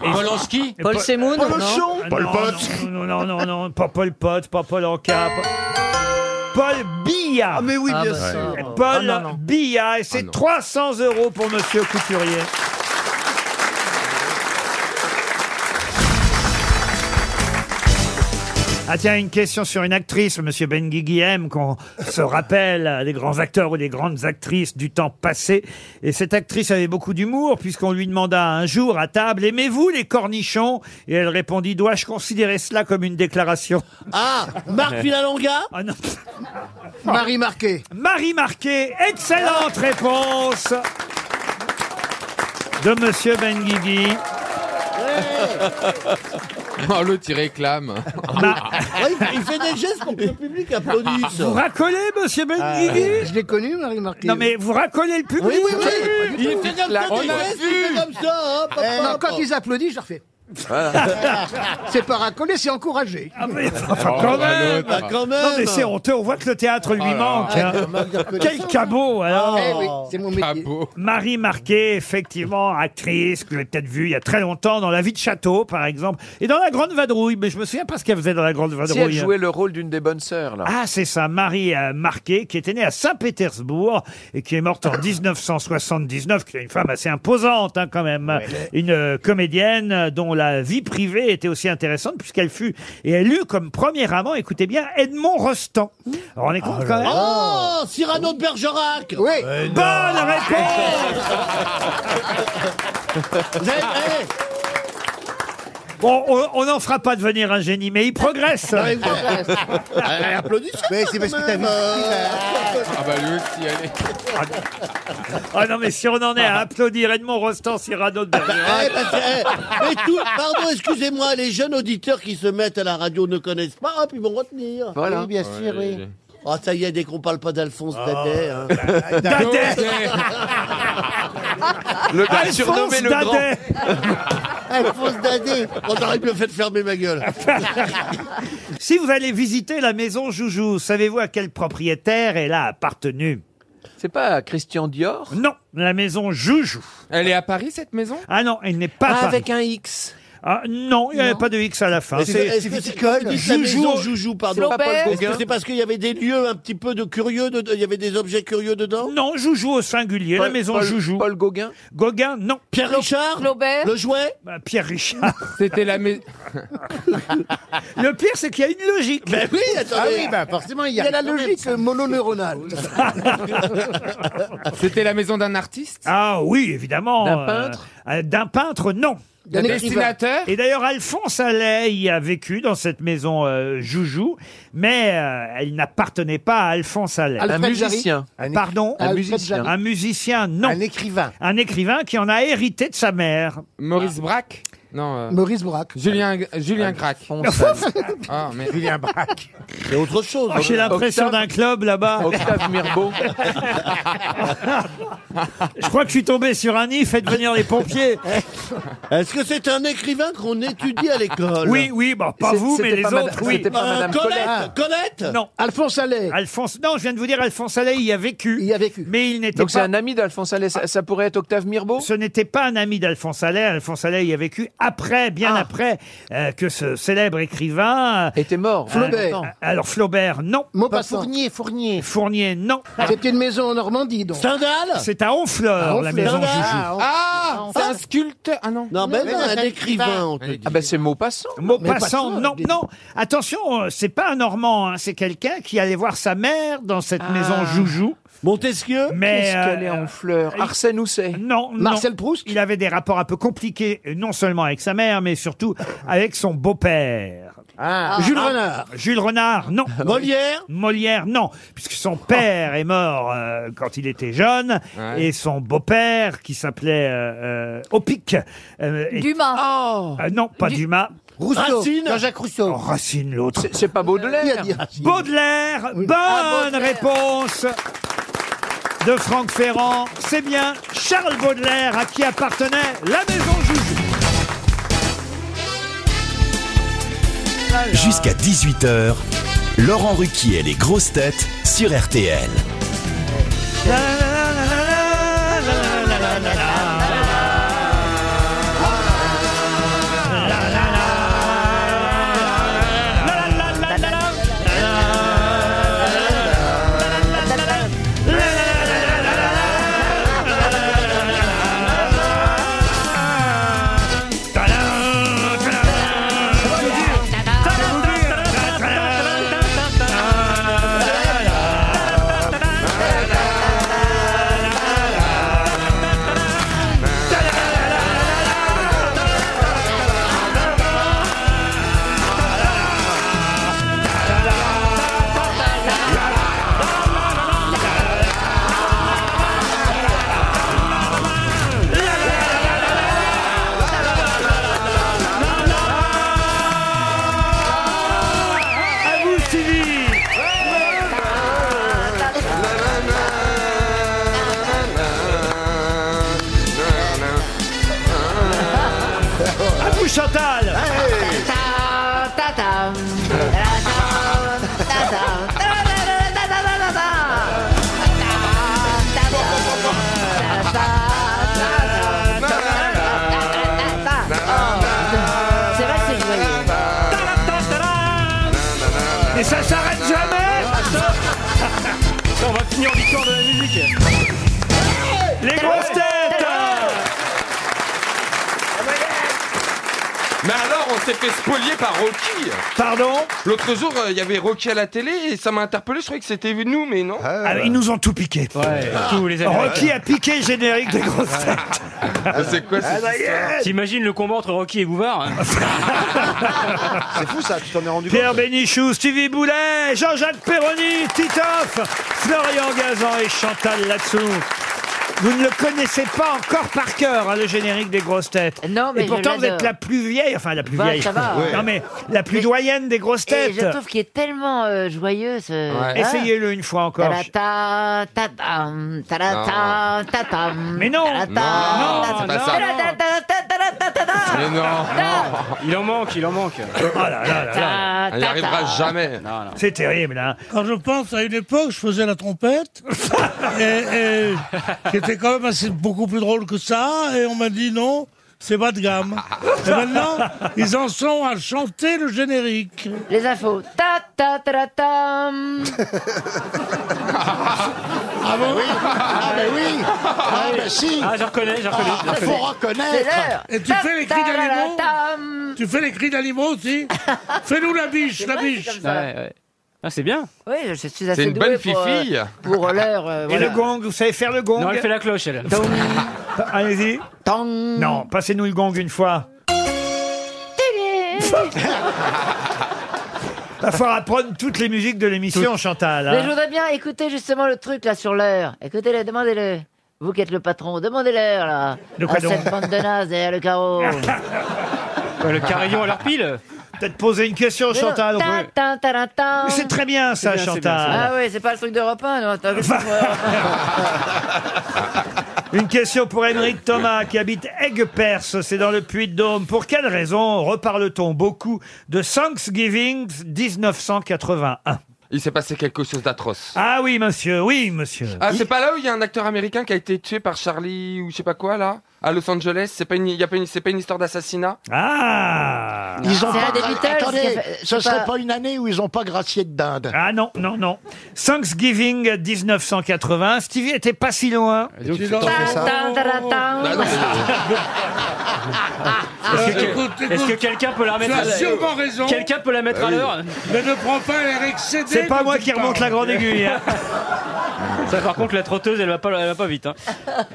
[SPEAKER 1] Et-
[SPEAKER 4] Polanski
[SPEAKER 1] Et
[SPEAKER 4] Paul
[SPEAKER 1] Pol-
[SPEAKER 4] Semoun
[SPEAKER 1] Paul
[SPEAKER 4] non
[SPEAKER 1] Auchon
[SPEAKER 4] Ah,
[SPEAKER 1] Paul
[SPEAKER 4] non,
[SPEAKER 1] Pot Non, non, non, non, non, pas Paul Pot, pas Polanka. pas- Paul Billa Ah mais
[SPEAKER 4] oui, Ah, bien bah, sûr. ça,
[SPEAKER 1] Paul
[SPEAKER 4] ah, non, non.
[SPEAKER 1] Billa, et c'est 300 euros pour Monsieur Couturier. Ah tiens, une question sur une actrice, Monsieur Benguiguiem, qu'on se rappelle, des grands acteurs ou des grandes actrices du temps passé. Et cette actrice avait beaucoup d'humour, puisqu'on lui demanda un jour à table, aimez-vous les cornichons Et elle répondit, dois-je considérer cela comme une déclaration
[SPEAKER 13] Ah, Marc Villalonga
[SPEAKER 1] Ah non.
[SPEAKER 13] Marie Marquet.
[SPEAKER 1] Marie Marquet, excellente réponse de Monsieur Benguigui.
[SPEAKER 7] oh, l'autre, il réclame.
[SPEAKER 12] Ah bah.
[SPEAKER 13] Ouais, Ah, il, il fait des gestes pour que le public applaudisse.
[SPEAKER 1] Vous racolez,
[SPEAKER 13] Eh,
[SPEAKER 1] monsieur Benguigui
[SPEAKER 13] Ah, Je l'ai connu, Marie Marquet.
[SPEAKER 1] Non mais vous racolez le public
[SPEAKER 13] Oui, oui, oui.
[SPEAKER 1] Salut.
[SPEAKER 13] Il fait comme ça, des gestes, il fait comme ça. hop, hop, Eh, non, hop. quand ils applaudissent, je leur fais. c'est pas racolé, c'est encouragé.
[SPEAKER 1] Ah, mais Enfin, quand, même.
[SPEAKER 13] Ah, quand même.
[SPEAKER 1] Non mais c'est honteux, on voit que le théâtre lui
[SPEAKER 13] Ah,
[SPEAKER 1] manque.
[SPEAKER 13] ah,
[SPEAKER 1] hein.
[SPEAKER 13] quand même, de reconnaissance.
[SPEAKER 1] Quel cabot alors
[SPEAKER 13] Eh oui, c'est mon métier.
[SPEAKER 1] Marie Marquet, effectivement, actrice que vous avez peut-être vue il y a très longtemps dans La vie de château, par exemple, et dans La Grande Vadrouille. Mais je me souviens pas ce qu'elle faisait dans La Grande Vadrouille.
[SPEAKER 2] Si elle jouait le rôle d'une des bonnes sœurs, là.
[SPEAKER 1] Ah, c'est ça, Marie euh, Marquet, qui était née à Saint-Pétersbourg et qui est morte en 1979, qui est une femme assez Bah, imposante hein, quand même, une euh, comédienne euh, dont la vie privée était aussi intéressante puisqu'elle fut et elle eut comme premier amant, écoutez bien, Edmond Rostand. Alors, on est compte quand même.
[SPEAKER 13] Oh, Cyrano de Bergerac Eh, Oui
[SPEAKER 1] Bonne réponse
[SPEAKER 13] Vous avez- eh,
[SPEAKER 1] Bon, on n'en fera pas devenir un génie, mais il progresse.
[SPEAKER 13] Non, il progresse. Euh, applaudissez, Mais c'est parce que t'as vu le
[SPEAKER 7] Ah, bah, lui aussi, allez.
[SPEAKER 1] Ah non, mais si on en est à applaudir Edmond Rostand, Cyrano de
[SPEAKER 13] eh,
[SPEAKER 1] Bergerac.
[SPEAKER 13] parce que, eh, mais tout- pardon, excusez-moi, les jeunes auditeurs qui se mettent à la radio ne connaissent pas, hop, ils vont retenir.
[SPEAKER 2] Voilà.
[SPEAKER 13] Oui, bien
[SPEAKER 2] Ouais,
[SPEAKER 13] sûr,
[SPEAKER 2] j'ai-
[SPEAKER 13] oui. Ah, ça y est, dès qu'on parle pas d'Alphonse Dadet. hein.
[SPEAKER 4] Bah,
[SPEAKER 2] Le gars
[SPEAKER 13] Alphonse
[SPEAKER 2] surnommé le grand.
[SPEAKER 13] Dadet. Alphonse Dadet On aurait mieux fait de fermer ma gueule.
[SPEAKER 1] Si vous allez visiter la maison Joujou, savez-vous à quel propriétaire elle a appartenu
[SPEAKER 2] C'est pas Christian Dior
[SPEAKER 1] Non, la maison Joujou.
[SPEAKER 7] Elle est à Paris, cette maison
[SPEAKER 1] Ah non, elle n'est pas à Paris.
[SPEAKER 7] un X.
[SPEAKER 1] Ah non, il n'y avait pas de X à la fin.
[SPEAKER 13] Est-ce que- est-ce que vous dites la maison
[SPEAKER 1] Joujou.
[SPEAKER 13] Joujou, pardon.
[SPEAKER 1] Flaubert.
[SPEAKER 13] Est-ce que c'est parce qu'il y avait des lieux un petit peu de curieux, dedans il y avait des objets curieux dedans
[SPEAKER 1] Non, Joujou au singulier, la maison Joujou.
[SPEAKER 2] Paul Gauguin
[SPEAKER 1] Gauguin, non.
[SPEAKER 13] Pierre Richard
[SPEAKER 27] Flaubert
[SPEAKER 13] Le jouet
[SPEAKER 1] Bah, Pierre Richard.
[SPEAKER 7] C'était la maison.
[SPEAKER 1] Le pire, c'est qu'il y a une logique.
[SPEAKER 13] Ben oui, attendez. Ah oui, ben forcément, il y a- la logique euh, mononeuronale.
[SPEAKER 7] C'était la maison d'un artiste
[SPEAKER 1] Ah oui, évidemment.
[SPEAKER 7] D'un
[SPEAKER 1] Euh,
[SPEAKER 7] peintre
[SPEAKER 1] euh, D'un peintre, non.
[SPEAKER 13] D'un D'un écrivain. dessinateur
[SPEAKER 1] Et d'ailleurs, Alphonse Allais y a vécu dans cette maison euh, Joujou, mais euh, elle n'appartenait pas à Alphonse Allais.
[SPEAKER 2] Alfred Un musicien. Jarry.
[SPEAKER 1] Pardon
[SPEAKER 2] Un musicien.
[SPEAKER 1] Un musicien, non. Un écrivain. Un écrivain qui en a hérité de sa mère.
[SPEAKER 7] Maurice Braque
[SPEAKER 28] Non. euh,
[SPEAKER 29] Maurice Braque.
[SPEAKER 28] Julien, Julien Crac. Ah, mais... Julien Braque.
[SPEAKER 1] C'est autre chose. J'ai l'impression d'un club là-bas.
[SPEAKER 28] Octave Mirbeau.
[SPEAKER 1] Je crois que je suis tombé sur un nid. Faites venir les pompiers.
[SPEAKER 13] Est-ce que c'est un écrivain qu'on étudie à l'école
[SPEAKER 1] Oui, oui, bah, pas
[SPEAKER 13] C'est-
[SPEAKER 1] vous, mais
[SPEAKER 13] c'était
[SPEAKER 1] les
[SPEAKER 13] pas madame-
[SPEAKER 1] autres, oui.
[SPEAKER 13] c'était pas Euh, madame Colette, Colette. Colette
[SPEAKER 1] Non. Alphonse Allais. Alphonse, non, je viens de vous dire, Alphonse Allais, il a vécu. Il a vécu. Mais il n'était pas.
[SPEAKER 8] Donc c'est un ami d'Alphonse Allais. Ça, ça pourrait être Octave Mirbeau
[SPEAKER 1] Ce n'était pas un ami d'Alphonse Allais. Alphonse Allais y a vécu après, bien
[SPEAKER 8] Ah.
[SPEAKER 1] après euh, que ce célèbre écrivain était mort.
[SPEAKER 29] Flaubert.
[SPEAKER 1] alors Flaubert, non.
[SPEAKER 29] Maupassant. Fournier,
[SPEAKER 1] Fournier. Fournier, non.
[SPEAKER 29] C'est une maison en Normandie, donc.
[SPEAKER 1] C'est à Honfleur, la maison Juju.
[SPEAKER 28] Ah, c'est un sculpteur. Ah non.
[SPEAKER 13] Non, ben non, un écrivain. on te dit.
[SPEAKER 8] Ah ben c'est Maupassant.
[SPEAKER 1] Maupassant, non, non. Attention, euh, c'est pas un Normand, hein, c'est quelqu'un qui allait voir sa mère dans cette maison Joujou. Montesquieu Mais
[SPEAKER 8] Ah. Qu'est-ce qu'elle est en
[SPEAKER 1] fleurs Arsène Housset Non,
[SPEAKER 8] Marcel
[SPEAKER 1] Proust Il avait des rapports un peu compliqués, euh, non seulement avec sa mère, mais surtout avec son beau-père.
[SPEAKER 8] Ah.
[SPEAKER 1] Ah.
[SPEAKER 13] Jules Renard.
[SPEAKER 1] Jules Renard, non. Molière Molière, non. Puisque son père est mort euh, quand il était jeune,
[SPEAKER 8] Ouais.
[SPEAKER 1] et son beau-père, qui s'appelait euh, euh, Opic, euh, est-
[SPEAKER 4] Dumas.
[SPEAKER 1] euh, non, pas Dumas.
[SPEAKER 4] Rousseau.
[SPEAKER 1] Racine.
[SPEAKER 4] Jean-Jacques Rousseau.
[SPEAKER 1] Oh, Racine, l'autre.
[SPEAKER 8] C'est pas Baudelaire.
[SPEAKER 1] Baudelaire. Bonne
[SPEAKER 4] Ah,
[SPEAKER 1] réponse de Franck Ferrand. C'est bien Charles Baudelaire à qui appartenait la maison Joujou.
[SPEAKER 30] Jusqu'à 18h, Laurent Ruquier et les grosses têtes sur RTL.
[SPEAKER 1] À vous, Stevie. À vous, Chantal. Et ça s'arrête jamais
[SPEAKER 8] On va finir en victoire de la musique.
[SPEAKER 1] Les grosses têtes hein.
[SPEAKER 31] Mais alors, on s'est fait spolier par Rocky.
[SPEAKER 1] Pardon
[SPEAKER 31] L'autre jour, euh, il y avait Rocky à la télé et ça m'a interpellé. Je croyais que c'était nous, mais non.
[SPEAKER 1] Ah, Ils nous ont tout piqué.
[SPEAKER 31] Tous les Américains.
[SPEAKER 1] Rocky a piqué le générique des grosses têtes.
[SPEAKER 31] Ah, C'est quoi
[SPEAKER 1] Ah,
[SPEAKER 31] cette histoire
[SPEAKER 8] T'imagines le combat entre Rocky et Bouvard hein
[SPEAKER 1] C'est fou ça, tu t'en es rendu Pierre Bénichou, Stevie Boulet, Jean-Jacques Perroni, Titoff, Florian Gazan et Chantal Latsou. Vous ne le connaissez pas encore par cœur, hein, le générique des grosses têtes.
[SPEAKER 22] Non, mais
[SPEAKER 1] et pourtant,
[SPEAKER 22] je
[SPEAKER 1] vous êtes
[SPEAKER 22] l'adore.
[SPEAKER 1] la plus vieille, Eh, enfin la plus
[SPEAKER 22] Bah,
[SPEAKER 1] vieille.
[SPEAKER 22] ça va.
[SPEAKER 1] Non, mais la plus doyenne des grosses
[SPEAKER 22] Et
[SPEAKER 1] têtes.
[SPEAKER 22] je trouve qu'il est tellement euh, joyeux ce.
[SPEAKER 1] Ouais. Essayez-le une fois encore.
[SPEAKER 22] Ta-da-ta, ta-dam, ta-da-ta, ta-dam,
[SPEAKER 1] Mais non
[SPEAKER 22] ta-da-ta,
[SPEAKER 8] Non,
[SPEAKER 22] ta-dam,
[SPEAKER 8] c'est pas ça.
[SPEAKER 22] ta-da-ta, ta-da-ta, ta-da-ta.
[SPEAKER 8] Mais non Il en manque, il en manque.
[SPEAKER 1] Oh là là là là.
[SPEAKER 31] Il n'y arrivera jamais.
[SPEAKER 1] C'est terrible, hein.
[SPEAKER 2] Quand je pense à une époque, je faisais la trompette, et, et c'était quand même assez, beaucoup plus drôle que ça, et on m'a dit non, c'est bas de gamme. Et maintenant, ils en sont à chanter le générique.
[SPEAKER 22] Les infos. Ta ta ta ta tam.
[SPEAKER 2] Ah bon
[SPEAKER 22] Ah ben oui. Ah ben si.
[SPEAKER 8] Ah, je reconnais, je reconnais. je reconnais.
[SPEAKER 2] Et tu fais les cris d'animaux Tu fais les cris d'animaux aussi Fais-nous la biche, la biche
[SPEAKER 8] Ouais, ouais. Ah, c'est bien.
[SPEAKER 22] Oui, je suis assez
[SPEAKER 8] une
[SPEAKER 22] doué
[SPEAKER 8] bonne
[SPEAKER 22] pour, euh,
[SPEAKER 8] fifille.
[SPEAKER 22] pour l'heure. euh,
[SPEAKER 1] Et
[SPEAKER 22] voilà.
[SPEAKER 1] le gong, vous savez faire le gong
[SPEAKER 8] Non, elle fait la cloche, elle.
[SPEAKER 1] Allez-y. Non, passez-nous le gong une fois. Va falloir apprendre toutes les musiques de l'émission, Chantal.
[SPEAKER 22] Mais je
[SPEAKER 1] hein.
[SPEAKER 22] voudrais bien écouter justement le truc là sur l'heure. Écoutez-le, demandez-le. Vous qui êtes le patron, demandez-leur là.
[SPEAKER 1] De quoi
[SPEAKER 22] à
[SPEAKER 1] donc Oh,
[SPEAKER 22] cette bande de nazes derrière le carreau.
[SPEAKER 8] Euh, le carillon à leur pile.
[SPEAKER 1] Peut-être poser une question, Chantal. C'est très bien, ça,
[SPEAKER 12] C'est bien, c'est bien,
[SPEAKER 1] Chantal.
[SPEAKER 12] c'est bien. Ah oui, c'est pas le truc d'Europe 1, non, t'as vu
[SPEAKER 1] Une question pour Émeric Thomas qui habite Aigues-Perse, c'est dans le Puy-de-Dôme. Pour quelle raison reparle-t-on beaucoup de Thanksgiving 1981
[SPEAKER 12] Il s'est passé quelque chose d'atroce.
[SPEAKER 1] Ah oui, monsieur, oui, monsieur.
[SPEAKER 12] Ah, c'est pas là où il y a un acteur américain qui a été tué par Charlie ou je sais pas quoi, là À Los Angeles C'est pas, une- y a pas, une- c'est pas une histoire d'assassinat
[SPEAKER 1] Ah
[SPEAKER 12] Ils ont pas gra-
[SPEAKER 1] Attendez,
[SPEAKER 12] Attendez,
[SPEAKER 1] ce serait pas
[SPEAKER 12] une année où ils ont pas gracié de dinde.
[SPEAKER 1] Ah non, non, non. Thanksgiving 1980, Stevie était pas si loin.
[SPEAKER 4] oh. Bah
[SPEAKER 12] Bah
[SPEAKER 1] Ah,
[SPEAKER 4] Ah,
[SPEAKER 8] Est-ce que, est-ce que quelqu'un peut la remettre
[SPEAKER 2] Tu as
[SPEAKER 8] à l'heure
[SPEAKER 2] sûrement raison.
[SPEAKER 8] Quelqu'un peut la mettre à
[SPEAKER 2] Ah oui.
[SPEAKER 8] l'heure
[SPEAKER 2] Mais ne prends pas l'air excédé.
[SPEAKER 8] C'est pas
[SPEAKER 2] quand
[SPEAKER 8] moi
[SPEAKER 2] tu
[SPEAKER 8] qui
[SPEAKER 2] parles.
[SPEAKER 8] remonte la grande aiguille, hein. Ça, par contre, la trotteuse, elle va pas, elle va pas vite. hein.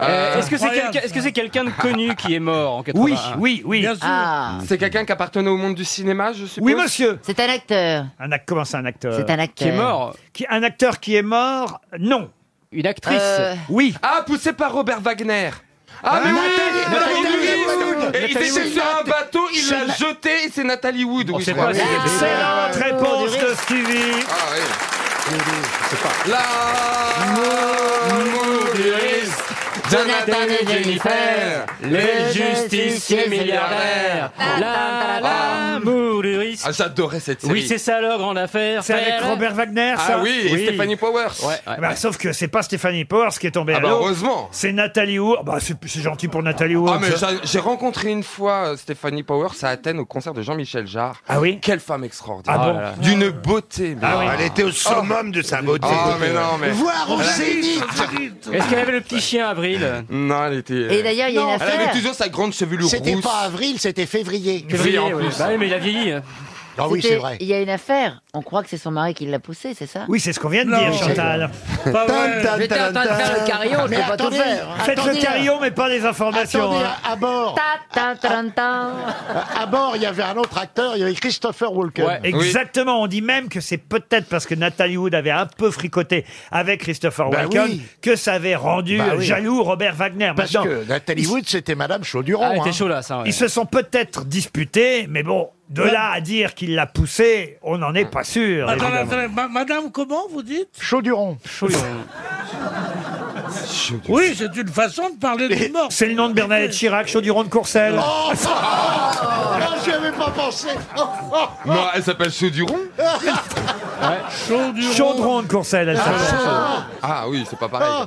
[SPEAKER 8] Euh, est-ce que c'est
[SPEAKER 12] incroyable.
[SPEAKER 8] quelqu'un, est-ce que c'est quelqu'un de connu qui est mort en 81
[SPEAKER 12] Oui, oui, oui.
[SPEAKER 8] Bien sûr. Ah.
[SPEAKER 12] C'est quelqu'un qui appartenait au monde du cinéma, je suppose
[SPEAKER 1] Oui, monsieur.
[SPEAKER 12] C'est un acteur.
[SPEAKER 1] Un ac- comment c'est un acteur
[SPEAKER 12] C'est un acteur.
[SPEAKER 1] Qui est mort qui, Un acteur qui est mort Non.
[SPEAKER 12] Une
[SPEAKER 1] actrice Oui.
[SPEAKER 12] Ah, poussé par Robert Wagner. Ah, mais oui,
[SPEAKER 1] Nathalie
[SPEAKER 12] Nathalie
[SPEAKER 1] Wood.
[SPEAKER 12] Wood. Et
[SPEAKER 1] Nathalie
[SPEAKER 12] il était
[SPEAKER 1] Wood.
[SPEAKER 12] sur un bateau, il
[SPEAKER 1] C'est
[SPEAKER 12] l'a
[SPEAKER 1] Na-
[SPEAKER 12] jeté et c'est Nathalie Wood. oui,
[SPEAKER 1] c'est
[SPEAKER 12] je crois.
[SPEAKER 1] pas- Ah, excellente oui. réponse de Stevie.
[SPEAKER 12] Ah oui. C'est pas. L'amour du risque. Jonathan et Jennifer, les justiciers milliardaires.
[SPEAKER 8] L'amour du risque.
[SPEAKER 12] Ah, j'adorais cette série.
[SPEAKER 8] Oui, c'est ça leur grande affaire.
[SPEAKER 1] C'est avec
[SPEAKER 8] Faire-
[SPEAKER 1] Robert Wagner, ça
[SPEAKER 12] Ah oui, et Stéphanie Powers.
[SPEAKER 1] Ah bah, Sauf que c'est pas Stéphanie Powers qui est tombée
[SPEAKER 12] Ah
[SPEAKER 1] à
[SPEAKER 12] bah,
[SPEAKER 1] l'eau.
[SPEAKER 12] heureusement.
[SPEAKER 1] C'est Nathalie Hour. Bah, c'est c'est gentil pour Nathalie Hour.
[SPEAKER 12] Ah mais j'a- j'ai rencontré une fois euh, Stéphanie Powers à Athènes au concert de Jean-Michel Jarre.
[SPEAKER 1] Ah oui
[SPEAKER 12] Quelle femme extraordinaire.
[SPEAKER 1] Ah bon
[SPEAKER 12] là là. D'une beauté. mais-
[SPEAKER 1] Ah oui. Elle était au summum
[SPEAKER 12] de sa beauté. Ah mais non mais.
[SPEAKER 8] Voir au
[SPEAKER 12] Elle a-
[SPEAKER 8] Zénith. Est-ce qu'elle avait le petit chien Avril
[SPEAKER 12] Non, elle était.
[SPEAKER 13] euh,
[SPEAKER 8] Et d'ailleurs, il y a une
[SPEAKER 12] Elle
[SPEAKER 8] affaire.
[SPEAKER 12] avait toujours sa grande chevelure rousse.
[SPEAKER 13] C'était pas avril, c'était février.
[SPEAKER 12] Février, en
[SPEAKER 8] ouais.
[SPEAKER 12] plus.
[SPEAKER 8] Bah oui, mais il a vieilli.
[SPEAKER 1] hein.
[SPEAKER 13] Ah oui,
[SPEAKER 12] C'était-
[SPEAKER 13] c'est vrai.
[SPEAKER 12] il
[SPEAKER 13] y a une affaire. On croit que c'est son mari qui l'a poussé, c'est ça
[SPEAKER 1] Oui, c'est ce qu'on vient de
[SPEAKER 13] Non.
[SPEAKER 1] dire, Chantal.
[SPEAKER 13] C'est- Pas vrai.
[SPEAKER 12] Tan, tan,
[SPEAKER 13] J'étais en train de
[SPEAKER 12] tan,
[SPEAKER 13] faire le
[SPEAKER 12] tan.
[SPEAKER 13] carillon, je
[SPEAKER 12] Mais
[SPEAKER 13] peux pas
[SPEAKER 12] attendez,
[SPEAKER 13] tout faire.
[SPEAKER 1] Faites le
[SPEAKER 13] Attendez.
[SPEAKER 1] carillon, mais pas les informations.
[SPEAKER 13] Attendez,
[SPEAKER 1] hein.
[SPEAKER 13] à bord. À bord, il y avait un autre acteur, il y avait Christopher Walken.
[SPEAKER 1] Ouais, exactement. On dit même que c'est peut-être parce que Nathalie Wood avait un peu fricoté avec Christopher
[SPEAKER 13] Bah
[SPEAKER 1] Walken
[SPEAKER 13] oui.
[SPEAKER 1] que ça avait rendu
[SPEAKER 13] Bah oui.
[SPEAKER 1] jaloux Robert Wagner.
[SPEAKER 13] Parce
[SPEAKER 1] Maintenant,
[SPEAKER 13] que Nathalie
[SPEAKER 1] ils-
[SPEAKER 13] Wood, c'était Madame Chauduron.
[SPEAKER 1] Ah, elle était
[SPEAKER 13] hein.
[SPEAKER 1] chaud, là, ça, ouais. Ils se sont peut-être disputés, mais bon, de
[SPEAKER 13] Ouais.
[SPEAKER 1] là à dire qu'il l'a poussé, on n'en est pas sûr.
[SPEAKER 2] Attendez,
[SPEAKER 1] évidemment.
[SPEAKER 2] attendez, ma- madame, comment vous dites
[SPEAKER 13] Chauduron.
[SPEAKER 2] Oui, c'est une façon de parler de mort.
[SPEAKER 1] C'est le nom de Bernadette Chirac, Chauduron de Courcelles.
[SPEAKER 13] Oh, Ah, j'y avais pas pensé. Ah. Oh, oh, oh.
[SPEAKER 12] Non, elle s'appelle Chauduron.
[SPEAKER 1] Chaudron. de Courcelles. elle s'appelle.
[SPEAKER 12] Ah oui, c'est pas pareil.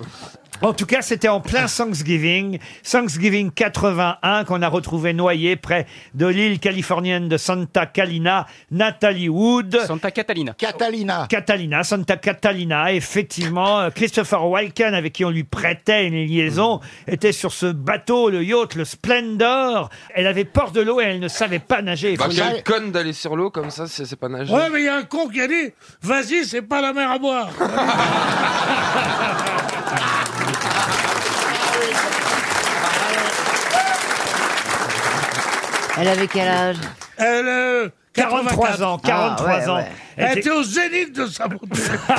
[SPEAKER 1] En tout cas, c'était en plein Thanksgiving, Thanksgiving 81, qu'on a retrouvé noyé près de l'île californienne de Santa Catalina, Natalie Wood.
[SPEAKER 8] Santa Catalina.
[SPEAKER 13] Catalina.
[SPEAKER 1] Catalina, Santa Catalina, effectivement. euh, Christopher Walken, avec qui on lui prêtait une liaison, était sur ce bateau, le yacht, le Splendor. Elle avait peur de l'eau et elle ne savait pas nager. Il
[SPEAKER 12] Bah,
[SPEAKER 1] faut le
[SPEAKER 12] quelle
[SPEAKER 1] dire.
[SPEAKER 12] conne d'aller sur l'eau comme ça, c'est c'est pas nager.
[SPEAKER 2] Ouais, mais il y a un con qui a dit Vas-y, c'est pas la mer à boire.
[SPEAKER 13] Elle avait quel âge
[SPEAKER 2] Elle. euh,
[SPEAKER 1] 43 ans, 43
[SPEAKER 13] Ah, ouais,
[SPEAKER 1] ans.
[SPEAKER 13] ouais.
[SPEAKER 2] Elle était au zénith de sa beauté.
[SPEAKER 8] Ah,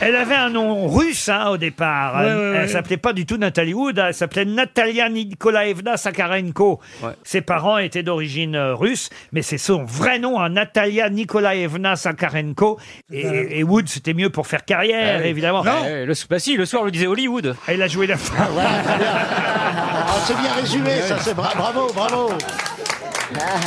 [SPEAKER 1] Elle avait un nom russe hein, au départ.
[SPEAKER 2] Ouais,
[SPEAKER 1] elle
[SPEAKER 2] ouais,
[SPEAKER 1] elle
[SPEAKER 2] ouais.
[SPEAKER 1] s'appelait pas du tout Nathalie Wood. Elle s'appelait Natalia Nikolaevna Sakharenko. Ses parents étaient d'origine euh, russe, mais c'est son vrai nom, hein, Natalia Nikolaevna Sakharenko. Et, et Wood, c'était mieux pour faire carrière,
[SPEAKER 2] Eh
[SPEAKER 8] Ah oui.
[SPEAKER 1] évidemment.
[SPEAKER 8] Ah oui, le, bah si, le soir, on lui disait Hollywood.
[SPEAKER 1] Elle a joué la fin.
[SPEAKER 13] Ah, c'est bien résumé, ça, c'est bra- bravo, bravo.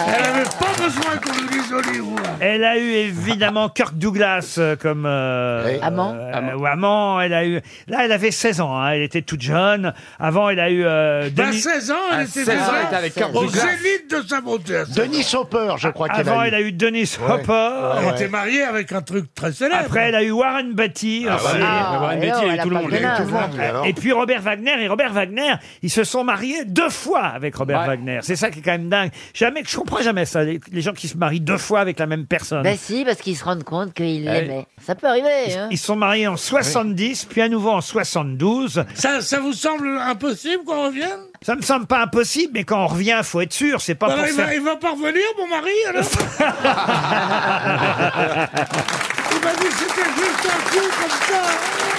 [SPEAKER 2] Elle avait pas besoin qu'on lui dise Hollywood.
[SPEAKER 1] Elle a eu évidemment Kirk Douglas euh, comme euh, amant. ou amant. Elle a eu. Là, elle avait 16 ans. hein, elle était toute jeune. Avant, elle a eu. euh,
[SPEAKER 2] Ben,
[SPEAKER 1] Denis-
[SPEAKER 2] 16 ans, elle était
[SPEAKER 12] ans,
[SPEAKER 2] déjà
[SPEAKER 12] elle était avec Kirk
[SPEAKER 2] au
[SPEAKER 12] Douglas.
[SPEAKER 2] zénith de sa beauté. à ce
[SPEAKER 13] Denis Hopper, je crois qu'elle
[SPEAKER 1] Avant,
[SPEAKER 13] a eu.
[SPEAKER 1] elle a eu Denis
[SPEAKER 13] Ouais.
[SPEAKER 1] Hopper.
[SPEAKER 2] moment-là. Elle
[SPEAKER 13] Ouais.
[SPEAKER 2] était mariée avec un truc très célèbre.
[SPEAKER 1] Après, elle a eu Warren Beatty.
[SPEAKER 2] Ah,
[SPEAKER 1] aussi.
[SPEAKER 2] bah
[SPEAKER 8] Ah,
[SPEAKER 2] oui,
[SPEAKER 8] mais Warren et Beatty, alors, elle a eu tout le elle a monde. pas
[SPEAKER 1] Elle
[SPEAKER 8] de
[SPEAKER 1] a eu
[SPEAKER 8] menace,
[SPEAKER 1] tout le
[SPEAKER 8] hein.
[SPEAKER 1] monde. Et puis Robert Wagner. Et Robert Wagner, ils se sont mariés deux fois avec Robert Wagner. C'est ça qui est quand même dingue. Jamais, je comprends jamais ça, les, les gens qui se marient deux fois avec la même personne.
[SPEAKER 22] Bah
[SPEAKER 12] Ben si, parce qu'ils se rendent compte qu'ils
[SPEAKER 1] Ah oui.
[SPEAKER 12] l'aimaient. Ça peut arriver.
[SPEAKER 22] hein.
[SPEAKER 1] Ils se sont mariés en 70, puis à nouveau en 72.
[SPEAKER 2] Ça, ça vous semble impossible qu'on revienne
[SPEAKER 1] Ça me semble pas impossible, mais quand on revient, faut être sûr. C'est pas
[SPEAKER 2] Bah,
[SPEAKER 1] pour
[SPEAKER 2] il,
[SPEAKER 1] ça.
[SPEAKER 2] va, il va pas revenir, mon mari, alors
[SPEAKER 13] Ah.
[SPEAKER 2] Il m'a dit c'était juste un coup comme ça. hein.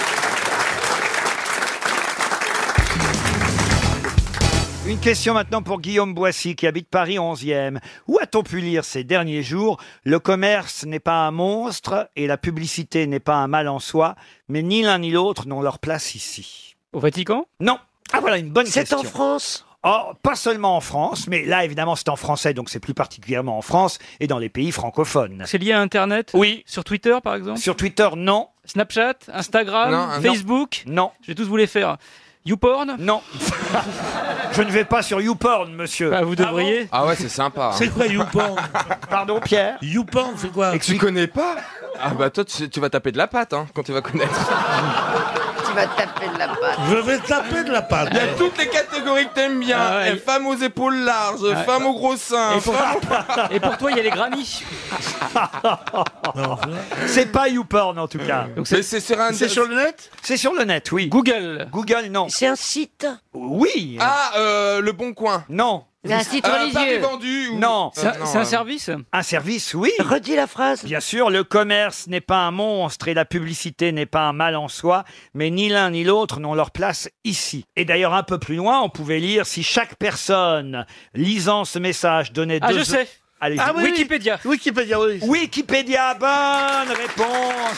[SPEAKER 12] Une
[SPEAKER 1] Une question maintenant pour Guillaume Boissy qui habite Paris 11e. Où a-t-on pu lire ces derniers jours Le commerce n'est pas un monstre et la publicité n'est pas un mal en soi, mais ni l'un ni l'autre n'ont leur place ici. Au Vatican Non. Ah voilà une bonne question. C'est en France Oh, pas seulement en France, mais là évidemment c'est en français, donc c'est plus particulièrement en France et dans les pays francophones.
[SPEAKER 8] C'est lié à Internet
[SPEAKER 1] Oui.
[SPEAKER 8] Sur Twitter, par exemple
[SPEAKER 1] Sur Twitter, non.
[SPEAKER 8] Snapchat Instagram
[SPEAKER 1] Non, non.
[SPEAKER 8] Facebook
[SPEAKER 1] Non.
[SPEAKER 8] Je vais tous vous les faire. YouPorn
[SPEAKER 1] Non. Je ne vais pas sur YouPorn, monsieur.
[SPEAKER 8] vous devriez.
[SPEAKER 1] Ah,
[SPEAKER 12] Ah ouais, c'est sympa.
[SPEAKER 1] C'est quoi, YouPorn Pardon, Pierre
[SPEAKER 12] YouPorn, c'est quoi Tu connais pas Ah bah toi, tu, tu vas taper de la pâte hein, quand tu vas connaître.
[SPEAKER 10] Tu vas taper de la patte.
[SPEAKER 12] Je vais taper de la pâte.
[SPEAKER 24] Il y a toutes les catégories que t'aimes bien.
[SPEAKER 8] Ah ouais.
[SPEAKER 24] Eh, Femme aux épaules larges,
[SPEAKER 8] Ah ouais.
[SPEAKER 24] femme aux gros seins.
[SPEAKER 8] Et pour-
[SPEAKER 24] femme
[SPEAKER 8] Et pour toi, il y a les Grammys.
[SPEAKER 1] Ah C'est pas YouPorn en tout cas.
[SPEAKER 24] c'est- Mais c'est sur un- c'est sur
[SPEAKER 1] le net C'est sur le net, oui.
[SPEAKER 8] Google.
[SPEAKER 1] Google, non. C'est un site Oui.
[SPEAKER 24] Ah, euh, le bon coin.
[SPEAKER 1] Non.
[SPEAKER 24] C'est un site Euh, religieux. Paris vendu ou-
[SPEAKER 1] Non. hein.
[SPEAKER 24] C'est un- Euh, non, c'est un euh,
[SPEAKER 1] service Un service, oui. Redis la phrase. Bien sûr, le commerce n'est pas un monstre et la publicité n'est pas un mal en soi, mais ni l'un ni l'autre n'ont leur place ici. Et d'ailleurs, un peu plus loin, on pouvait lire si chaque personne lisant ce message donnait
[SPEAKER 8] Ah,
[SPEAKER 1] deux...
[SPEAKER 8] je sais.
[SPEAKER 1] Allez,
[SPEAKER 8] Ah oui, oui. Wikipédia.
[SPEAKER 1] Wikipédia, oui. Wikipédia, bonne réponse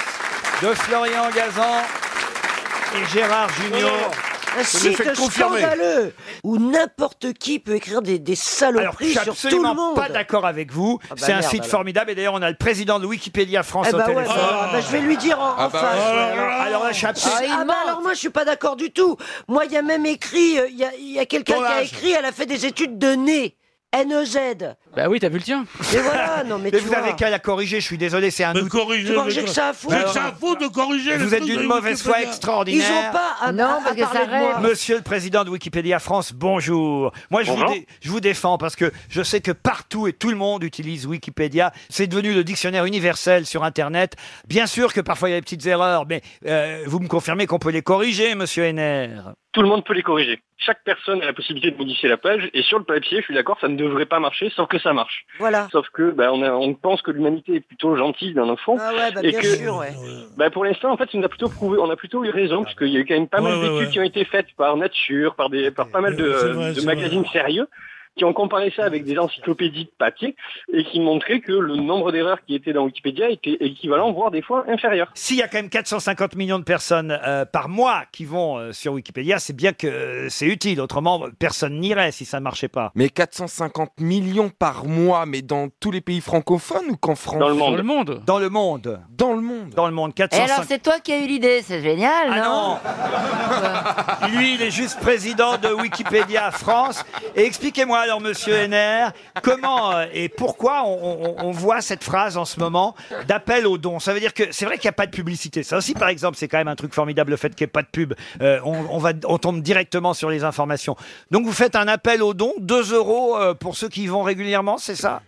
[SPEAKER 1] de Florian Gazan et Gérard Junior.
[SPEAKER 3] Un site scandaleux où n'importe qui peut écrire des, des
[SPEAKER 1] Alors, je
[SPEAKER 3] saloperies
[SPEAKER 1] suis
[SPEAKER 3] sur tout le
[SPEAKER 1] absolument
[SPEAKER 3] monde.
[SPEAKER 1] pas d'accord avec vous.
[SPEAKER 3] Ah bah
[SPEAKER 1] c'est un
[SPEAKER 3] merde,
[SPEAKER 1] site
[SPEAKER 3] alors.
[SPEAKER 1] formidable. Et d'ailleurs, on a le président de Wikipédia France
[SPEAKER 3] Eh
[SPEAKER 1] au
[SPEAKER 3] bah ouais,
[SPEAKER 1] téléphone.
[SPEAKER 3] bah, bah, je vais lui dire en, en
[SPEAKER 1] Ah bah,
[SPEAKER 3] face.
[SPEAKER 1] oh là
[SPEAKER 3] ouais,
[SPEAKER 1] là.
[SPEAKER 3] alors.
[SPEAKER 1] Alors là, je suis
[SPEAKER 3] Ah,
[SPEAKER 1] absolument-
[SPEAKER 3] ah bah alors moi je suis pas d'accord du tout. Moi il y a même écrit, euh, il y a, il y a quelqu'un
[SPEAKER 8] Ton
[SPEAKER 3] qui a
[SPEAKER 8] âge.
[SPEAKER 3] écrit, elle a fait des études de nez, E NEZ.
[SPEAKER 8] Bah oui, t'as vu le tien.
[SPEAKER 3] Et voilà, non mais,
[SPEAKER 1] Mais
[SPEAKER 3] tu
[SPEAKER 1] vous
[SPEAKER 3] vois.
[SPEAKER 1] n'avez qu'à la corriger, je suis désolé, c'est un outil.
[SPEAKER 3] Tu crois que j'ai que ça à foutre
[SPEAKER 1] Alors,
[SPEAKER 3] foutre de corriger
[SPEAKER 1] Vous êtes d'une mauvaise foi extraordinaire.
[SPEAKER 3] Ils ont pas Ah, à, à- à parler de moi.
[SPEAKER 1] Monsieur le président de Wikipédia France, bonjour. Moi, je,
[SPEAKER 15] Bonjour.
[SPEAKER 1] Vous dé- je vous défends parce que je sais que partout et tout le monde utilise Wikipédia. C'est devenu le dictionnaire universel sur Internet. Bien sûr que parfois il y a des petites erreurs, mais euh, vous me confirmez qu'on peut les corriger, monsieur Henner.
[SPEAKER 15] Tout le monde peut les corriger. Chaque personne a la possibilité de modifier la page. Et sur le papier, je suis d'accord, ça ne devrait pas marcher, sauf que ça marche.
[SPEAKER 3] Voilà.
[SPEAKER 15] Sauf que bah, on, a- on pense que l'humanité est plutôt gentille d'un enfant.
[SPEAKER 3] Ah ouais, bah,
[SPEAKER 15] et
[SPEAKER 3] bien
[SPEAKER 15] que,
[SPEAKER 3] sûr, ouais.
[SPEAKER 15] bah, pour l'instant, en fait, on a plutôt prouvé, on a plutôt eu raison, parce qu'il y a eu quand même pas mal d'études qui ont été faites par Nature, par des, par pas mal de, c'est vrai, de c'est vrai. magazines sérieux qui ont comparé ça avec des encyclopédies de papier et qui montraient que le nombre d'erreurs qui étaient dans Wikipédia était équivalent, voire des fois inférieur.
[SPEAKER 1] S'il y a quand même 450 millions de personnes euh, par mois qui vont euh, sur Wikipédia, c'est bien que euh, c'est utile. Autrement, personne n'irait si ça ne marchait pas.
[SPEAKER 12] Mais 450 millions par mois, mais dans tous les pays francophones ou qu'en France
[SPEAKER 1] Dans le monde. Dans le
[SPEAKER 12] monde.
[SPEAKER 1] Dans le monde.
[SPEAKER 12] Dans le monde.
[SPEAKER 1] Dans le monde.
[SPEAKER 22] Et alors, c'est toi qui as eu l'idée, c'est génial,
[SPEAKER 1] Ah
[SPEAKER 22] non,
[SPEAKER 1] Lui, il est juste président de Wikipédia France. Et expliquez-moi alors, monsieur Henner, comment euh, et pourquoi on, on- on voit cette phrase en ce moment d'appel aux dons Ça veut dire que c'est vrai qu'il n'y a pas de publicité. Ça aussi, par exemple, c'est quand même un truc formidable, le fait qu'il n'y ait pas de pub. Euh, on, on va, on tombe directement sur les informations. Donc, vous faites un appel aux dons, 2 euros euh, pour ceux qui y vont régulièrement, c'est ça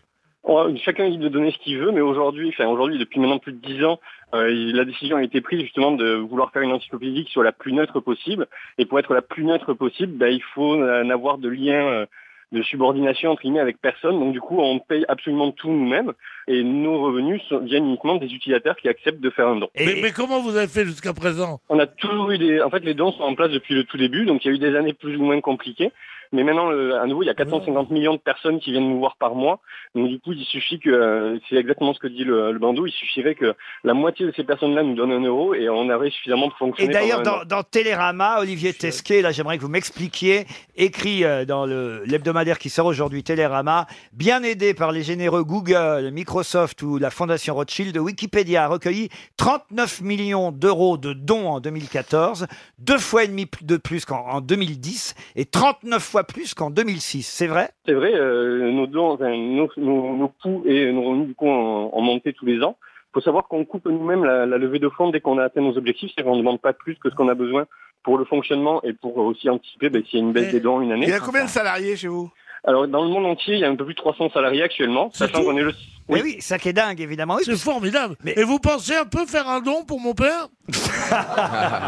[SPEAKER 15] On- Chacun est libre de donner ce qu'il veut, mais aujourd'hui, enfin aujourd'hui, depuis maintenant plus de dix ans, euh, il- la décision a été prise justement de vouloir faire une encyclopédie qui soit la plus neutre possible. Et pour être la plus neutre possible, bah, il faut euh, n'avoir de lien euh, de subordination entre guillemets avec personne. Donc du coup, on paye absolument tout nous-mêmes et nos revenus sont- viennent uniquement des utilisateurs qui acceptent de faire un don.
[SPEAKER 2] Mais, mais
[SPEAKER 3] ah.
[SPEAKER 2] comment vous avez fait jusqu'à présent
[SPEAKER 15] On a toujours eu des. En fait, les dons sont en place depuis le tout début, donc il y a eu des années plus ou moins compliquées. Mais maintenant, le- à
[SPEAKER 1] Mmh.
[SPEAKER 15] nouveau, il y a 450 millions de personnes qui viennent nous voir par mois. Donc du coup, il suffit que, euh, c'est exactement ce que dit le, le bandeau, il suffirait que la moitié de ces personnes-là nous donnent un euro et on aurait suffisamment pour
[SPEAKER 1] Et
[SPEAKER 15] fonctionner.
[SPEAKER 1] d'ailleurs,
[SPEAKER 15] pendant un
[SPEAKER 1] dans, dans Télérama, Olivier Tesquet, là, j'aimerais que vous m'expliquiez, écrit euh, dans le- l'hebdomadaire qui sort aujourd'hui, Télérama, bien aidé par les généreux Google, Microsoft ou la Fondation Rothschild, Wikipédia a recueilli 39 millions d'euros de dons en 2014, deux fois et demi p- de plus qu'en en 2010 et 39 fois plus qu'en 2006. C'est vrai
[SPEAKER 15] C'est vrai, euh, nos, dons, enfin, nos, nos- nos coûts et nos revenus du coup ont, ont monté tous les ans. faut savoir qu'on coupe nous-mêmes la, la levée de fonds dès qu'on a atteint nos objectifs, c'est-à-dire qu'on ne demande pas plus que ce qu'on a besoin pour le fonctionnement et pour aussi anticiper ben, s'il y a une baisse des dons une année.
[SPEAKER 32] Il y a combien de salariés chez vous
[SPEAKER 15] Alors dans le monde entier, il y a un peu plus de 300 salariés actuellement, sachant qu'on est le
[SPEAKER 1] Oui, oui, ça qui est dingue, évidemment. Oui,
[SPEAKER 2] C'est formidable. Et vous pensez un peu faire un don pour mon père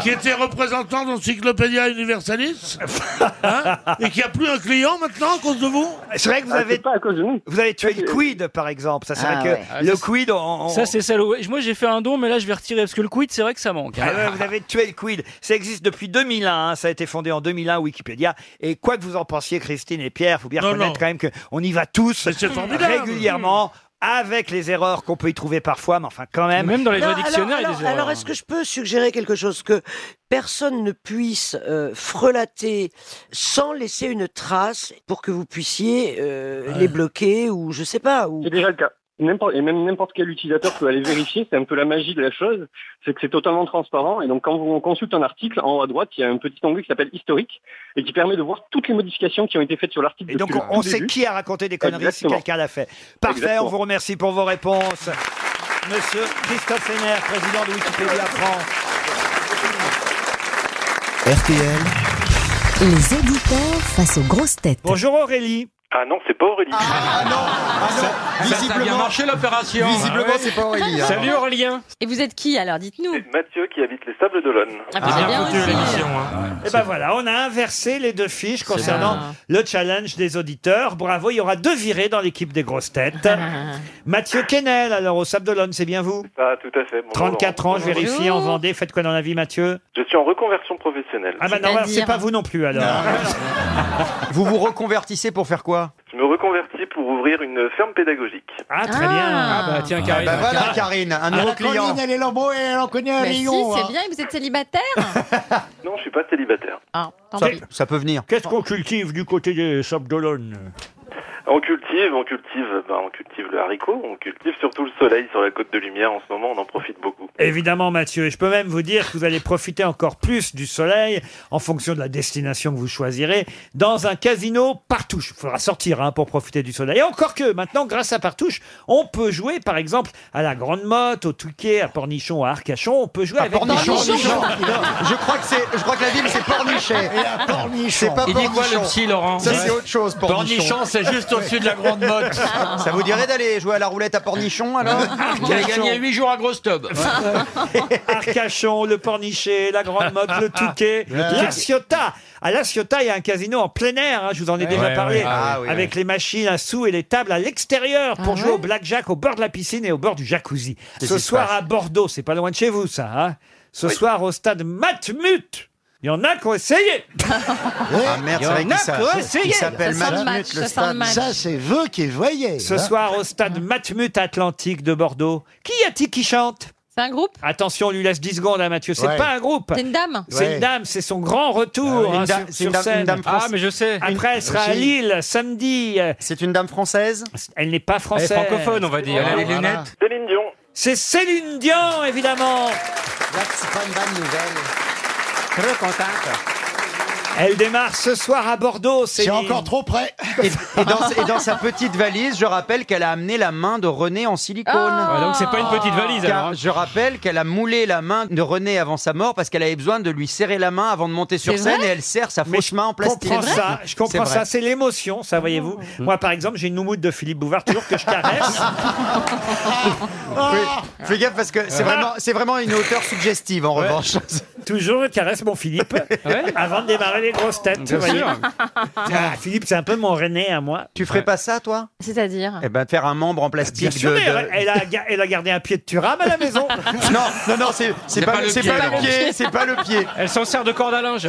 [SPEAKER 2] Qui était représentant d'Encyclopédia Universalis hein, Et qui a plus un client maintenant à cause de vous
[SPEAKER 1] C'est vrai que vous avez, vous avez tué le quid, par exemple. Ça, c'est
[SPEAKER 8] Ah
[SPEAKER 1] vrai que
[SPEAKER 8] ouais. Ah,
[SPEAKER 1] le
[SPEAKER 8] ça,
[SPEAKER 1] quid, on- on-
[SPEAKER 8] Ça, c'est salaud. Ouais, Moi, j'ai fait un don, mais là, je vais retirer parce que le quid, c'est vrai que ça manque.
[SPEAKER 1] Ah ouais, vous avez tué le quid. Ça existe depuis 2001. hein. Ça a été fondé en 2001, Wikipédia. Et quoi que vous en pensiez, Christine et Pierre, faut bien
[SPEAKER 2] Non,
[SPEAKER 1] reconnaître
[SPEAKER 2] non.
[SPEAKER 1] quand même qu'on y va tous
[SPEAKER 2] formidable. Hmm.
[SPEAKER 1] régulièrement. Avec les erreurs qu'on peut y trouver parfois, mais enfin quand même. Même
[SPEAKER 17] Non, alors- alors, alors,
[SPEAKER 2] hein.
[SPEAKER 17] est-ce que je peux suggérer quelque chose que personne ne puisse euh, frelater sans laisser une trace pour que vous puissiez
[SPEAKER 1] Ah
[SPEAKER 17] euh, les bloquer ou je sais pas ou
[SPEAKER 15] C'est déjà le cas. N'importe- et même n'importe quel utilisateur peut aller vérifier, c'est un peu la magie de la chose, c'est que c'est totalement transparent, et donc quand on consulte un article, en haut à droite, il y a un petit onglet qui s'appelle historique, et qui permet de voir toutes les modifications qui ont été faites sur l'article.
[SPEAKER 1] Et donc, on, on sait qui a raconté des conneries si quelqu'un l'a fait. Parfait,
[SPEAKER 15] Exactement.
[SPEAKER 1] on vous remercie pour vos réponses. Monsieur Christophe Henner, président de Wikipédia France.
[SPEAKER 33] RTL.
[SPEAKER 4] Les auditeurs face aux grosses têtes.
[SPEAKER 1] Bonjour Aurélie.
[SPEAKER 34] Ah non, c'est pas Aurélie.
[SPEAKER 16] Visiblement, ça a bien marché l'opération. Ah. Visiblement, c'est pas Aurélie. hein.
[SPEAKER 34] Salut,
[SPEAKER 16] Aurélien.
[SPEAKER 22] Et vous êtes qui alors Dites-nous.
[SPEAKER 34] Mathieu qui habite les Sables d'Olonne.
[SPEAKER 22] Ah, bah, c'est bien aussi.
[SPEAKER 16] hein.
[SPEAKER 1] Et ben voilà, on a inversé les deux fiches concernant
[SPEAKER 34] bien.
[SPEAKER 1] le challenge des auditeurs. Bravo, il y aura deux virés dans l'équipe des grosses têtes. Mathieu Kennel, alors au Sable d'Olonne, c'est bien vous
[SPEAKER 34] Ah, tout à fait. Bonjour,
[SPEAKER 1] 34
[SPEAKER 34] Laurent.
[SPEAKER 1] ans, je vérifie en Vendée. Faites quoi dans la vie, Mathieu
[SPEAKER 34] Je suis en reconversion professionnelle.
[SPEAKER 1] Ah bah non, alors, c'est pas vous non plus alors.
[SPEAKER 13] Vous vous reconvertissez pour faire quoi
[SPEAKER 34] Je me reconvertis pour ouvrir une ferme pédagogique.
[SPEAKER 1] Ah,
[SPEAKER 13] très bien. Ah
[SPEAKER 8] bah tiens,
[SPEAKER 13] Karine.
[SPEAKER 15] hein.
[SPEAKER 34] Ah, bah, voilà,
[SPEAKER 13] Karine. Karine, un nouveau client.
[SPEAKER 35] elle est lambeau et elle en connaît un
[SPEAKER 22] Mais Bah si,
[SPEAKER 35] rayon,
[SPEAKER 22] c'est
[SPEAKER 35] hein.
[SPEAKER 22] bien, et vous êtes célibataire
[SPEAKER 34] Non, je suis pas célibataire.
[SPEAKER 22] Ah, tant
[SPEAKER 13] Ça,
[SPEAKER 22] pis.
[SPEAKER 13] ça peut venir.
[SPEAKER 1] Qu'est-ce qu'on cultive du côté des Sables d'Olonne
[SPEAKER 34] On cultive, on cultive, bah, on cultive le haricot, on cultive surtout le soleil sur la côte de lumière en ce moment, on en profite beaucoup.
[SPEAKER 1] Évidemment, Mathieu. Et je peux même vous dire que vous allez profiter encore plus du soleil en fonction de la destination que vous choisirez dans un casino Partouche. Il faudra sortir hein, pour profiter du soleil. Et encore que maintenant, grâce à Partouche, on peut jouer par exemple à la Grande Motte, au Touquet, à Pornichon, à Arcachon. On peut jouer à avec
[SPEAKER 13] Pornichon, Pornichon. Je crois que c'est, je crois que la ville c'est Pornichet. C'est pas
[SPEAKER 16] Il dit quoi
[SPEAKER 13] Pornichon.
[SPEAKER 16] le psy, Laurent
[SPEAKER 13] Ça c'est autre chose. Pornichon,
[SPEAKER 16] Pornichon, c'est juste au-dessus de la Grande Motte.
[SPEAKER 13] Ça vous dirait d'aller jouer à la roulette à Pornichon alors
[SPEAKER 16] Vous avez gagné 8 jours à Grosse Tub.
[SPEAKER 1] Arcachon, le Pornichet, la Grande Motte, le Touquet,
[SPEAKER 16] Le
[SPEAKER 1] la
[SPEAKER 16] Touquet.
[SPEAKER 1] Ciotat. À la Ciotat, il y a un casino en plein air, hein, je vous en ai déjà
[SPEAKER 16] ouais,
[SPEAKER 1] parlé,
[SPEAKER 16] ouais. Ah oui,
[SPEAKER 1] avec les machines à sous et les tables à l'extérieur pour jouer au blackjack au bord de la piscine et au bord du jacuzzi.
[SPEAKER 16] Qu'est-ce
[SPEAKER 1] Ce
[SPEAKER 16] qui se
[SPEAKER 1] soir
[SPEAKER 16] passe
[SPEAKER 1] à Bordeaux, c'est pas loin de chez vous ça. hein. Ce soir au stade Matmut. Il y en a qui ont essayé.
[SPEAKER 13] Ah merde,
[SPEAKER 1] Il y
[SPEAKER 13] c'est vrai
[SPEAKER 1] en
[SPEAKER 13] qu'il
[SPEAKER 1] a
[SPEAKER 13] s'a-
[SPEAKER 1] qui ont
[SPEAKER 13] il
[SPEAKER 1] essayé.
[SPEAKER 13] s'appelle Ça sent le Matmut, match, le ça sent le stade. match.
[SPEAKER 35] Ça, c'est vœu qui est voyé.
[SPEAKER 13] hein.
[SPEAKER 1] Ce soir au
[SPEAKER 22] Ah.
[SPEAKER 1] stade Matmut Atlantique de Bordeaux, qui y a-t-il qui chante
[SPEAKER 22] C'est un groupe
[SPEAKER 1] Attention, on lui laisse 10 secondes à Mathieu. C'est
[SPEAKER 22] Ouais.
[SPEAKER 1] pas un groupe.
[SPEAKER 22] C'est une dame
[SPEAKER 1] C'est
[SPEAKER 22] Ouais.
[SPEAKER 1] une dame, c'est son grand
[SPEAKER 13] Ah
[SPEAKER 1] retour
[SPEAKER 13] oui, une
[SPEAKER 1] hein,
[SPEAKER 13] dame-
[SPEAKER 1] sur,
[SPEAKER 13] c'est
[SPEAKER 1] sur
[SPEAKER 13] une dame-
[SPEAKER 1] scène.
[SPEAKER 13] une dame française.
[SPEAKER 8] Ah, mais je sais.
[SPEAKER 1] Après, elle sera à
[SPEAKER 13] Aussi.
[SPEAKER 1] Lille samedi. euh,
[SPEAKER 13] C'est une dame française
[SPEAKER 1] Elle n'est pas française.
[SPEAKER 8] Elle est francophone, on va dire. Elle a les Voilà. lunettes.
[SPEAKER 34] Céline Dion.
[SPEAKER 1] C'est Céline Dion, évidemment.
[SPEAKER 13] C'est pas une bonne nouvelle. Très contente.
[SPEAKER 1] Elle démarre ce soir à Bordeaux. Céline.
[SPEAKER 13] trop près. Et, et dans, et dans sa petite valise, je rappelle qu'elle a amené la main de René en silicone.
[SPEAKER 8] Ah. Ouais, donc c'est pas une petite valise,
[SPEAKER 13] Car
[SPEAKER 8] alors, hein.
[SPEAKER 13] Je rappelle qu'elle a moulé la main de René avant sa mort parce qu'elle avait besoin de lui serrer la main avant de monter sur
[SPEAKER 1] C'est vrai
[SPEAKER 13] scène et elle serre sa fausse main en
[SPEAKER 1] Je
[SPEAKER 13] plastique.
[SPEAKER 1] comprends ça, je comprends
[SPEAKER 13] vrai. Oh.
[SPEAKER 1] ça, c'est l'émotion, ça voyez-vous. Moi par exemple, j'ai une moumoute de Philippe Bouvard toujours que je caresse.
[SPEAKER 13] Ah. Fais- Fais gaffe parce que c'est
[SPEAKER 1] Ah.
[SPEAKER 13] vraiment, c'est vraiment une hauteur suggestive en revanche.
[SPEAKER 1] Toujours je caresse mon Philippe avant de démarrer les grosses têtes.
[SPEAKER 13] Bien
[SPEAKER 1] vous voyez.
[SPEAKER 13] sûr.
[SPEAKER 1] Ah, Philippe, c'est un peu mon René à moi.
[SPEAKER 13] Tu ferais pas ça, toi
[SPEAKER 22] C'est-à-dire
[SPEAKER 13] Eh ben, faire un membre en plastique.
[SPEAKER 1] Bien sûr, euh,
[SPEAKER 13] de- de-
[SPEAKER 1] elle, elle a, ga- elle a gardé un pied de Turam à la maison.
[SPEAKER 13] Non,
[SPEAKER 1] eh,
[SPEAKER 13] non, non, c'est c'est pas, c'est pas le pied, c'est pas le pied.
[SPEAKER 8] Elle s'en sert de corde à linge.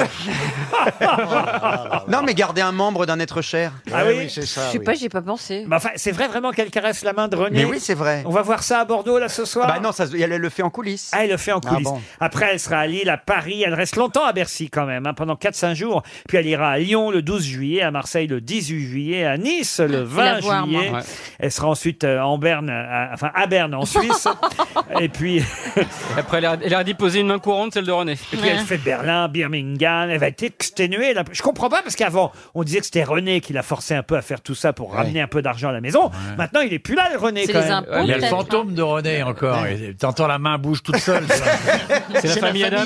[SPEAKER 13] Non, mais garder un membre d'un être cher.
[SPEAKER 1] Ah oui,
[SPEAKER 22] Je sais pas, j'y ai pas pensé.
[SPEAKER 1] Mais enfin, c'est vrai vraiment qu'elle caresse la main de René.
[SPEAKER 13] Mais oui, c'est vrai.
[SPEAKER 1] On va voir ça à Bordeaux là ce soir.
[SPEAKER 13] Bah non, ça, se- elle le fait en coulisses.
[SPEAKER 1] Ah, elle le fait en
[SPEAKER 13] Ah
[SPEAKER 1] coulisses.
[SPEAKER 13] bon.
[SPEAKER 1] Après, elle sera à Lille, à Paris. Elle reste longtemps à Bercy quand même, hein, pendant 4-5 jours. Puis elle ira à Lyon le 12 juillet, à Marseille le 18 juillet, à Nice le
[SPEAKER 22] Faut la
[SPEAKER 1] 20
[SPEAKER 22] voir, moi.
[SPEAKER 1] juillet.
[SPEAKER 22] Ouais.
[SPEAKER 1] Elle sera ensuite euh, en Berne, à- enfin à Berne en Suisse. Et puis,
[SPEAKER 8] Après, elle a, elle a dit poser une main courante, celle de René.
[SPEAKER 1] et puis elle fait Berlin, Birmingham. Elle va être exténuée. là. Je comprends pas parce qu'avant, on disait que c'était René qui l'a forcé un peu à faire tout ça pour ramener un peu d'argent à la maison. Maintenant, il est plus là, le René.
[SPEAKER 36] C'est
[SPEAKER 1] quand
[SPEAKER 36] les
[SPEAKER 1] même.
[SPEAKER 36] impôts, Il y a le peut-être, fantôme
[SPEAKER 1] de René encore.
[SPEAKER 36] T'entends la main bouge toute seule.
[SPEAKER 8] C'est la famille Adams.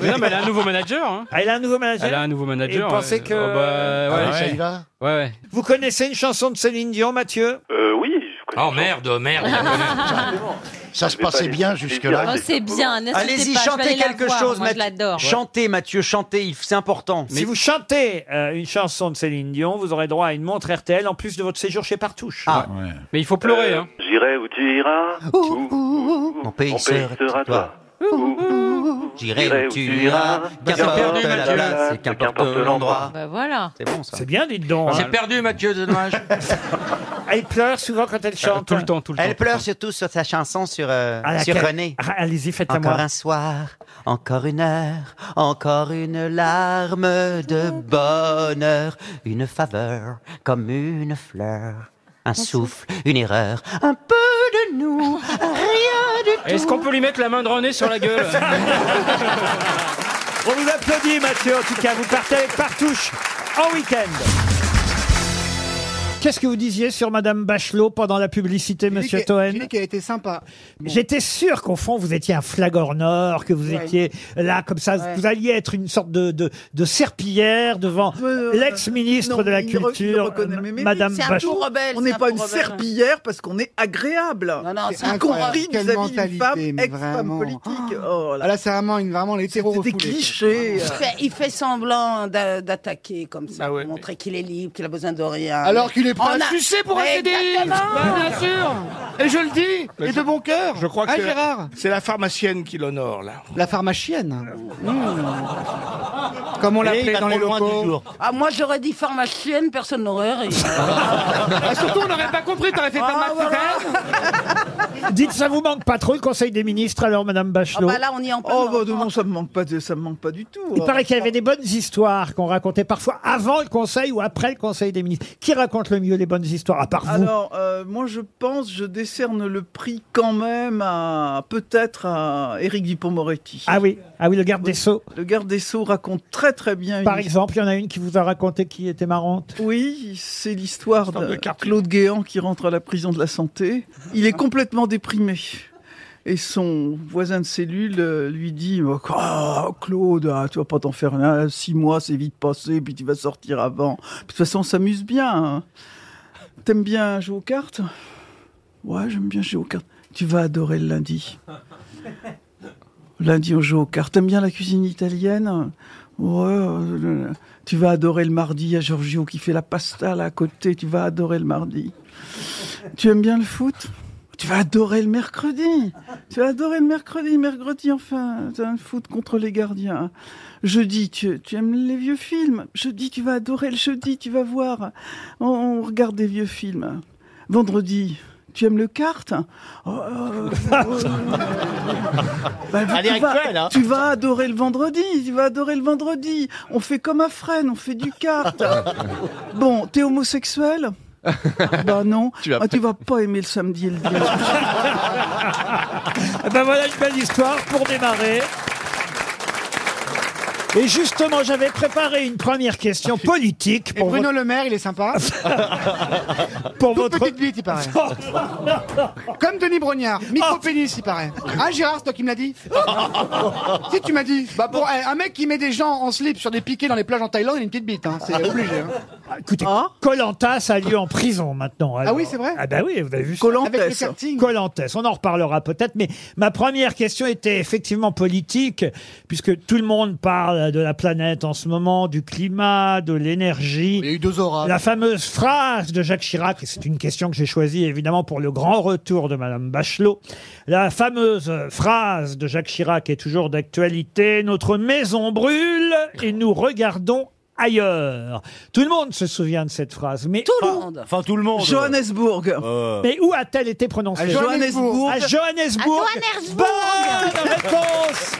[SPEAKER 8] Mais Non, mais elle a un nouveau manager. hein.
[SPEAKER 1] Elle a un nouveau manager.
[SPEAKER 8] Elle a un nouveau manager.
[SPEAKER 1] Et vous pensez
[SPEAKER 8] ouais.
[SPEAKER 1] que-
[SPEAKER 8] Oh, bah,
[SPEAKER 1] Ah
[SPEAKER 8] ouais,
[SPEAKER 1] ouais.
[SPEAKER 8] ouais. Ouais, ouais.
[SPEAKER 1] Vous connaissez une chanson de Céline Dion, Mathieu
[SPEAKER 34] Euh, oui, je
[SPEAKER 37] Oh merde, merde.
[SPEAKER 8] Ça se passait bien jusque-là.
[SPEAKER 6] Oh, c'est bien, n'insistez
[SPEAKER 17] Allez-y,
[SPEAKER 6] pas, je vais
[SPEAKER 17] chantez
[SPEAKER 6] aller la
[SPEAKER 17] quelque
[SPEAKER 6] voir,
[SPEAKER 17] chose,
[SPEAKER 6] moi, je
[SPEAKER 17] Mathieu.
[SPEAKER 6] l'adore.
[SPEAKER 17] Chantez, Mathieu, chantez, il- c'est important.
[SPEAKER 1] Si vous chantez euh, une chanson de Céline Dion, vous aurez droit à une montre RTL en plus de votre séjour chez Partouche. Euh, Ah,
[SPEAKER 4] mais il faut pleurer. hein.
[SPEAKER 19] J'irai où tu iras,
[SPEAKER 17] Mon pays
[SPEAKER 19] mon pays sera toi.
[SPEAKER 17] J'irai où tu iras,
[SPEAKER 37] Qu'importe
[SPEAKER 17] qu'importe
[SPEAKER 37] la
[SPEAKER 17] la place et qu'importe l'endroit.
[SPEAKER 6] Bah voilà.
[SPEAKER 17] C'est bon ça.
[SPEAKER 1] C'est bien, dites donc.
[SPEAKER 37] J'ai
[SPEAKER 1] hein.
[SPEAKER 37] perdu, Mathieu, c'est dommage.
[SPEAKER 1] Elle pleure souvent quand elle chante.
[SPEAKER 4] Tout le temps, tout le temps.
[SPEAKER 17] Elle pleure surtout sur sa chanson sur, euh,
[SPEAKER 1] À
[SPEAKER 17] sur
[SPEAKER 1] laquelle-
[SPEAKER 17] René.
[SPEAKER 1] Ah, Allez-y, faites-la
[SPEAKER 17] Encore
[SPEAKER 1] moi.
[SPEAKER 17] un soir, encore une heure, encore une larme de bonheur, une faveur comme une fleur, un souffle, une erreur, un peu de nous, rien du
[SPEAKER 4] Est-ce
[SPEAKER 17] tout.
[SPEAKER 4] qu'on peut lui mettre la main de René sur la gueule
[SPEAKER 8] Bah,
[SPEAKER 1] On vous applaudit, Mathieu. En tout cas, vous partez avec Partouche en week-end. Qu'est-ce que vous disiez sur Madame Bachelot pendant la publicité,
[SPEAKER 18] J'ai dit
[SPEAKER 1] Monsieur
[SPEAKER 18] qu'elle- j'ai
[SPEAKER 1] Toen
[SPEAKER 18] dit qu'elle était sympa. Bon.
[SPEAKER 1] J'étais sûr qu'au fond, vous étiez un flagorneur, que vous
[SPEAKER 18] Ouais.
[SPEAKER 1] étiez là, comme ça,
[SPEAKER 18] Ouais.
[SPEAKER 1] vous alliez être une sorte de, de, de serpillière devant
[SPEAKER 18] Euh,
[SPEAKER 1] l'ex-ministre
[SPEAKER 18] non,
[SPEAKER 1] de la
[SPEAKER 18] il ne re- il ne
[SPEAKER 1] Culture, euh,
[SPEAKER 18] reconnaît- mais- mais
[SPEAKER 1] Madame
[SPEAKER 18] oui, c'est un
[SPEAKER 1] Bachelot.
[SPEAKER 18] con rebelle, On n'est pas une serpillière parce qu'on est agréable.
[SPEAKER 13] Non, non, c'est
[SPEAKER 18] Y
[SPEAKER 13] incroyable.
[SPEAKER 18] compris
[SPEAKER 13] Quelle
[SPEAKER 18] vis-à-vis d'une
[SPEAKER 13] mentalité,
[SPEAKER 18] femme,
[SPEAKER 13] mais
[SPEAKER 18] ex-femme
[SPEAKER 13] vraiment.
[SPEAKER 18] politique. Oh là
[SPEAKER 13] Ah, là, c'est vraiment, une- vraiment l'hétéro
[SPEAKER 18] C'était
[SPEAKER 13] refoulé.
[SPEAKER 18] des clichés.
[SPEAKER 13] quoi.
[SPEAKER 18] euh.
[SPEAKER 13] Ah. Il fait-
[SPEAKER 5] Il fait semblant d'a- d'attaquer comme ça, pour montrer qu'il est libre, qu'il a besoin de rien.
[SPEAKER 13] Ah Alors qu'il est prêt
[SPEAKER 5] On
[SPEAKER 13] à
[SPEAKER 5] a-
[SPEAKER 13] sucer pour un
[SPEAKER 5] Mais
[SPEAKER 13] CDI
[SPEAKER 5] exactement.
[SPEAKER 13] Bah, Bien sûr Et je le dis
[SPEAKER 5] Mais
[SPEAKER 13] Et
[SPEAKER 5] je-
[SPEAKER 13] de bon cœur
[SPEAKER 5] je crois
[SPEAKER 13] Hein,
[SPEAKER 5] que-
[SPEAKER 13] Gérard
[SPEAKER 5] C'est la pharmacienne qui l'honore, là.
[SPEAKER 13] La pharmacienne Comme on l'appelait dans les locaux.
[SPEAKER 5] Ah, moi, j'aurais dit pharmacienne, personne n'aurait ri.
[SPEAKER 13] Ah, surtout, on n'aurait pas compris, t'aurais fait
[SPEAKER 5] Ah,
[SPEAKER 13] pharmacienne
[SPEAKER 5] voilà.
[SPEAKER 1] Dites, ça vous manque pas trop le Conseil des ministres, alors, Madame Bachelot
[SPEAKER 5] on y est en
[SPEAKER 18] Oh, bah, non, ça me manque pas de, ça me manque pas du tout. hein.
[SPEAKER 1] Il paraît qu'il y avait des bonnes histoires qu'on racontait parfois avant le Conseil ou après le Conseil des ministres. Qui raconte le mieux les bonnes histoires, à part vous
[SPEAKER 18] Alors, euh, moi, je pense, je décerne le prix quand même à peut-être à Éric Dupond-Moretti.
[SPEAKER 1] Ah oui, ah oui, le garde des Sceaux.
[SPEAKER 18] Le garde des Sceaux raconte très très bien. une
[SPEAKER 1] Par exemple, il y en a une qui vous a raconté qui était marrante.
[SPEAKER 18] Oui, c'est l'histoire de Claude Guéant qui rentre à la prison de la santé. Il est complètement déprimé. Et son voisin de cellule euh, lui dit « Ah, Claude, ah, tu vas pas t'en faire là, six mois, c'est vite passé, puis tu vas sortir avant. Puis De toute façon, on s'amuse bien. hein. T'aimes bien jouer aux cartes Ouais, j'aime bien jouer aux cartes. Tu vas adorer le lundi. Lundi, on joue aux cartes. T'aimes bien la cuisine italienne Ouais. euh, tu vas adorer le mardi. Il y a Giorgio qui fait la pasta là à côté. Tu vas adorer le mardi. Tu aimes bien le foot Tu vas adorer le mercredi. Tu vas adorer le mercredi. Mercredi, enfin, t'as un foot contre les gardiens. Jeudi, tu, tu aimes les vieux films. Jeudi, tu vas adorer le jeudi. Tu vas voir. On, on regarde des vieux films. Vendredi. Tu aimes le kart Oh, euh, bah,
[SPEAKER 8] Elle est
[SPEAKER 18] tu, vas,
[SPEAKER 8] actuelle, hein.
[SPEAKER 18] tu vas adorer le vendredi, tu vas adorer le vendredi. On fait comme à Fresnes, on fait du kart. bon, t'es homosexuel Bah non.
[SPEAKER 1] Tu vas
[SPEAKER 18] Ah, tu vas pas aimer le samedi et le dimanche.
[SPEAKER 1] Eh ben voilà une belle histoire pour démarrer. Et justement, j'avais préparé une première question politique
[SPEAKER 13] Et
[SPEAKER 1] pour
[SPEAKER 13] Bruno
[SPEAKER 1] votre...
[SPEAKER 13] Le Maire, il est sympa.
[SPEAKER 1] Pour
[SPEAKER 13] Toute
[SPEAKER 1] votre... Oh.
[SPEAKER 13] petite bite, il paraît. Comme Denis Brognard, micro-pénis, il paraît. Hein, Gérard, c'est toi qui me l'as dit Si, tu m'as dit. Bah, pour un un mec qui met des gens en slip sur des piquets dans les plages en Thaïlande, il a une petite bite, hein. c'est obligé. hein.
[SPEAKER 1] Ah, Écoutez, Colanta, ça a lieu en prison maintenant.
[SPEAKER 13] Ah oui, c'est vrai
[SPEAKER 1] Ah ben oui, vous avez vu ça.
[SPEAKER 18] Koh-Lanta.
[SPEAKER 13] Avec les kartings.
[SPEAKER 1] Colantes, on en reparlera peut-être, mais ma première question était effectivement politique, puisque tout le monde parle de la planète en ce moment, du climat, de l'énergie.
[SPEAKER 13] Il y a eu deux orages.
[SPEAKER 1] La fameuse phrase de Jacques Chirac, et c'est une question que j'ai choisie évidemment pour le grand retour de Madame Bachelot, la fameuse euh, phrase de Jacques Chirac est toujours d'actualité, notre maison brûle et nous regardons ailleurs. Tout le monde se souvient de cette phrase, mais,
[SPEAKER 5] Tout le monde.
[SPEAKER 2] Enfin, tout le monde.
[SPEAKER 18] Johannesburg.
[SPEAKER 1] mais où a-t-elle été prononcée
[SPEAKER 18] À Johannesburg.
[SPEAKER 1] À Johannesburg.
[SPEAKER 5] À Johannesburg.
[SPEAKER 1] Bonne réponse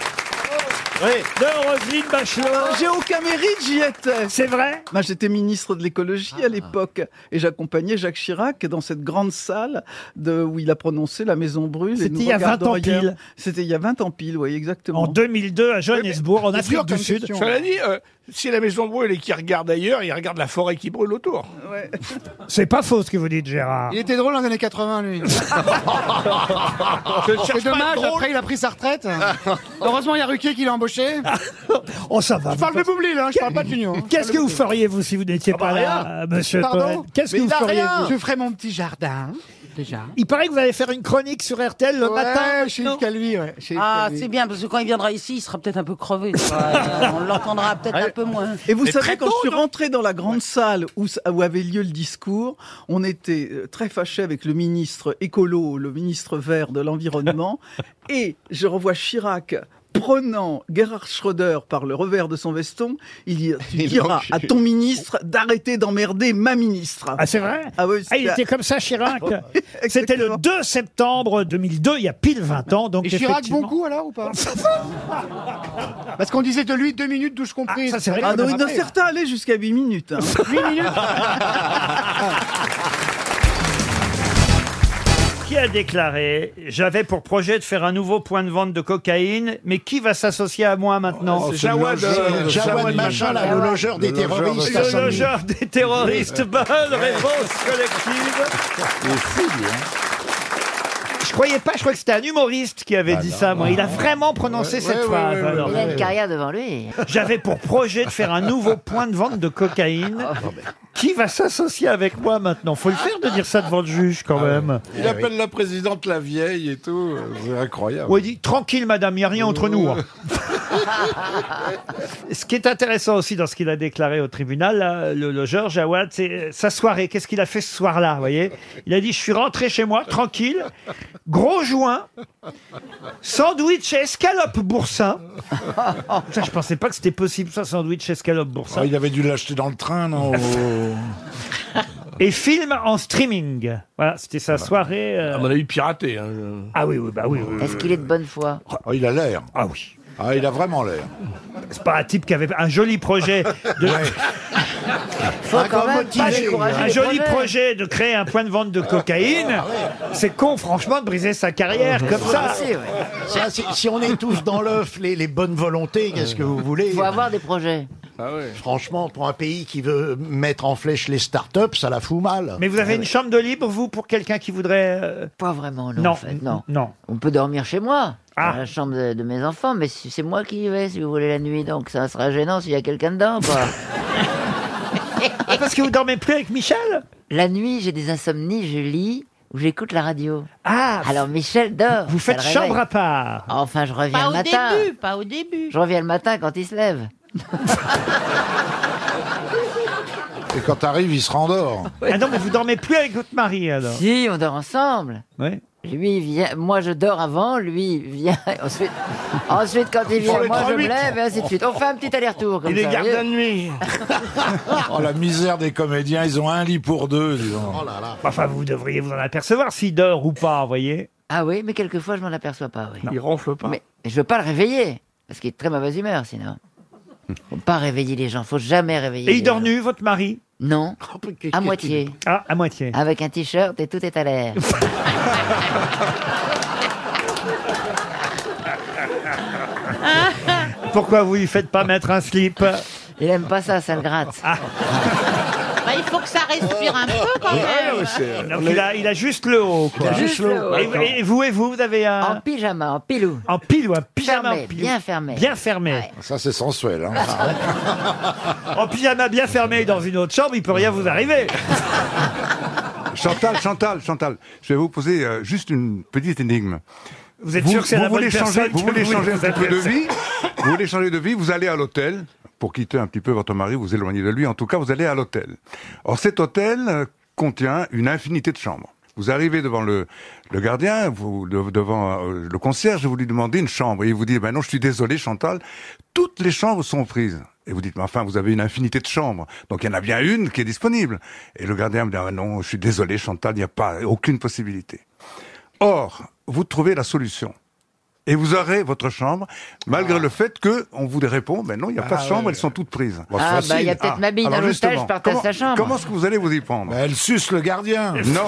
[SPEAKER 1] de Roselyne Bachelot.
[SPEAKER 18] Ah, J'ai aucun mérite, j'y étais.
[SPEAKER 1] C'est vrai Ah.
[SPEAKER 18] Moi, j'étais ministre de l'écologie à l'époque et j'accompagnais Jacques Chirac dans cette grande salle de, où il a prononcé la maison brûle. et
[SPEAKER 1] C'était
[SPEAKER 18] nous
[SPEAKER 1] il y a 20
[SPEAKER 18] regardons
[SPEAKER 1] ans
[SPEAKER 18] ailleurs.
[SPEAKER 1] pile.
[SPEAKER 18] C'était il y a 20 ans pile, oui, exactement.
[SPEAKER 1] En 2002, à Johannesburg, en
[SPEAKER 2] C'est dur
[SPEAKER 1] Afrique du
[SPEAKER 2] comme
[SPEAKER 1] Sud.
[SPEAKER 2] question. Cela dit, euh, si la maison brûle et qu'il regarde ailleurs, il regarde la forêt qui brûle autour.
[SPEAKER 18] Ouais.
[SPEAKER 1] C'est pas faux ce que vous dites, Gérard.
[SPEAKER 13] Il était drôle dans les années 80, lui. C'est dommage, après, il a pris sa retraite. Heureusement, il y a Ruquier qui l'a embauché.
[SPEAKER 1] Oh, ça va.
[SPEAKER 13] Je parle de Boublil, hein, je parle pas de l'Union. hein.
[SPEAKER 1] Qu'est-ce que vous feriez, vous, si vous n'étiez pas
[SPEAKER 2] bah,
[SPEAKER 1] là, euh, monsieur
[SPEAKER 13] Pardon
[SPEAKER 1] Toen Qu'est-ce que
[SPEAKER 13] Mais
[SPEAKER 1] vous
[SPEAKER 13] il a
[SPEAKER 1] feriez
[SPEAKER 13] rien.
[SPEAKER 1] vous
[SPEAKER 13] Je ferai mon petit jardin.
[SPEAKER 17] déjà.
[SPEAKER 1] Il paraît que vous allez faire une chronique sur RTL le matin. Yves
[SPEAKER 17] Calvi, ouais. ah, c'est bien, parce que quand il viendra ici, il sera peut-être un peu crevé. Euh, on l'entendra peut-être un peu moins.
[SPEAKER 18] Et vous savez, quand je suis rentrée dans la grande salle où, s- où avait lieu le discours, on était euh, très fâchés avec le ministre écolo, le ministre vert de l'environnement, et je revois Chirac prenant Gerhard Schröder par le revers de son veston, il dit « Tu
[SPEAKER 1] Il
[SPEAKER 18] diras
[SPEAKER 1] l'encule.
[SPEAKER 18] à ton ministre d'arrêter d'emmerder ma ministre ».
[SPEAKER 1] Ah, c'est vrai
[SPEAKER 18] Ah oui,
[SPEAKER 1] Ah, il
[SPEAKER 18] c'était-
[SPEAKER 1] était comme ça, Chirac.
[SPEAKER 13] Ah
[SPEAKER 1] C'était le 2 septembre 2002, il y a pile 20 ans. Donc
[SPEAKER 38] Et Chirac,
[SPEAKER 1] effectivement-
[SPEAKER 38] bon coup alors ou pas Parce qu'on disait de lui 2 minutes 12 comprises.
[SPEAKER 1] ça, c'est vrai
[SPEAKER 18] Ah non, non, certains allaient jusqu'à 8 minutes. hein.
[SPEAKER 38] 8 minutes
[SPEAKER 1] Qui a déclaré J'avais pour projet de faire un nouveau point de vente de cocaïne, mais qui va s'associer à moi maintenant
[SPEAKER 4] Oh, c'est Jawad, le logeur, euh, le Jawad Jawad machin, machin, là, le logeur des le logeur de terroristes à
[SPEAKER 1] Le
[SPEAKER 4] 100 000.
[SPEAKER 1] logeur des terroristes. Bonne réponse collective.
[SPEAKER 4] hein.
[SPEAKER 1] Bah, Je croyais pas, je crois que c'était un humoriste qui
[SPEAKER 4] Bah
[SPEAKER 1] avait dit ça, moi. Il a vraiment prononcé cette phrase. alors.
[SPEAKER 22] Il a une carrière devant lui.
[SPEAKER 1] J'avais pour projet de faire un nouveau point de vente de cocaïne.
[SPEAKER 4] Ah, ben.
[SPEAKER 1] Qui va s'associer avec moi maintenant Faut le faire de dire ça devant le juge
[SPEAKER 4] Ah,
[SPEAKER 1] quand même.
[SPEAKER 3] Il
[SPEAKER 4] Eh
[SPEAKER 3] appelle la présidente la vieille et tout. euh, C'est incroyable.
[SPEAKER 1] Ouais, il dit tranquille madame, il n'y a rien entre nous. hein. ce qui est intéressant aussi dans ce qu'il a déclaré au tribunal, là, le logeur Jawad, c'est euh, sa soirée. Qu'est-ce qu'il a fait ce soir-là, vous voyez Il a dit je suis rentré chez moi tranquille, gros joint, sandwich et escalope boursin. Ça, je pensais pas que c'était possible ça, sandwich escalope boursin.
[SPEAKER 4] Ah, il avait dû l'acheter dans le train, non
[SPEAKER 1] Oh. Et film en streaming. Voilà, c'était sa soirée. euh,
[SPEAKER 39] À mon avis, piraté. hein.
[SPEAKER 1] Ah oui, oui, bah oui. oui, oui.
[SPEAKER 22] Est-ce qu'il est de bonne foi
[SPEAKER 3] Oh, il a l'air.
[SPEAKER 1] Ah oui.
[SPEAKER 3] Ah, il a vraiment l'air.
[SPEAKER 1] C'est pas un type qui avait un joli projet de.
[SPEAKER 4] Ah,
[SPEAKER 22] Faut quand même pas décourager
[SPEAKER 4] hein.
[SPEAKER 1] un
[SPEAKER 22] les
[SPEAKER 1] joli
[SPEAKER 22] projets.
[SPEAKER 1] projet de créer un point de vente de cocaïne. C'est con, franchement, de briser sa carrière comme ça.
[SPEAKER 22] Aussi, ouais.
[SPEAKER 13] Ça, si, si on est tous dans l'œuf, les, les bonnes volontés, qu'est-ce que vous voulez
[SPEAKER 22] Faut avoir des projets.
[SPEAKER 13] Franchement, pour un pays qui veut mettre en flèche les start-up, ça la fout mal.
[SPEAKER 1] Mais vous avez une chambre de libre, vous, pour quelqu'un qui voudrait. euh,
[SPEAKER 22] Pas vraiment, non,
[SPEAKER 1] Non,
[SPEAKER 22] en fait, non.
[SPEAKER 1] non.
[SPEAKER 22] On peut dormir chez moi,
[SPEAKER 1] Ah.
[SPEAKER 22] dans la chambre de, de mes enfants, mais si- c'est moi qui y vais, si vous voulez, la nuit, donc ça sera gênant s'il y a quelqu'un dedans, quoi.
[SPEAKER 1] Ah, parce que vous dormez plus avec Michel
[SPEAKER 22] la nuit, j'ai des insomnies, je lis ou j'écoute la radio.
[SPEAKER 1] Ah
[SPEAKER 22] Alors Michel dort.
[SPEAKER 1] Vous
[SPEAKER 22] ça
[SPEAKER 1] faites
[SPEAKER 22] le réveille.
[SPEAKER 1] chambre à part.
[SPEAKER 22] Enfin, je reviens
[SPEAKER 5] Pas
[SPEAKER 22] le
[SPEAKER 5] au
[SPEAKER 22] matin.
[SPEAKER 5] début, pas au début.
[SPEAKER 22] Je reviens le matin quand il se lève.
[SPEAKER 3] Et quand t'arrives, il se rendort.
[SPEAKER 1] Ah non, mais vous dormez plus avec votre mari alors.
[SPEAKER 22] Si, on dort ensemble.
[SPEAKER 1] Ouais.
[SPEAKER 22] Lui il vient, moi je dors avant, lui il vient. Ensuite, ensuite quand il
[SPEAKER 3] font
[SPEAKER 22] vient,
[SPEAKER 3] les
[SPEAKER 22] moi je me
[SPEAKER 3] 3-8.
[SPEAKER 22] lève et ainsi de suite. On fait un petit aller-retour comme
[SPEAKER 39] Il est
[SPEAKER 22] ça.
[SPEAKER 39] garde
[SPEAKER 22] vous
[SPEAKER 39] à
[SPEAKER 22] voyez.
[SPEAKER 39] nuit.
[SPEAKER 3] Oh, la misère des comédiens, ils ont un lit pour deux, disons.
[SPEAKER 1] Oh Enfin, vous devriez vous en apercevoir s'il dort ou pas, vous voyez.
[SPEAKER 22] Ah oui, mais quelquefois je m'en aperçois pas. Oui.
[SPEAKER 39] Il ronfle pas.
[SPEAKER 22] Mais je veux pas le réveiller parce qu'il est de très mauvaise humeur sinon. Faut pas réveiller les gens, faut jamais réveiller.
[SPEAKER 1] Hmm. Et
[SPEAKER 22] les
[SPEAKER 1] il dort
[SPEAKER 22] gens.
[SPEAKER 1] nu, votre mari
[SPEAKER 22] Non, à moitié,
[SPEAKER 1] Ah, à moitié.
[SPEAKER 22] avec un t-shirt et tout est à l'air.
[SPEAKER 1] Pourquoi vous lui faites pas mettre un slip Ah,
[SPEAKER 22] Il aime pas ça, ça le gratte.
[SPEAKER 5] Bah, il faut que ça respire un peu quand même.
[SPEAKER 1] Donc, il, a, il a juste le haut, quoi.
[SPEAKER 22] Juste le haut.
[SPEAKER 1] Et, vous- et vous et vous, vous avez
[SPEAKER 22] En
[SPEAKER 1] un.
[SPEAKER 22] pyjama, en pilou.
[SPEAKER 1] En pile ou un pyjama
[SPEAKER 22] Fermé,
[SPEAKER 1] en pile.
[SPEAKER 22] bien fermé.
[SPEAKER 1] Bien fermé.
[SPEAKER 3] Ça, c'est sensuel. hein.
[SPEAKER 1] En pyjama bien fermé dans une autre chambre, il peut rien vous arriver.
[SPEAKER 12] Chantal, Chantal, Chantal, je vais vous poser euh, juste une petite énigme.
[SPEAKER 1] Vous êtes
[SPEAKER 12] vous,
[SPEAKER 1] sûr que c'est
[SPEAKER 12] vous
[SPEAKER 1] la bonne
[SPEAKER 12] voulez changer,
[SPEAKER 1] personne
[SPEAKER 12] vous
[SPEAKER 1] que
[SPEAKER 12] voulez
[SPEAKER 1] vous-
[SPEAKER 12] changer un
[SPEAKER 1] vous
[SPEAKER 12] petit peu de
[SPEAKER 1] adressez
[SPEAKER 12] vie, vous voulez changer de vie, vous allez à l'hôtel pour quitter un petit peu votre mari, vous éloigner de lui. En tout cas, vous allez à l'hôtel. Or, cet hôtel euh, contient une infinité de chambres. Vous arrivez devant le, le gardien, vous, de- devant euh, le concierge, et vous lui demandez une chambre. Et il vous dit, ben non, je suis désolé, Chantal, toutes les chambres sont prises. Et vous dites, mais enfin, vous avez une infinité de chambres. Donc il y en a bien une qui est disponible. Et le gardien me dit, ah non, je suis désolé, Chantal, il n'y a pas, aucune possibilité. Or, vous trouvez la solution. Et vous aurez votre chambre,
[SPEAKER 3] Ah.
[SPEAKER 12] malgré le fait que on vous répond, ben non, il n'y a pas de chambre, elles sont toutes prises.
[SPEAKER 22] Ah, bah, il y a peut-être ma bille dans
[SPEAKER 12] alors
[SPEAKER 22] l'hôtel,
[SPEAKER 12] justement,
[SPEAKER 22] je partage
[SPEAKER 12] comment-
[SPEAKER 22] sa chambre.
[SPEAKER 12] Comment est-ce que vous allez vous y prendre
[SPEAKER 3] Ben, elle suce le gardien.
[SPEAKER 12] Non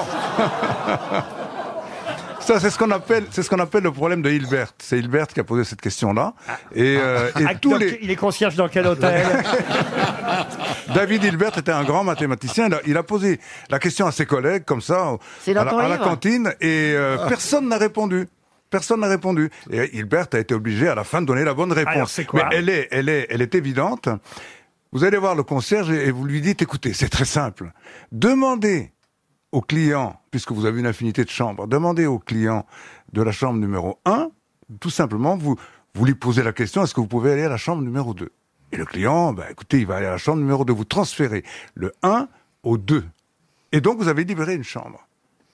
[SPEAKER 12] Ça, c'est ce qu'on appelle, c'est ce qu'on appelle le problème de Hilbert. C'est Hilbert qui a posé cette question-là. Et, euh, et
[SPEAKER 1] Ah,
[SPEAKER 12] tous
[SPEAKER 1] donc,
[SPEAKER 12] les...
[SPEAKER 1] Il est concierge dans quel hôtel
[SPEAKER 12] David Hilbert était un grand mathématicien. Il a- Il a posé la question à ses collègues, comme ça,
[SPEAKER 22] C'est dans
[SPEAKER 12] à la,
[SPEAKER 22] ton
[SPEAKER 12] à la
[SPEAKER 22] livre Ah.
[SPEAKER 12] cantine, et euh, personne n'a répondu. Personne n'a répondu. Et Hilbert a été obligé à la fin de donner la bonne réponse.
[SPEAKER 1] Alors, c'est quoi
[SPEAKER 12] Mais elle est, elle est, elle est évidente. Vous allez voir le concierge et et vous lui dites, écoutez, c'est très simple. Demandez au client, puisque vous avez une infinité de chambres, demandez au client de la chambre numéro 1, tout simplement, vous, vous lui posez la question, est-ce que vous pouvez aller à la chambre numéro 2 Et le client, bah, écoutez, il va aller à la chambre numéro 2, vous transférez le 1 au 2. Et donc, vous avez libéré une chambre.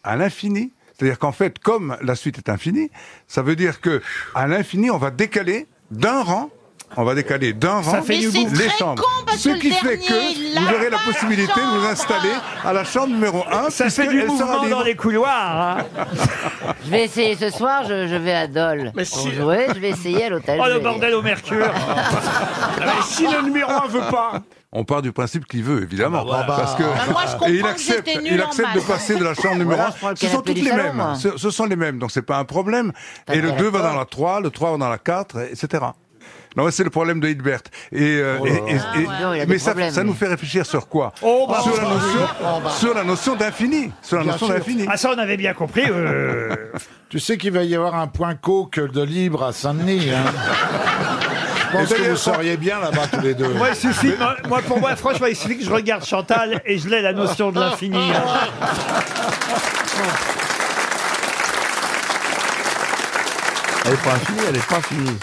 [SPEAKER 12] À l'infini. C'est-à-dire qu'en fait, comme la suite est infinie, ça veut dire que à l'infini, on va décaler d'un rang, on va décaler d'un
[SPEAKER 40] Ça
[SPEAKER 12] rang
[SPEAKER 40] fait du goût.
[SPEAKER 12] les
[SPEAKER 40] très
[SPEAKER 12] chambres.
[SPEAKER 40] con, parce
[SPEAKER 12] Ce
[SPEAKER 40] que le
[SPEAKER 12] qui fait
[SPEAKER 40] dernier, il
[SPEAKER 12] que vous
[SPEAKER 40] a
[SPEAKER 12] aurez la
[SPEAKER 40] pas
[SPEAKER 12] possibilité de vous installer à la chambre numéro 1.
[SPEAKER 1] Ça fait du mouvement dans les couloirs. hein.
[SPEAKER 12] Ah,
[SPEAKER 22] Je vais essayer ce soir, je, je vais à Dole.
[SPEAKER 1] Mais
[SPEAKER 22] Pour
[SPEAKER 1] si-
[SPEAKER 22] jouer, je vais essayer à l'hôtel.
[SPEAKER 1] Oh
[SPEAKER 22] Je
[SPEAKER 1] le
[SPEAKER 22] vais-
[SPEAKER 1] bordel au mercure Ah,
[SPEAKER 41] Mais si le numéro 1 veut pas.
[SPEAKER 12] On part du principe qu'il veut, évidemment. Parce que...
[SPEAKER 41] Bah, moi, je comprends
[SPEAKER 12] et il
[SPEAKER 41] que
[SPEAKER 12] accepte,
[SPEAKER 41] j'étais nulle
[SPEAKER 12] il
[SPEAKER 41] en
[SPEAKER 12] accepte de
[SPEAKER 41] maths.
[SPEAKER 12] passer de la chambre numéro
[SPEAKER 41] Voilà,
[SPEAKER 12] 1.
[SPEAKER 41] je prends le
[SPEAKER 12] Ce sont
[SPEAKER 41] canapé
[SPEAKER 12] toutes
[SPEAKER 41] du
[SPEAKER 12] les
[SPEAKER 41] salon,
[SPEAKER 12] mêmes.
[SPEAKER 41] moi.
[SPEAKER 12] Ce, ce sont les mêmes, donc c'est pas un problème. Et le 2 va dans la 3, le 3 va dans la 4, etc. Non, mais c'est le problème de Hilbert. Et, euh,
[SPEAKER 2] Oh
[SPEAKER 12] et- et-
[SPEAKER 2] là là. Ah ouais.
[SPEAKER 12] et-
[SPEAKER 2] Non, il a des
[SPEAKER 12] mais ça,
[SPEAKER 2] problèmes,
[SPEAKER 12] ça nous
[SPEAKER 2] lui.
[SPEAKER 12] fait réfléchir sur quoi
[SPEAKER 1] Oh, bah,
[SPEAKER 12] sur, la
[SPEAKER 1] oh, bah,
[SPEAKER 12] notion,
[SPEAKER 1] oui. Oh, bah.
[SPEAKER 12] sur la notion d'infini. Sur la
[SPEAKER 1] Bien
[SPEAKER 12] notion
[SPEAKER 1] sûr.
[SPEAKER 12] d'infini.
[SPEAKER 1] Ah ça, on avait bien compris. euh.
[SPEAKER 3] Tu sais qu'il va y avoir un point coke de libre à Saint-Denis. hein.
[SPEAKER 1] Eh
[SPEAKER 3] Je
[SPEAKER 1] ben,
[SPEAKER 3] pense
[SPEAKER 1] oh.
[SPEAKER 3] que vous seriez bien là-bas tous les deux.
[SPEAKER 1] Moi, il suffit, moi, moi, pour moi, franchement, il suffit que je regarde Chantal et je l'ai la notion de l'infini.
[SPEAKER 2] Elle est pas finie, elle est pas finie.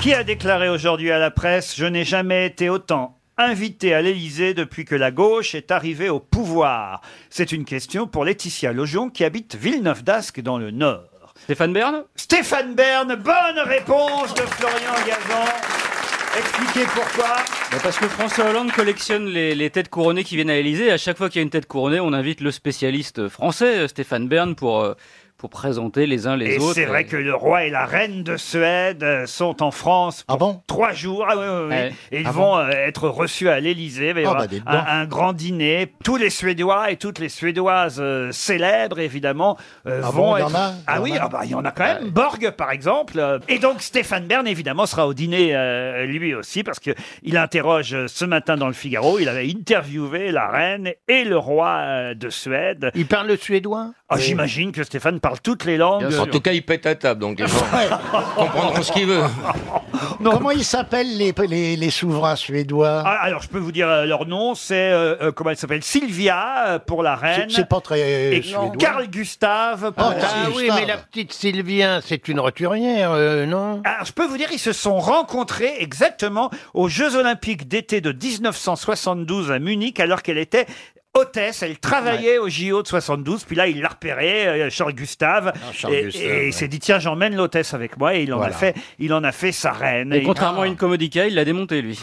[SPEAKER 1] Qui a déclaré aujourd'hui à la presse Je n'ai jamais été autant invité à l'Élysée depuis que la gauche est arrivée au pouvoir C'est une question pour Laetitia Logion qui habite Villeneuve d'Ascq dans le Nord. Stéphane Bern Stéphane Bern, bonne réponse de Florian Gazan. Expliquez pourquoi.
[SPEAKER 8] Bah, Parce que François Hollande collectionne les, les têtes couronnées qui viennent à l'Elysée. À chaque fois qu'il y a une tête couronnée, on invite le spécialiste français, euh, Stéphane Bern, pour, euh, pour présenter les uns les
[SPEAKER 1] Et
[SPEAKER 8] autres. euh,
[SPEAKER 1] c'est vrai que le roi et la reine de Suède euh, sont en France pour trois jours. Ah, oui, oui, oui.
[SPEAKER 8] Ouais.
[SPEAKER 1] Et ils
[SPEAKER 8] Ah
[SPEAKER 1] vont
[SPEAKER 8] bon
[SPEAKER 1] euh, être reçus à l'Élysée. Il va y
[SPEAKER 8] Ah,
[SPEAKER 1] avoir
[SPEAKER 8] bah, dites donc.
[SPEAKER 1] un, un grand dîner. Tous les Suédois et toutes les Suédoises euh, célèbres, évidemment, euh,
[SPEAKER 4] Ah
[SPEAKER 1] vont
[SPEAKER 4] bon, il y
[SPEAKER 1] être.
[SPEAKER 4] en a
[SPEAKER 1] ah oui, ah bah, il y en a quand même. Borg, par exemple. Euh, Et donc Stéphane Bern, évidemment, sera au dîner euh, lui aussi parce que il interroge euh, ce matin dans le Figaro. Il avait interviewé la reine et le roi euh, de Suède. Il parle le suédois. Ah, j'imagine que Stéphane parle toutes les langues.
[SPEAKER 7] En tout cas, il pète à table, donc les gens comprendront ce qu'il veut.
[SPEAKER 4] Comment ils s'appellent les, les, les souverains suédois
[SPEAKER 1] Ah, alors, je peux vous dire euh, leur nom. C'est, euh, euh, comment elle s'appelle Sylvia euh, pour la reine.
[SPEAKER 4] C'est pas très.
[SPEAKER 1] Et
[SPEAKER 4] suédois.
[SPEAKER 1] Carl Gustave pour
[SPEAKER 4] Ah,
[SPEAKER 1] Carl
[SPEAKER 4] oui,
[SPEAKER 1] Gustave.
[SPEAKER 4] mais la
[SPEAKER 13] petite Sylvia, c'est une roturière, euh, non
[SPEAKER 1] Alors, je peux vous dire, ils se sont rencontrés exactement aux Jeux Olympiques d'été de 1972 à Munich, alors qu'elle était hôtesse. Elle travaillait au JO de 72. Puis là, il l'a repéré, euh, Charles Gustave.
[SPEAKER 2] Charles
[SPEAKER 1] et,
[SPEAKER 2] Gustave,
[SPEAKER 1] et il
[SPEAKER 2] ouais.
[SPEAKER 1] s'est dit, tiens, j'emmène l'hôtesse avec moi. Et il en,
[SPEAKER 2] Voilà.
[SPEAKER 1] a, fait, il en a fait sa reine.
[SPEAKER 8] Et
[SPEAKER 1] Il-
[SPEAKER 8] contrairement à une comédica, il l'a démonté, lui.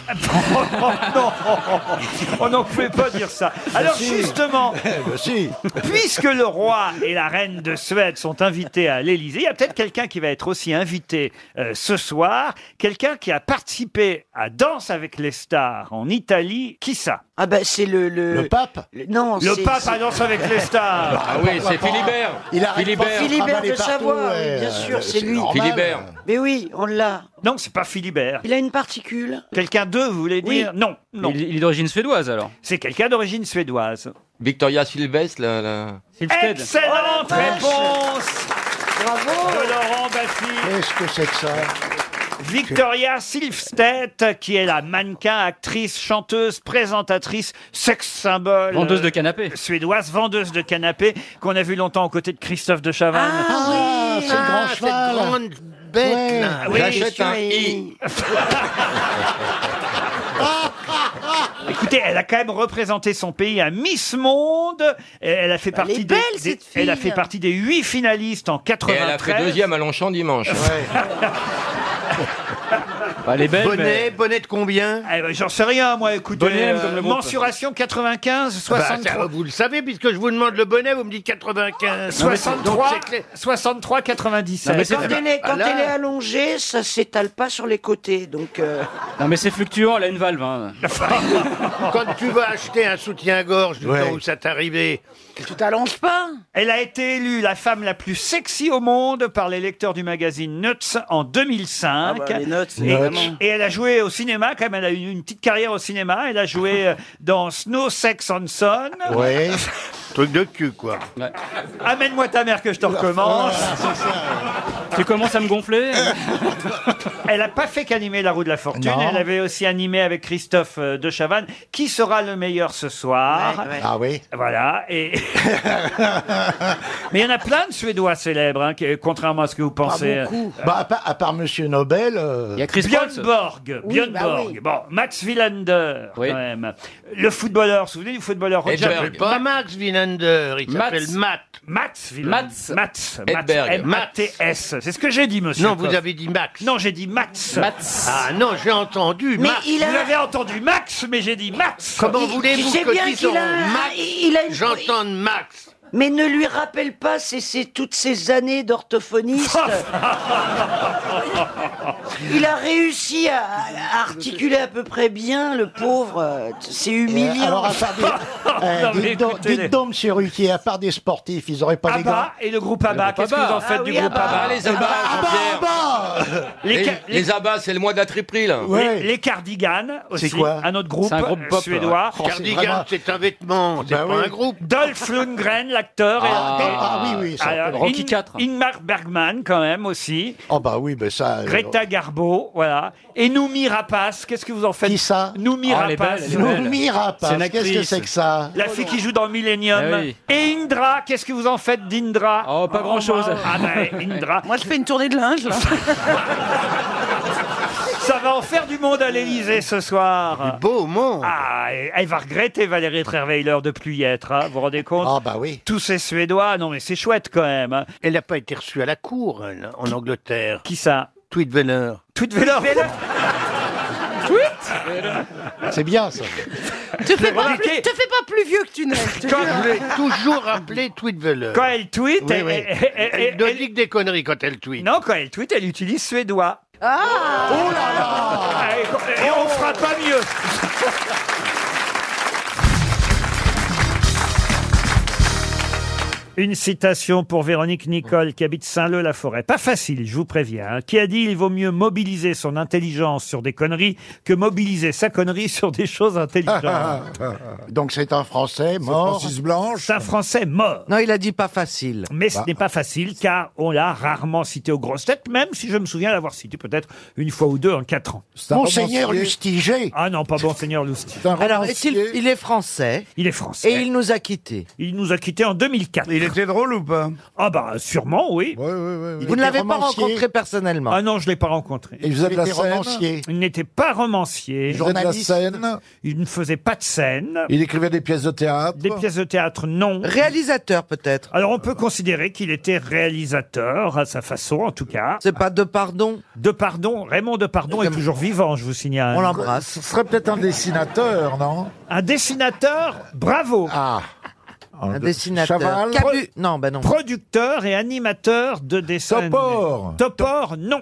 [SPEAKER 1] On n'en pouvait pas dire ça. Alors
[SPEAKER 8] si.
[SPEAKER 1] justement,
[SPEAKER 4] Eh, ben
[SPEAKER 1] puisque le roi et la reine de Suède sont invités à l'Élysée, il y a peut-être quelqu'un qui va être aussi invité euh, ce soir, quelqu'un qui a participé à Danse avec les stars en Italie. Qui ça
[SPEAKER 13] Ah
[SPEAKER 17] bah,
[SPEAKER 13] ben c'est le, le...
[SPEAKER 1] Le pape
[SPEAKER 13] Non,
[SPEAKER 1] Le
[SPEAKER 13] c'est-
[SPEAKER 1] pape
[SPEAKER 13] c'est-
[SPEAKER 1] à Danse avec les stars.
[SPEAKER 13] Bah, Ah oui, pourquoi c'est pas. Philibert. Il arrête Philibert. pas Philibert Travailler de partout, Savoie, ouais, oui, bien euh, sûr, c'est c'est lui. normal. Philibert.
[SPEAKER 1] Mais oui, on l'a. Non, c'est pas Philibert.
[SPEAKER 13] Il a une particule.
[SPEAKER 1] Quelqu'un d'eux, vous voulez
[SPEAKER 13] Oui.
[SPEAKER 1] dire Non, non.
[SPEAKER 7] Il, il est d'origine suédoise, alors
[SPEAKER 1] C'est quelqu'un d'origine suédoise.
[SPEAKER 7] Victoria Silvestre, la... la...
[SPEAKER 1] Excellente
[SPEAKER 7] Oh, la vache.
[SPEAKER 1] réponse Bravo de Laurent Baffy.
[SPEAKER 4] Qu'est-ce que c'est que ça
[SPEAKER 1] Victoria Silvstedt, qui est la mannequin, actrice, chanteuse, présentatrice, sex symbole.
[SPEAKER 8] Vendeuse de
[SPEAKER 1] canapé. Suédoise, vendeuse de canapé, qu'on a vu longtemps aux côtés de Christophe de Chavannes.
[SPEAKER 13] Ah,
[SPEAKER 4] c'est le grand cheval.
[SPEAKER 13] grande bête,
[SPEAKER 4] Ouais.
[SPEAKER 13] là.
[SPEAKER 1] Oui. J'achète un
[SPEAKER 13] i.
[SPEAKER 1] Écoutez, elle a quand même représenté son pays à Miss Monde. Et Elle a fait
[SPEAKER 7] Elle est
[SPEAKER 1] partie
[SPEAKER 7] belle,
[SPEAKER 1] des,
[SPEAKER 7] cette
[SPEAKER 1] des- elle a
[SPEAKER 7] fille.
[SPEAKER 1] fait partie des huit finalistes en
[SPEAKER 7] Et
[SPEAKER 1] 93.
[SPEAKER 7] elle a fait deuxième à Longchamp dimanche.
[SPEAKER 1] elle est belle,
[SPEAKER 13] bonnet,
[SPEAKER 1] mais-
[SPEAKER 13] bonnet de combien
[SPEAKER 1] J'en sais rien, moi, écoutez. euh,
[SPEAKER 13] Bonnet M comme le groupe.
[SPEAKER 1] mensuration 95,
[SPEAKER 13] Bah,
[SPEAKER 1] 63.
[SPEAKER 13] ça, vous le savez, puisque je vous demande le bonnet, vous me dites 95.
[SPEAKER 1] 63,
[SPEAKER 13] Donc, c'est clair.
[SPEAKER 1] 63, 97.
[SPEAKER 13] Non, mais c'est- Quand elle
[SPEAKER 1] Ah,
[SPEAKER 13] est- quand Voilà. elle est
[SPEAKER 17] allongée, ça s'étale pas sur les côtés, donc. euh.
[SPEAKER 8] Non, mais c'est fluctuant, elle a une valve. hein.
[SPEAKER 13] Quand tu vas acheter un soutien-gorge du
[SPEAKER 8] Ouais.
[SPEAKER 13] temps où ça t'est arrivé,
[SPEAKER 1] Tu t'allonges pas Elle a été élue la femme la plus sexy au monde par les lecteurs du magazine Nuts en 2005.
[SPEAKER 17] Ah bah, les Nuts, c'est
[SPEAKER 1] et,
[SPEAKER 17] vraiment-
[SPEAKER 1] et elle a joué au cinéma, quand même, elle a eu une petite carrière au cinéma. Elle a joué euh, dans Snow, Sex and Son.
[SPEAKER 4] Ouais. truc de cul, quoi.
[SPEAKER 1] Amène-moi ta mère que je te recommence.
[SPEAKER 2] Ah,
[SPEAKER 42] Tu commences à me gonfler
[SPEAKER 1] Elle n'a pas fait qu'animer la roue de la fortune,
[SPEAKER 42] Non.
[SPEAKER 1] elle avait aussi animé avec Christophe euh, de Chavannes qui sera le meilleur ce soir.
[SPEAKER 2] Ah oui.
[SPEAKER 1] Voilà. Et... Mais il y en a plein de Suédois célèbres, hein, qui- contrairement à ce que vous pensez.
[SPEAKER 2] Pas beaucoup.
[SPEAKER 1] Euh,
[SPEAKER 2] Bah, à, part, à part Monsieur Nobel. euh,
[SPEAKER 1] Björn Borg.
[SPEAKER 2] Oui,
[SPEAKER 1] Björn
[SPEAKER 2] bah
[SPEAKER 1] Borg.
[SPEAKER 2] oui.
[SPEAKER 1] Bon, Max Wilander, quand même. Le footballeur, vous vous souvenez du footballeur Roger
[SPEAKER 4] Il s'appelle pas Max Wilander, il s'appelle Matt.
[SPEAKER 1] Max
[SPEAKER 4] Mats.
[SPEAKER 1] Max.
[SPEAKER 4] Hedberg.
[SPEAKER 1] M-A-T-S. C'est ce que j'ai dit, monsieur.
[SPEAKER 4] Non, vous
[SPEAKER 1] Coff.
[SPEAKER 4] avez dit Max.
[SPEAKER 1] Non, j'ai dit Max.
[SPEAKER 4] Ah non, j'ai entendu
[SPEAKER 1] Mais
[SPEAKER 4] Max.
[SPEAKER 1] il a- Vous l'avez entendu Max, mais j'ai dit Max.
[SPEAKER 4] Comment
[SPEAKER 1] Il-
[SPEAKER 4] voulez-vous
[SPEAKER 1] tu sais
[SPEAKER 4] que
[SPEAKER 1] bien
[SPEAKER 4] disons
[SPEAKER 1] qu'il a un-
[SPEAKER 4] Max
[SPEAKER 1] il a une-
[SPEAKER 4] J'entends Max.
[SPEAKER 17] Mais ne lui rappelle pas c'est, c'est toutes ces années d'orthophoniste. Il a réussi à, à articuler à peu près bien, le pauvre. euh, C'est humiliant.
[SPEAKER 2] euh, alors, à part
[SPEAKER 1] Ah,
[SPEAKER 2] des- euh,
[SPEAKER 13] Ah,
[SPEAKER 17] Non, mais
[SPEAKER 2] dites, donc,
[SPEAKER 17] écoutez-les.
[SPEAKER 2] dites donc, Monsieur Ruquier, à part des sportifs, ils auraient pas les
[SPEAKER 1] Abba
[SPEAKER 2] gars.
[SPEAKER 1] Ah bah, et le groupe
[SPEAKER 13] Ah,
[SPEAKER 1] Abba. Qu'est-ce que vous en faites du groupe Abba
[SPEAKER 7] les abats, Jean-Pierre.
[SPEAKER 1] Les
[SPEAKER 7] Les,
[SPEAKER 1] ca-
[SPEAKER 7] les abats, c'est le mois de la triprille.
[SPEAKER 1] Les, les Cardigans aussi.
[SPEAKER 7] C'est quoi
[SPEAKER 1] Un autre groupe,
[SPEAKER 7] C'est un groupe
[SPEAKER 1] euh,
[SPEAKER 7] pop,
[SPEAKER 1] suédois.
[SPEAKER 7] ouais.
[SPEAKER 1] Bah
[SPEAKER 7] Oh, c'est Cardigan, vraiment-
[SPEAKER 4] c'est un vêtement, c'est pas un groupe.
[SPEAKER 1] Dolph Lundgren, l'acteur. et-
[SPEAKER 2] Ah,
[SPEAKER 1] et-
[SPEAKER 2] ah oui, oui, ça
[SPEAKER 1] Alors,
[SPEAKER 2] s'appelle Rocky
[SPEAKER 1] In-
[SPEAKER 2] quatre.
[SPEAKER 1] Ingmar Bergman, quand même, aussi.
[SPEAKER 2] Oh bah oui, mais ça. euh,
[SPEAKER 1] Greta Garbo, voilà. Et Noumi Rapace, qu'est-ce que vous en faites Qui
[SPEAKER 2] ça
[SPEAKER 1] Noumi
[SPEAKER 2] Oh, elle est
[SPEAKER 1] Rapace.
[SPEAKER 2] belle, elle est belle. Noumi Rapace,
[SPEAKER 1] une
[SPEAKER 2] qu'est-ce que
[SPEAKER 1] actrice.
[SPEAKER 2] c'est que ça
[SPEAKER 1] La fille qui joue dans Millennium.
[SPEAKER 2] Ah oui.
[SPEAKER 1] Et Indra, qu'est-ce que vous en faites d'Indra Oh, pas grand-chose. Ah ben, Indra.
[SPEAKER 43] Moi, je fais une tournée de linge, là.
[SPEAKER 1] Ça va en faire du monde à l'Elysée ce soir. Du
[SPEAKER 4] beau monde.
[SPEAKER 1] Ah, et- elle va regretter Valérie Trierweiler de plus y être. hein, vous vous rendez compte Ah
[SPEAKER 2] bah oui.
[SPEAKER 1] Tous ces Suédois, non mais c'est chouette quand même. hein.
[SPEAKER 4] Elle n'a pas été reçue à la cour, elle, en Angleterre.
[SPEAKER 1] Qui ça
[SPEAKER 4] Tweedveller.
[SPEAKER 1] Tweedveller
[SPEAKER 2] C'est bien ça.
[SPEAKER 4] Te fais pas
[SPEAKER 1] plus-
[SPEAKER 4] te fais pas plus vieux que tu n'es. Quand je l'ai toujours appelé Tweetveller.
[SPEAKER 1] Quand elle tweet,
[SPEAKER 4] oui,
[SPEAKER 1] elle-
[SPEAKER 4] oui.
[SPEAKER 1] elle- elle-
[SPEAKER 4] elle, ne
[SPEAKER 1] elle-
[SPEAKER 4] dit que des conneries quand elle tweet.
[SPEAKER 1] Non, quand elle tweet, elle utilise suédois.
[SPEAKER 17] Ah
[SPEAKER 1] Oh là là Et, et on fera pas mieux. Une citation pour Véronique Nicole qui habite Saint-Leu-la-Forêt. Pas facile, je vous préviens. hein, Qui a dit il vaut mieux mobiliser son intelligence sur des conneries que mobiliser sa connerie sur des choses intelligentes.
[SPEAKER 2] Donc c'est un Français mort.
[SPEAKER 1] Francis Blanche. C'est un Français mort.
[SPEAKER 3] Non, il a dit pas facile.
[SPEAKER 1] Mais
[SPEAKER 3] Bah.
[SPEAKER 1] ce n'est pas facile car on l'a rarement cité aux grosses têtes, même si je me souviens l'avoir cité peut-être une fois ou deux en quatre ans.
[SPEAKER 2] un Monseigneur romancier. Lustiger.
[SPEAKER 1] Ah non, pas Monseigneur Lustiger.
[SPEAKER 3] Alors, est-il- il, est français.
[SPEAKER 1] Il est français.
[SPEAKER 3] Et il nous a quittés.
[SPEAKER 1] Il nous a quittés en 2004.
[SPEAKER 3] Il était drôle ou pas
[SPEAKER 1] Ah bah sûrement, oui.
[SPEAKER 3] Vous ne l'avez pas rencontré personnellement.
[SPEAKER 1] Ah non, je ne l'ai pas rencontré.
[SPEAKER 3] Il faisait de la Il était scène romancier.
[SPEAKER 1] Il n'était pas romancier.
[SPEAKER 3] Il faisait de la Journaliste.
[SPEAKER 1] scène Il ne faisait pas de scène.
[SPEAKER 3] Il
[SPEAKER 1] écrivait des pièces de théâtre Des pièces de théâtre, non.
[SPEAKER 3] Réalisateur peut-être.
[SPEAKER 1] Alors on peut considérer qu'il était réalisateur, à sa façon en tout cas. C'est pas de pardon De pardon, Raymond de pardon est toujours vivant, je vous signale.
[SPEAKER 3] On l'embrasse.
[SPEAKER 1] Ce serait peut-être un dessinateur, non Un dessinateur Bravo Ah
[SPEAKER 3] Un dessinateur.
[SPEAKER 1] Chaval.
[SPEAKER 3] Cabu- Non, bah non.
[SPEAKER 1] Producteur et animateur de dessins. Topor Topor, non.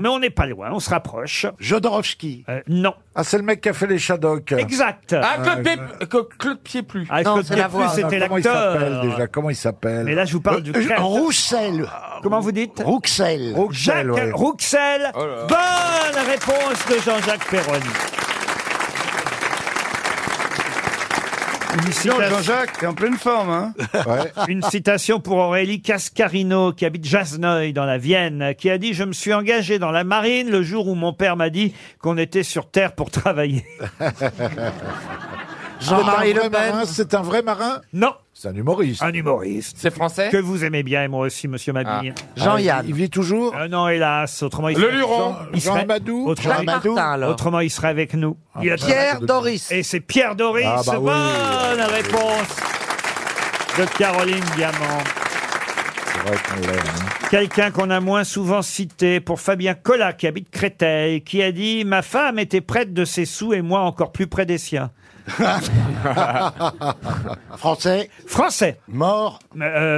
[SPEAKER 1] Mais on n'est pas loin, on se rapproche. Jodorowsky Non.
[SPEAKER 13] Ah, c'est le mec qui a fait les Shadocks.
[SPEAKER 1] Exact. Ah,
[SPEAKER 13] Euh,
[SPEAKER 1] Claude Pé-
[SPEAKER 13] Pied plus.
[SPEAKER 1] Ah, Claude Pied plus, c'était
[SPEAKER 13] Comment il s'appelle
[SPEAKER 1] l'acteur.
[SPEAKER 13] déjà Comment il s'appelle
[SPEAKER 1] Mais là, je vous
[SPEAKER 3] Euh,
[SPEAKER 1] parle du créateur.
[SPEAKER 13] Roussel.
[SPEAKER 1] Comment vous dites
[SPEAKER 13] Rouxel.
[SPEAKER 1] Jacques
[SPEAKER 13] Rouxel, ouais.
[SPEAKER 1] Rouxel.
[SPEAKER 13] Oh là là.
[SPEAKER 1] Bonne réponse de Jean-Jacques Perroni. Une citation-
[SPEAKER 3] Jean-Jacques, t'es en pleine forme, hein
[SPEAKER 1] Euh, Une citation pour Aurélie Cascarino, qui habite Jasneuil, dans la Vienne, qui a dit « Je me suis engagé dans la marine le jour où mon père m'a dit qu'on était sur Terre pour travailler.
[SPEAKER 13] Jean-Marie Le Pen. C'est un vrai marin »
[SPEAKER 1] Non.
[SPEAKER 13] C'est un humoriste.
[SPEAKER 1] Un humoriste.
[SPEAKER 13] C'est français
[SPEAKER 1] Que vous aimez bien, et moi aussi, monsieur Mabille.
[SPEAKER 13] Ah. Jean-Yann. Ah, il
[SPEAKER 1] vit toujours Euh, Non, hélas. Autrement, il
[SPEAKER 13] Le
[SPEAKER 1] serait-
[SPEAKER 13] Luron.
[SPEAKER 1] il
[SPEAKER 13] Jean
[SPEAKER 1] serait-
[SPEAKER 13] Amadou.
[SPEAKER 1] Autrement,
[SPEAKER 13] Jean Amadou.
[SPEAKER 1] Martin, alors. Autrement, il serait avec nous.
[SPEAKER 13] Ah,
[SPEAKER 1] Il a-
[SPEAKER 3] Pierre Doris.
[SPEAKER 1] Et c'est Pierre Doris.
[SPEAKER 3] Ah, bah oui.
[SPEAKER 1] Bonne réponse de Caroline Diamant.
[SPEAKER 4] hein.
[SPEAKER 1] Quelqu'un qu'on a moins souvent cité pour Fabien Collat, qui habite Créteil, qui a dit Ma femme était prête de ses sous et moi encore plus près des siens.
[SPEAKER 2] Français.
[SPEAKER 1] Français. Euh,
[SPEAKER 2] Mort.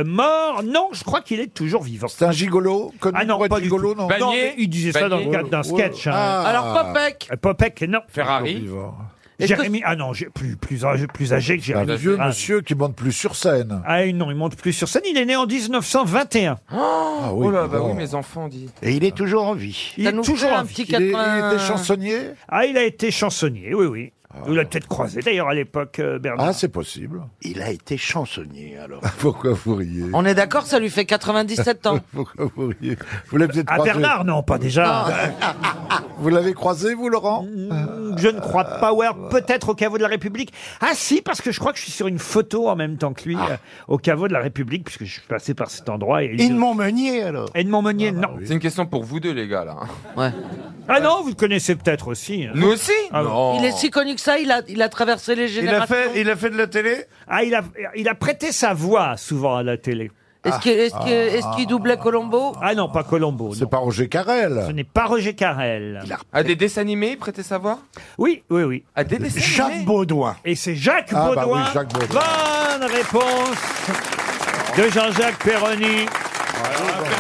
[SPEAKER 1] mort, non, je crois qu'il est toujours vivant. C'est
[SPEAKER 13] un gigolo
[SPEAKER 1] Ah non, pas
[SPEAKER 13] gigolo,
[SPEAKER 1] du tout.
[SPEAKER 13] non
[SPEAKER 1] Non,
[SPEAKER 13] Vanier
[SPEAKER 1] mais il disait ça dans le
[SPEAKER 13] Vanier
[SPEAKER 1] cadre d'un
[SPEAKER 13] Ouais.
[SPEAKER 1] sketch. hein.
[SPEAKER 13] Ah. Alors, Popek
[SPEAKER 1] Euh, Popek, non.
[SPEAKER 13] Ferrari Toujours
[SPEAKER 1] Jérémy, ah non, j'ai plus, plus, âgé- plus âgé que
[SPEAKER 13] C'est un
[SPEAKER 1] Jérémy.
[SPEAKER 13] vieux
[SPEAKER 1] Ah,
[SPEAKER 13] monsieur qui monte plus sur scène.
[SPEAKER 1] Ah non, il monte plus sur scène. Il est né en 1921.
[SPEAKER 13] Ah oui, Oh là, bah pardon. oui,
[SPEAKER 1] mes enfants dit.
[SPEAKER 2] Et il est toujours en vie.
[SPEAKER 1] Il est toujours en vie.
[SPEAKER 13] Il est- il était chansonnier
[SPEAKER 1] Ah, il a été chansonnier, oui, oui. Vous l'avez peut-être croisé d'ailleurs à l'époque, euh, Bernard.
[SPEAKER 3] Ah, c'est possible.
[SPEAKER 4] Il a été chansonnier, alors.
[SPEAKER 3] Pourquoi vous riez
[SPEAKER 17] On est d'accord, ça lui fait 97 ans.
[SPEAKER 3] Pourquoi vous riez Vous l'avez peut-être
[SPEAKER 1] Ah,
[SPEAKER 3] croisé.
[SPEAKER 1] Bernard, non, pas déjà.
[SPEAKER 3] Ah. vous l'avez croisé, vous, Laurent
[SPEAKER 1] Mm, Je ne crois pas, ou alors peut-être au caveau de la République. Ah si, parce que je crois que je suis sur une photo en même temps que
[SPEAKER 4] Ah.
[SPEAKER 1] lui, euh, au caveau de la République, puisque je suis passé par cet endroit. Et
[SPEAKER 4] Edmond Meunier, alors. Ah, bah
[SPEAKER 1] Edmond Meunier, non.
[SPEAKER 13] C'est une question pour vous deux, les gars, là.
[SPEAKER 1] Ouais. Ah non, vous le connaissez peut-être aussi. hein.
[SPEAKER 13] Nous aussi
[SPEAKER 1] Ah oui.
[SPEAKER 13] Non.
[SPEAKER 17] Il est si connu que ça, il a, il a traversé les générations.
[SPEAKER 1] il a fait de la télé Ah, il a, il a prêté sa voix souvent à la télé.
[SPEAKER 17] Est-ce que- est-ce que- est-ce qu'il doublait Colombo
[SPEAKER 1] Ah non, pas Colombo. C'est
[SPEAKER 3] pas Roger Carrel.
[SPEAKER 1] Ce n'est pas Roger Carrel.
[SPEAKER 13] À Ah, des dessins animés, prêtez savoir
[SPEAKER 1] Oui, oui, oui.
[SPEAKER 13] À Ah, des dessins animés
[SPEAKER 3] Baudouin.
[SPEAKER 1] Et c'est Jacques
[SPEAKER 13] Ah, bah
[SPEAKER 1] Baudouin.
[SPEAKER 13] oui, Jacques Baudouin.
[SPEAKER 1] Bonne réponse de Jean-Jacques Perroni.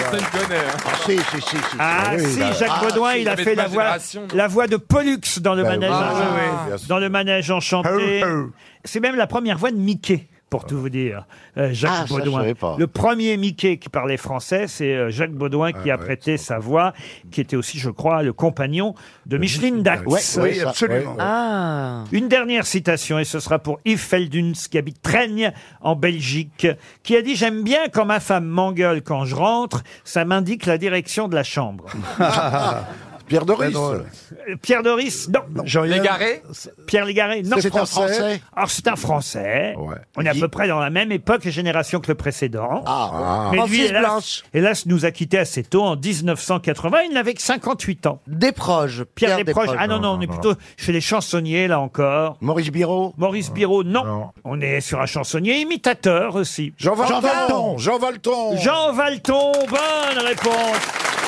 [SPEAKER 13] Personne connaît. hein.
[SPEAKER 4] Ah, si, si, si. si.
[SPEAKER 1] Ah si, Jacques Baudouin, il a fait la voix, la voix de Pollux dans le
[SPEAKER 13] Ben
[SPEAKER 1] manège,
[SPEAKER 13] oui.
[SPEAKER 1] en-
[SPEAKER 13] Ah, oui, oui, bien sûr.
[SPEAKER 1] dans le manège enchanté.
[SPEAKER 13] Heu, heu.
[SPEAKER 1] C'est même la première voix de Mickey. Pour tout vous dire, Euh, Jacques
[SPEAKER 4] Ah, ça, je
[SPEAKER 1] Baudouin.
[SPEAKER 4] savais pas.
[SPEAKER 1] Le premier Mickey qui parlait français, c'est euh, Jacques Baudouin qui a prêté sa voix, qui était aussi, je crois, le compagnon de Micheline Dax.
[SPEAKER 4] Ouais, ouais, ça, ouais, ouais.
[SPEAKER 1] Ah. Une dernière citation, et ce sera pour Yves Felduns, qui habite Trègne, en Belgique, qui a dit « J'aime bien quand ma femme m'engueule quand je rentre, ça m'indique la direction de la chambre.
[SPEAKER 3] Pierre Doris.
[SPEAKER 1] Euh, Pierre Doris, non.
[SPEAKER 3] Jean-Yann- Légaré
[SPEAKER 1] Pierre Légaré, non.
[SPEAKER 3] C'est un Français Français
[SPEAKER 1] Alors, c'est un Français. On est à peu près dans la même époque et génération que le précédent.
[SPEAKER 3] Ah.
[SPEAKER 1] Mais lui,
[SPEAKER 3] Francis
[SPEAKER 1] hélas, hélas, nous a quittés assez tôt, en 1980. Il n'avait que 58 ans. Desproges. Pierre,
[SPEAKER 17] Pierre
[SPEAKER 1] Desproges.
[SPEAKER 17] Desproges.
[SPEAKER 1] Ah non, non,
[SPEAKER 17] Non,
[SPEAKER 1] on est
[SPEAKER 17] non,
[SPEAKER 1] plutôt chez les chansonniers, là encore.
[SPEAKER 4] Maurice Biro
[SPEAKER 1] Maurice Biro, non. On est sur un chansonnier imitateur aussi.
[SPEAKER 3] Jean Valton. Jean Valton.
[SPEAKER 1] Jean Valton, bonne réponse